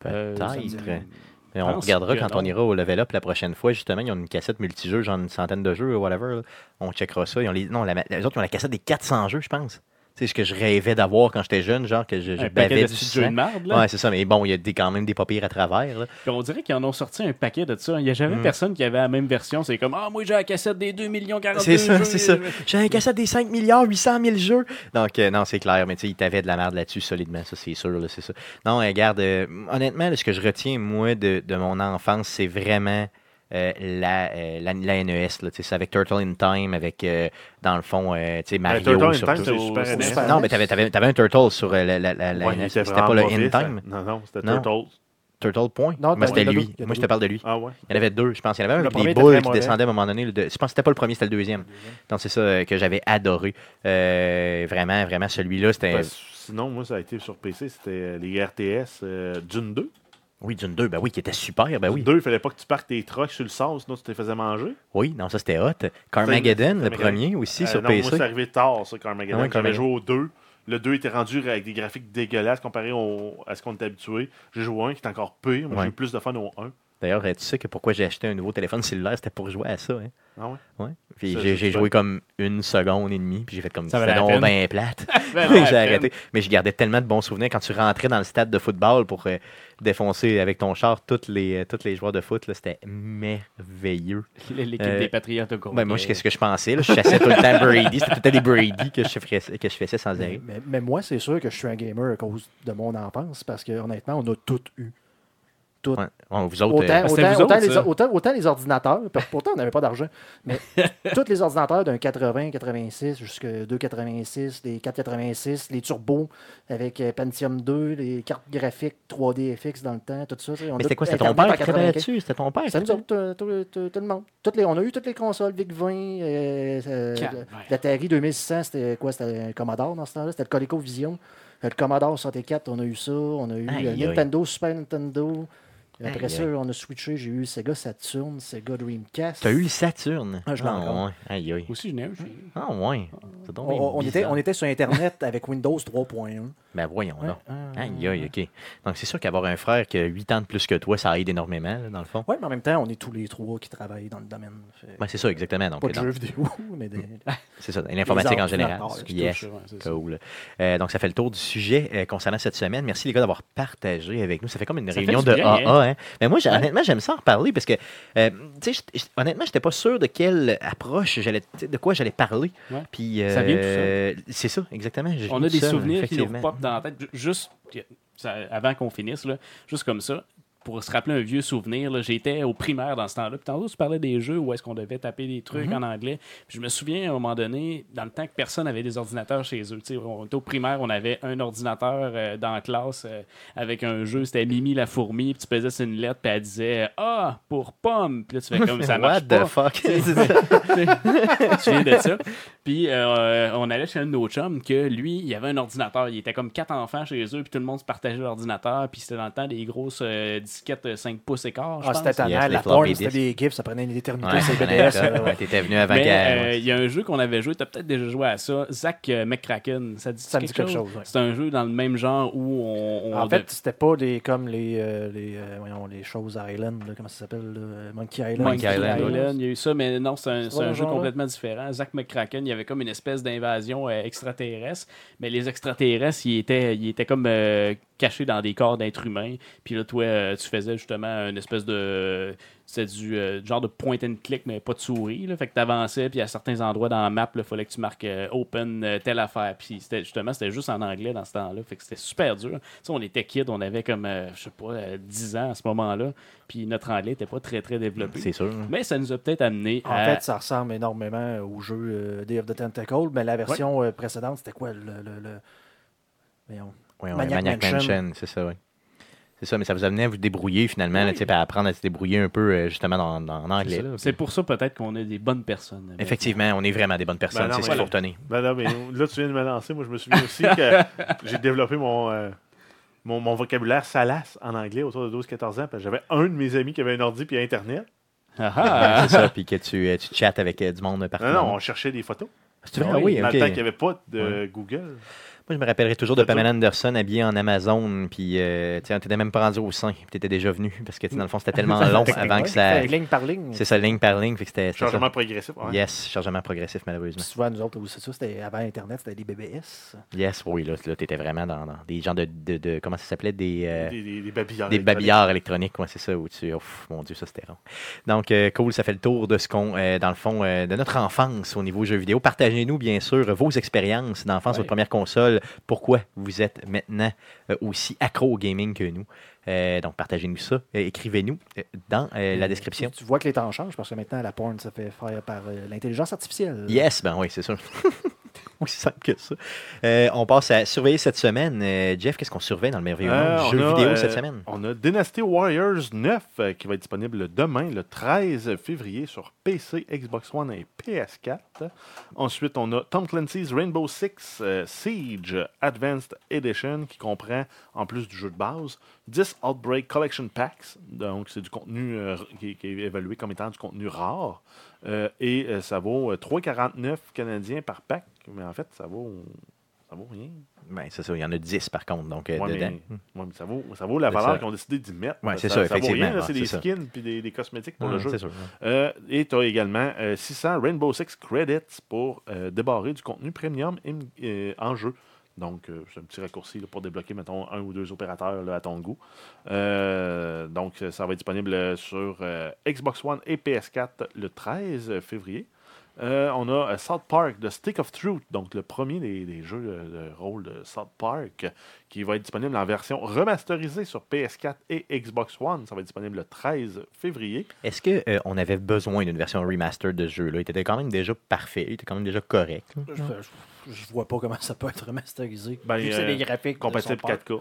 Speaker 1: Peut-être.
Speaker 4: ça me dit-
Speaker 1: Mais ben, on
Speaker 4: pense
Speaker 1: regardera
Speaker 4: que
Speaker 1: quand on
Speaker 4: non.
Speaker 1: ira au level up la prochaine fois. Justement, ils ont une cassette multijeux, genre une centaine de jeux, whatever. là. On checkera ça. Ils ont les... Non, la... les autres, ils ont la cassette des 400 jeux, je pense. C'est ce que je rêvais d'avoir quand j'étais jeune, genre que je, je
Speaker 4: un
Speaker 1: bavais
Speaker 4: paquet de
Speaker 1: du
Speaker 4: petits jeux de
Speaker 1: sang.
Speaker 4: marde. là.
Speaker 1: Ouais, c'est ça, mais bon, il y a des, quand même des papiers à travers. là.
Speaker 4: Puis on dirait qu'ils en ont sorti un paquet de ça. Il n'y a jamais personne qui avait la même version. C'est comme, ah, moi j'ai la cassette des 2 millions 42
Speaker 1: C'est ça,
Speaker 4: jeux.
Speaker 1: c'est ça. J'ai un cassette des 5 milliards 800 000 jeux. Donc, euh, non, c'est clair, mais tu sais, il t'avait de la merde là-dessus solidement, ça, c'est sûr, là, c'est ça. Non, euh, regarde, euh, honnêtement, là, ce que je retiens, moi, de, de mon enfance, c'est vraiment euh, la, euh, la, la NES, là, tu sais, c'est avec Turtle in Time, avec, euh, dans le fond, euh, tu sais, Mario.
Speaker 3: Turtle in
Speaker 1: surtout.
Speaker 3: Time, c'est au Super
Speaker 2: au
Speaker 3: NES.
Speaker 2: Super
Speaker 1: non, mais t'avais, t'avais, t'avais un Turtle sur euh, la, la, la, la
Speaker 3: Ouais, il
Speaker 1: NES.
Speaker 3: était
Speaker 1: C'était
Speaker 3: vraiment
Speaker 1: pas le
Speaker 3: mauvais,
Speaker 1: In
Speaker 3: ça.
Speaker 1: Time.
Speaker 3: Non, non, c'était
Speaker 1: Non.
Speaker 3: Turtles.
Speaker 1: Turtle Point.
Speaker 2: Non,
Speaker 1: mais c'était
Speaker 2: il y en a
Speaker 1: lui.
Speaker 2: deux, il y en a
Speaker 1: Moi, je te
Speaker 2: deux.
Speaker 1: parle de lui.
Speaker 3: Ah ouais.
Speaker 1: Il y en avait deux, je pense. Il y en avait un
Speaker 2: Le
Speaker 1: avec
Speaker 2: premier
Speaker 1: des
Speaker 2: était
Speaker 1: boules
Speaker 2: très
Speaker 1: qui
Speaker 2: mauvais.
Speaker 1: descendaient à un moment donné. le deux- Je pense que c'était pas le premier, c'était le deuxième. Donc, c'est ça euh, que j'avais adoré. Euh, vraiment, vraiment, celui-là, c'était.
Speaker 3: Parce- Ben, sinon, moi, ça a été sur PC, c'était les RTS euh, Dune 2.
Speaker 1: Oui, d'une 2, ben oui, qui était super, ben oui.
Speaker 3: Dune 2, il fallait pas que tu parques tes trucks sur le sable, sinon tu te les faisais manger.
Speaker 1: Oui, non, ça c'était hot. Carmageddon, le
Speaker 3: C'était-
Speaker 1: premier aussi
Speaker 3: Euh,
Speaker 1: sur
Speaker 3: non,
Speaker 1: PC.
Speaker 3: Moi, c'est arrivé tard, ça, Carmageddon.
Speaker 1: Ah ouais,
Speaker 3: J'avais
Speaker 1: Carmageddon.
Speaker 3: joué au 2. Le 2 était rendu avec des graphiques dégueulasses comparé au- à ce qu'on était habitué. J'ai joué au 1 qui est encore pire. Moi,
Speaker 1: Ouais.
Speaker 3: j'ai eu plus de fun au 1.
Speaker 1: D'ailleurs, euh, tu sais que pourquoi j'ai acheté un nouveau téléphone cellulaire, c'était pour jouer à ça. Hein?
Speaker 3: Ah ouais?
Speaker 1: Ouais. Puis
Speaker 3: Ça,
Speaker 1: j'ai
Speaker 3: c'est
Speaker 1: j'ai
Speaker 3: fun.
Speaker 1: joué comme une seconde et demie, puis j'ai fait comme ça
Speaker 4: Ça valait la
Speaker 1: non
Speaker 4: peine.
Speaker 1: bien plate.
Speaker 4: valait la
Speaker 1: j'ai
Speaker 4: peine.
Speaker 1: arrêté. Mais je gardais tellement de bons souvenirs quand tu rentrais dans le stade de football pour euh, défoncer avec ton char tous les, euh, tous les joueurs de foot. là, C'était merveilleux.
Speaker 4: L'équipe
Speaker 1: Euh,
Speaker 4: des Patriotes au cours.
Speaker 1: Ben, moi, je- qu'est-ce que je pensais? Là? Je chassais tout le temps Brady. C'était peut-être des Brady que je, faisais, que je faisais sans
Speaker 2: Mais,
Speaker 1: arrêt.
Speaker 2: mais- mais moi, c'est sûr que je suis un gamer à cause de mon enfance parce que honnêtement, on a tout eu.
Speaker 1: Ouais. Ouais, vous autres, euh,
Speaker 2: Autant, autant-
Speaker 4: c'était vous
Speaker 2: autant
Speaker 4: autres,
Speaker 2: les,
Speaker 4: ça.
Speaker 2: autant- autant les ordinateurs, puis pourtant on n'avait pas d'argent, mais tous les ordinateurs d'un 80, 86 jusqu'à 286, les 486, les turbos avec euh, Pentium 2, les cartes graphiques 3DFX dans le temps, tout ça. tu sais, on
Speaker 1: mais
Speaker 2: a
Speaker 1: c'était quoi? C'était ton
Speaker 2: Internet en
Speaker 1: père qui travaillait
Speaker 2: 95.
Speaker 1: là-dessus? C'était ton père?
Speaker 2: C'est nous autres, euh, tout, tout- tout le monde. Toutes les, on a eu toutes les consoles, Vic 20, euh, euh,
Speaker 4: Calvaire.
Speaker 2: l'Atari 2600, c'était quoi? C'était un Commodore dans ce temps-là? C'était le ColecoVision. Euh, Le Commodore 64, on a eu ça. On a eu
Speaker 1: Aïe,
Speaker 2: euh,
Speaker 1: aïe.
Speaker 2: Nintendo, Super Nintendo. Après
Speaker 1: Aïe,
Speaker 2: ça,
Speaker 1: aïe.
Speaker 2: on a switché. J'ai eu Sega Saturn, Sega Dreamcast.
Speaker 1: T'as eu le Saturn?
Speaker 2: Ah, je l'ai encore.
Speaker 1: ouais. Aïe, aïe.
Speaker 4: Aussi, je n'ai un, j'ai-
Speaker 1: Ah, ouais. C'est donc
Speaker 2: On,
Speaker 1: bien
Speaker 2: on- on était,
Speaker 1: bizarre.
Speaker 2: on était sur Internet avec Windows 3.1.
Speaker 1: Ben voyons donc.
Speaker 2: ah,
Speaker 1: Aïe, aïe, OK. Donc, c'est sûr qu'avoir un frère qui a 8 ans de plus que toi, ça aide énormément, là, dans le fond.
Speaker 2: Oui, mais en même temps, on est tous les trois qui travaillent dans le domaine. Fait-
Speaker 1: Ben, c'est ça, exactement.
Speaker 2: pas
Speaker 1: Donc,
Speaker 2: de
Speaker 1: dans-
Speaker 2: jeux vidéo, mais des...
Speaker 1: c'est ça, et l'informatique en général.
Speaker 2: ordinateurs,
Speaker 1: ce
Speaker 2: qui
Speaker 1: qui est-
Speaker 4: touchent, ouais, c'est ça.
Speaker 1: Cool. Euh, donc, ça fait le tour du sujet euh, concernant cette semaine. Merci, les gars, d'avoir partagé avec nous. Ça fait comme une
Speaker 4: Ça fait
Speaker 1: réunion
Speaker 4: du
Speaker 1: de
Speaker 4: bien,
Speaker 1: AA. hein. Mais moi, j'ai-
Speaker 4: Ouais.
Speaker 1: honnêtement, j'aime ça en reparler parce que, euh, tu sais, j't- j't- honnêtement, je n'étais pas sûr de quelle approche, j'allais, tu sais, de quoi j'allais parler.
Speaker 4: Ouais.
Speaker 1: Puis,
Speaker 4: Ça vient tout
Speaker 1: euh, C'est ça, exactement. j'ai
Speaker 4: On
Speaker 1: venu
Speaker 4: a
Speaker 1: tout
Speaker 4: des
Speaker 1: seul,
Speaker 4: souvenirs qui nous
Speaker 1: effectivement.
Speaker 4: popent dans la tête. Ju- Juste, ça- avant qu'on finisse, là, juste comme ça, pour se rappeler un vieux souvenir, là, j'étais au primaire dans ce temps-là. Puis tantôt, tu parlais des jeux où est-ce qu'on devait taper des trucs
Speaker 1: Mm-hmm.
Speaker 4: en anglais. Puis je me souviens, à un moment donné, dans le temps que personne n'avait des ordinateurs chez eux. Tu sais, on était au primaire, on avait un ordinateur euh, dans la classe euh, avec un jeu. C'était Mimi la fourmi. Puis tu pesais sur une lettre, puis elle disait « Ah, pour pomme! » Puis là, tu fais comme « Ça
Speaker 1: What
Speaker 4: marche
Speaker 1: the
Speaker 4: pas! »
Speaker 1: fuck?
Speaker 4: Je me souviens de ça. Puis euh, on allait chez un de nos chums que lui, il avait un ordinateur. Il était comme quatre enfants chez eux, puis tout le monde se partageait l'ordinateur. Puis c'était dans le temps des grosses euh, disquette euh, 5 pouces et quart, je
Speaker 2: Ah,
Speaker 4: pense.
Speaker 2: c'était
Speaker 1: Yes,
Speaker 2: tannant.
Speaker 1: les
Speaker 2: La
Speaker 1: floppy
Speaker 2: porn, c'était
Speaker 1: disks.
Speaker 2: des gifs, ça prenait une éternité.
Speaker 1: Ouais,
Speaker 2: c'est
Speaker 1: c'est
Speaker 2: BDS.
Speaker 1: anecdote,
Speaker 2: euh,
Speaker 1: ouais, T'étais venu avant
Speaker 4: Mais
Speaker 1: qu'elle.
Speaker 4: euh, il y a un jeu qu'on avait joué, tu as peut-être déjà joué à ça, Zack euh, McCracken. Ça dit
Speaker 2: Ça me
Speaker 4: quelque,
Speaker 2: dit quelque
Speaker 4: chose?
Speaker 2: chose, ouais.
Speaker 4: C'est un jeu dans le même genre où on. on
Speaker 2: En fait, c'était pas des, comme les, euh, les, euh, voyons, les choses Island, là, comment ça s'appelle là, Monkey Island.
Speaker 4: Monkey
Speaker 1: Monkey
Speaker 4: Island,
Speaker 1: Island,
Speaker 4: Island, il y a eu ça, mais non, c'est un,
Speaker 2: C'est
Speaker 4: c'est
Speaker 2: pas
Speaker 4: un
Speaker 2: le
Speaker 4: jeu
Speaker 2: genre-là?
Speaker 4: complètement différent. Zack McCracken, il y avait comme une espèce d'invasion euh, extraterrestre, mais les extraterrestres, ils étaient, ils étaient comme euh, cachés dans des corps d'êtres humains. Puis là, toi, euh, tu faisais justement une espèce de. C'était du euh, genre de point and click, mais pas de souris. Là. Fait que t'avançais, puis à certains endroits dans la map, il fallait que tu marques euh, open euh, telle affaire. Puis c'était justement, c'était juste en anglais dans ce temps-là. Fait que c'était super dur. Tu sais, on était kids, on avait comme, euh, je sais pas, euh, 10 ans à ce moment-là. Puis notre anglais était pas très, très développé.
Speaker 1: C'est sûr.
Speaker 4: Mais ça nous a peut-être amené
Speaker 2: En
Speaker 1: Ah.
Speaker 4: à...
Speaker 2: fait, ça ressemble énormément au jeu euh, Day of the Tentacle, mais la version euh, précédente, c'était quoi le, le- le- voyons.
Speaker 1: Oui, ouais,
Speaker 2: Maniac
Speaker 1: Maniac,
Speaker 2: Mansion.
Speaker 1: Mansion, c'est ça, oui. C'est ça, mais ça vous amenait à vous débrouiller finalement, là, tu sais, puis à apprendre à se débrouiller un peu euh, justement dans, dans- en anglais. là.
Speaker 4: C'est pour ça peut-être qu'on est des bonnes personnes.
Speaker 1: Effectivement, on est vraiment des bonnes personnes,
Speaker 3: Ben non,
Speaker 1: c'est ce
Speaker 3: mais-
Speaker 1: qu'il faut retenir.
Speaker 3: Ben non, mais là, tu viens de me lancer. Moi, je me souviens aussi que j'ai développé mon, euh, mon, mon vocabulaire salace en anglais autour de 12-14 ans. parce que J'avais un de mes amis qui avait un ordi puis Internet.
Speaker 4: Ah, ah,
Speaker 1: C'est ça, puis que tu, euh, tu chattes avec euh, du monde partout.
Speaker 3: Non, non, on cherchait des photos.
Speaker 1: C'est vrai, ah oui,
Speaker 3: Dans
Speaker 1: ok.
Speaker 3: le temps qu'il n'y avait pas de Google.
Speaker 1: Moi, je me rappellerai toujours de
Speaker 3: De toi.
Speaker 1: Pamela Anderson habillée en Amazon, puis euh, tu sais, t'étais même pas rendu au sein, puis t'étais déjà venu, parce que tu sais, dans le fond, c'était tellement long avant que ça.
Speaker 2: C'était Ligne par ligne.
Speaker 1: C'est ça, ligne par ligne, fait que c'était. c'était ça.
Speaker 3: Changement progressif. ouais.
Speaker 1: Yes, chargement progressif, malheureusement.
Speaker 2: Puis souvent, nous autres, c'est ça, c'était avant Internet, c'était des BBS.
Speaker 1: Yes, oui, là, là t'étais vraiment dans, dans des gens de, de, de- Comment ça s'appelait Des. euh,
Speaker 3: Des, des, des babillards.
Speaker 1: Des
Speaker 3: électroniques.
Speaker 1: babillards électroniques, ouais, c'est ça, où tu. Ouf, mon Dieu, ça c'était rond. Donc, euh, cool, ça fait le tour de ce qu'on, euh, dans le fond, euh, de notre enfance au niveau jeux vidéo. Partagez-nous, bien sûr, vos expériences d'enfance,
Speaker 4: Ouais.
Speaker 1: votre première console, pourquoi vous êtes maintenant euh, aussi accro au gaming que nous. Euh, donc, partagez-nous ça. Euh, Écrivez-nous euh, dans euh, la description.
Speaker 2: Tu vois que les temps changent parce que maintenant, la porn se fait faire par euh, l'intelligence artificielle.
Speaker 1: Yes, ben oui, c'est sûr. Aussi simple que ça. Euh, on passe à surveiller cette semaine. Euh, Jeff, qu'est-ce qu'on surveille dans le merveilleux
Speaker 3: Euh,
Speaker 1: monde
Speaker 3: on
Speaker 1: du jeu
Speaker 3: a,
Speaker 1: vidéo
Speaker 3: euh,
Speaker 1: cette semaine?
Speaker 3: On a Dynasty Warriors 9 euh, qui va être disponible demain, le 13 février, sur PC, Xbox One et PS4. Ensuite, on a Tom Clancy's Rainbow Six euh, Siege Advanced Edition qui comprend, en plus du jeu de base, 10 Outbreak Collection Packs. Donc, c'est du contenu euh, qui, qui est évalué comme étant du contenu rare. Euh, et euh, ça vaut euh, 3,49 canadiens par pack. Mais en fait, ça vaut, ça vaut rien.
Speaker 1: Ben, c'est ça, il y en a 10 par contre, donc euh,
Speaker 3: Ouais, mais-
Speaker 1: dedans.
Speaker 3: ouais, mais ça vaut, ça vaut la
Speaker 1: C'est
Speaker 3: valeur
Speaker 1: ça.
Speaker 3: qu'ils ont décidé d'y mettre.
Speaker 1: Ouais,
Speaker 3: Parce
Speaker 1: c'est
Speaker 3: que
Speaker 1: ça,
Speaker 3: ça vaut
Speaker 1: effectivement.
Speaker 3: rien, là, c'est
Speaker 1: Ouais,
Speaker 3: des
Speaker 1: c'est ça.
Speaker 3: skins puis des, des cosmétiques pour
Speaker 1: Ouais,
Speaker 3: le jeu.
Speaker 1: C'est sûr.
Speaker 3: Euh, et tu as également euh, 600 Rainbow Six Credits pour euh, débarrer du contenu premium im- euh, en jeu. Donc, euh, c'est un petit raccourci là, pour débloquer, mettons, un ou deux opérateurs là, à ton goût. Euh, donc, euh, ça va être disponible euh, sur euh, Xbox One et PS4 le 13 février. Euh, on a euh, South Park, The Stick of Truth, donc le premier des, des jeux euh, de rôle de South Park, qui va être disponible en version remasterisée sur PS4 et Xbox One. Ça va être disponible le 13 février.
Speaker 1: Est-ce qu'on avait besoin d'une version remaster de ce jeu-là? Il était quand même déjà parfait, il était quand même déjà correct. là.
Speaker 2: Je, je- je vois pas comment ça peut être remasterisé.
Speaker 3: Ben,
Speaker 2: Vu que c'est
Speaker 3: euh,
Speaker 2: les graphiques. de
Speaker 3: Compatible
Speaker 2: son père.
Speaker 3: 4K.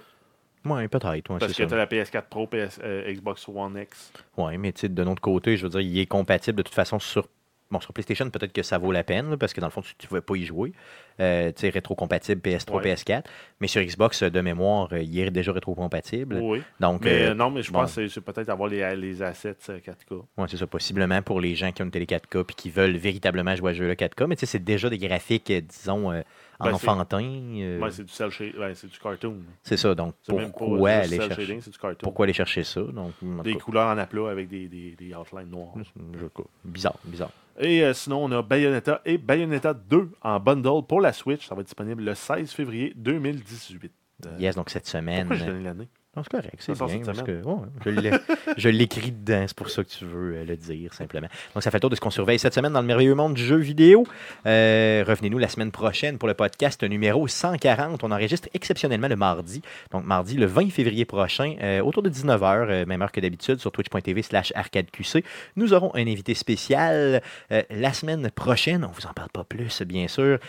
Speaker 1: Ouais, hein, peut-être. Ouais,
Speaker 3: Parce que
Speaker 1: c'est
Speaker 3: tu
Speaker 1: ça.
Speaker 3: as la PS4 Pro, PS, euh, Xbox One X.
Speaker 1: Ouais, mais tu sais, de notre côté, je veux dire, il est compatible de toute façon sur. Bon, sur PlayStation, peut-être que ça vaut la peine, là, parce que dans le fond, tu ne pouvais pas y jouer. Euh, tu sais, rétro-compatible PS3,
Speaker 3: Ouais.
Speaker 1: PS4. Mais sur Xbox, euh, de mémoire, euh, il est déjà rétro-compatible.
Speaker 3: Oui.
Speaker 1: Donc,
Speaker 3: Mais
Speaker 1: euh,
Speaker 3: euh, non, mais je
Speaker 1: bon.
Speaker 3: pense que c'est- c'est peut-être avoir les, les assets euh, 4K.
Speaker 1: Ouais, c'est ça, possiblement pour les gens qui ont une télé 4K et qui veulent véritablement jouer à ce jeu-là 4K. Mais tu sais, c'est déjà des graphiques, euh, disons, euh, en
Speaker 3: Ben, c'est-
Speaker 1: enfantin. euh,
Speaker 3: Ouais, c'est du cel shading. Ouais, c'est du cartoon.
Speaker 1: c'est ça, donc
Speaker 3: C'est même pas
Speaker 1: pourquoi
Speaker 3: du
Speaker 1: aller
Speaker 3: cel
Speaker 1: chercher
Speaker 3: shading, c'est du cartoon.
Speaker 1: pourquoi aller chercher ça? Donc, en
Speaker 3: Des
Speaker 1: tout cas, Mm.
Speaker 3: couleurs en aplat avec des, des, des outlines noires.
Speaker 1: je sais pas. bizarre, bizarre.
Speaker 3: Et euh, sinon, on a Bayonetta et Bayonetta 2 en bundle pour la Switch. Ça va être disponible le 16 février 2018. Euh,
Speaker 1: Yes, donc cette semaine.
Speaker 3: Pourquoi j'ai donné l'année
Speaker 1: Non, c'est correct, c'est
Speaker 3: Ça sort
Speaker 1: bien.
Speaker 3: cette
Speaker 1: parce
Speaker 3: semaine.
Speaker 1: que, ouais, je l'ai- je l'écris dedans, c'est pour ça que tu veux euh, le dire, simplement. Donc, ça fait le tour de ce qu'on surveille cette semaine dans le merveilleux monde du jeu vidéo. Euh, Revenez-nous la semaine prochaine pour le podcast numéro 140. On enregistre exceptionnellement le mardi. Donc, mardi, le 20 février prochain, euh, autour de 19h, euh, même heure que d'habitude, sur twitch.tv slash arcadeqc. Nous aurons un invité spécial euh, la semaine prochaine. On vous en parle pas plus, bien sûr.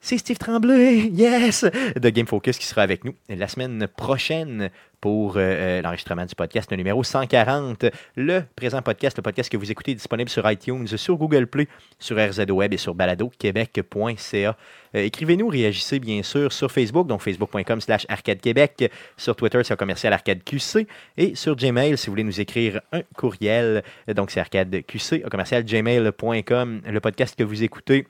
Speaker 1: c'est Steve Tremblay, yes, de Game Focus qui sera avec nous la semaine prochaine pour euh, l'enregistrement du podcast le numéro 140. Le présent podcast, le podcast que vous écoutez, est disponible sur iTunes, sur Google Play, sur RZWeb et sur baladoquebec.ca. Euh, Écrivez-nous, réagissez bien sûr sur Facebook, donc facebook.com slash arcadequebec, sur Twitter, c'est un commercial arcadeqc, et sur Gmail, si vous voulez nous écrire un courriel, euh, donc c'est arcadeqc, un commercial gmail.com, le podcast que vous écoutez.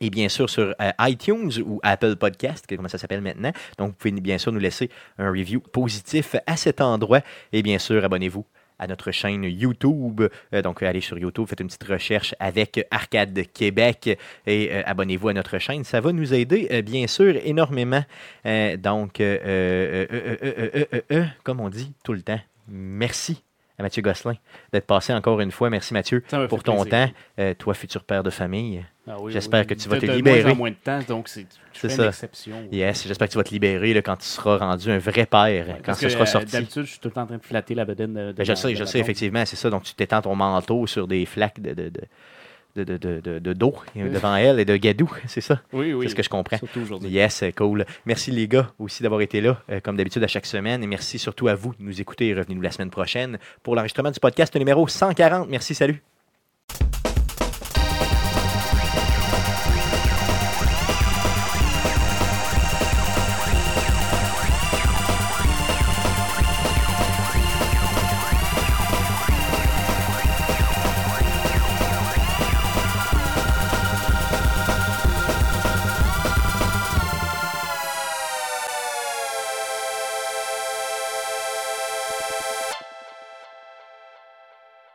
Speaker 1: Et bien sûr, sur euh, iTunes ou Apple Podcast, que- comment ça s'appelle maintenant. Donc, vous pouvez bien sûr nous laisser un review positif à cet endroit. Et bien sûr, abonnez-vous à notre chaîne YouTube. Euh, donc, allez sur YouTube, faites une petite recherche avec Arcade Québec et euh, abonnez-vous à notre chaîne. Ça va nous aider, euh, bien sûr, énormément. Euh, donc, euh, euh, euh, euh, euh, euh, euh, euh, comme on dit tout le temps, merci à Mathieu Gosselin d'être passé encore une fois. Merci Mathieu
Speaker 4: Ça m'a fait
Speaker 1: pour ton
Speaker 4: plaisir.
Speaker 1: temps. Euh, toi, futur père de famille.
Speaker 4: Ah oui,
Speaker 1: J'espère
Speaker 4: oui.
Speaker 1: que tu vas
Speaker 4: De-
Speaker 1: te
Speaker 4: de
Speaker 1: libérer.
Speaker 4: moins en moins de temps, donc c'est je
Speaker 1: C'est
Speaker 4: fais
Speaker 1: ça.
Speaker 4: une exception.
Speaker 1: Yes, j'espère que tu vas te libérer là, quand tu seras rendu un vrai père, quand
Speaker 4: Parce
Speaker 1: ce
Speaker 4: que,
Speaker 1: sera
Speaker 4: euh,
Speaker 1: sorti.
Speaker 4: D'habitude, je suis tout le temps en train de flatter la bedaine de, de
Speaker 1: Ben, je
Speaker 4: ma-
Speaker 1: le sais,
Speaker 4: de
Speaker 1: je
Speaker 4: ma
Speaker 1: le sais,
Speaker 4: blonde.
Speaker 1: effectivement, c'est ça. Donc, tu t'étends ton manteau sur des flaques de, de, de, de- de- de- de- de- d'eau euh, devant elle et de gadou, c'est ça?
Speaker 4: Oui, oui.
Speaker 1: C'est ce que je comprends.
Speaker 4: Surtout aujourd'hui.
Speaker 1: Yes, cool. Merci les gars aussi d'avoir été là, euh, comme d'habitude à chaque semaine. Et merci surtout à vous de nous écouter. Revenez-nous la semaine prochaine pour l'enregistrement du podcast numéro 140. Merci, salut.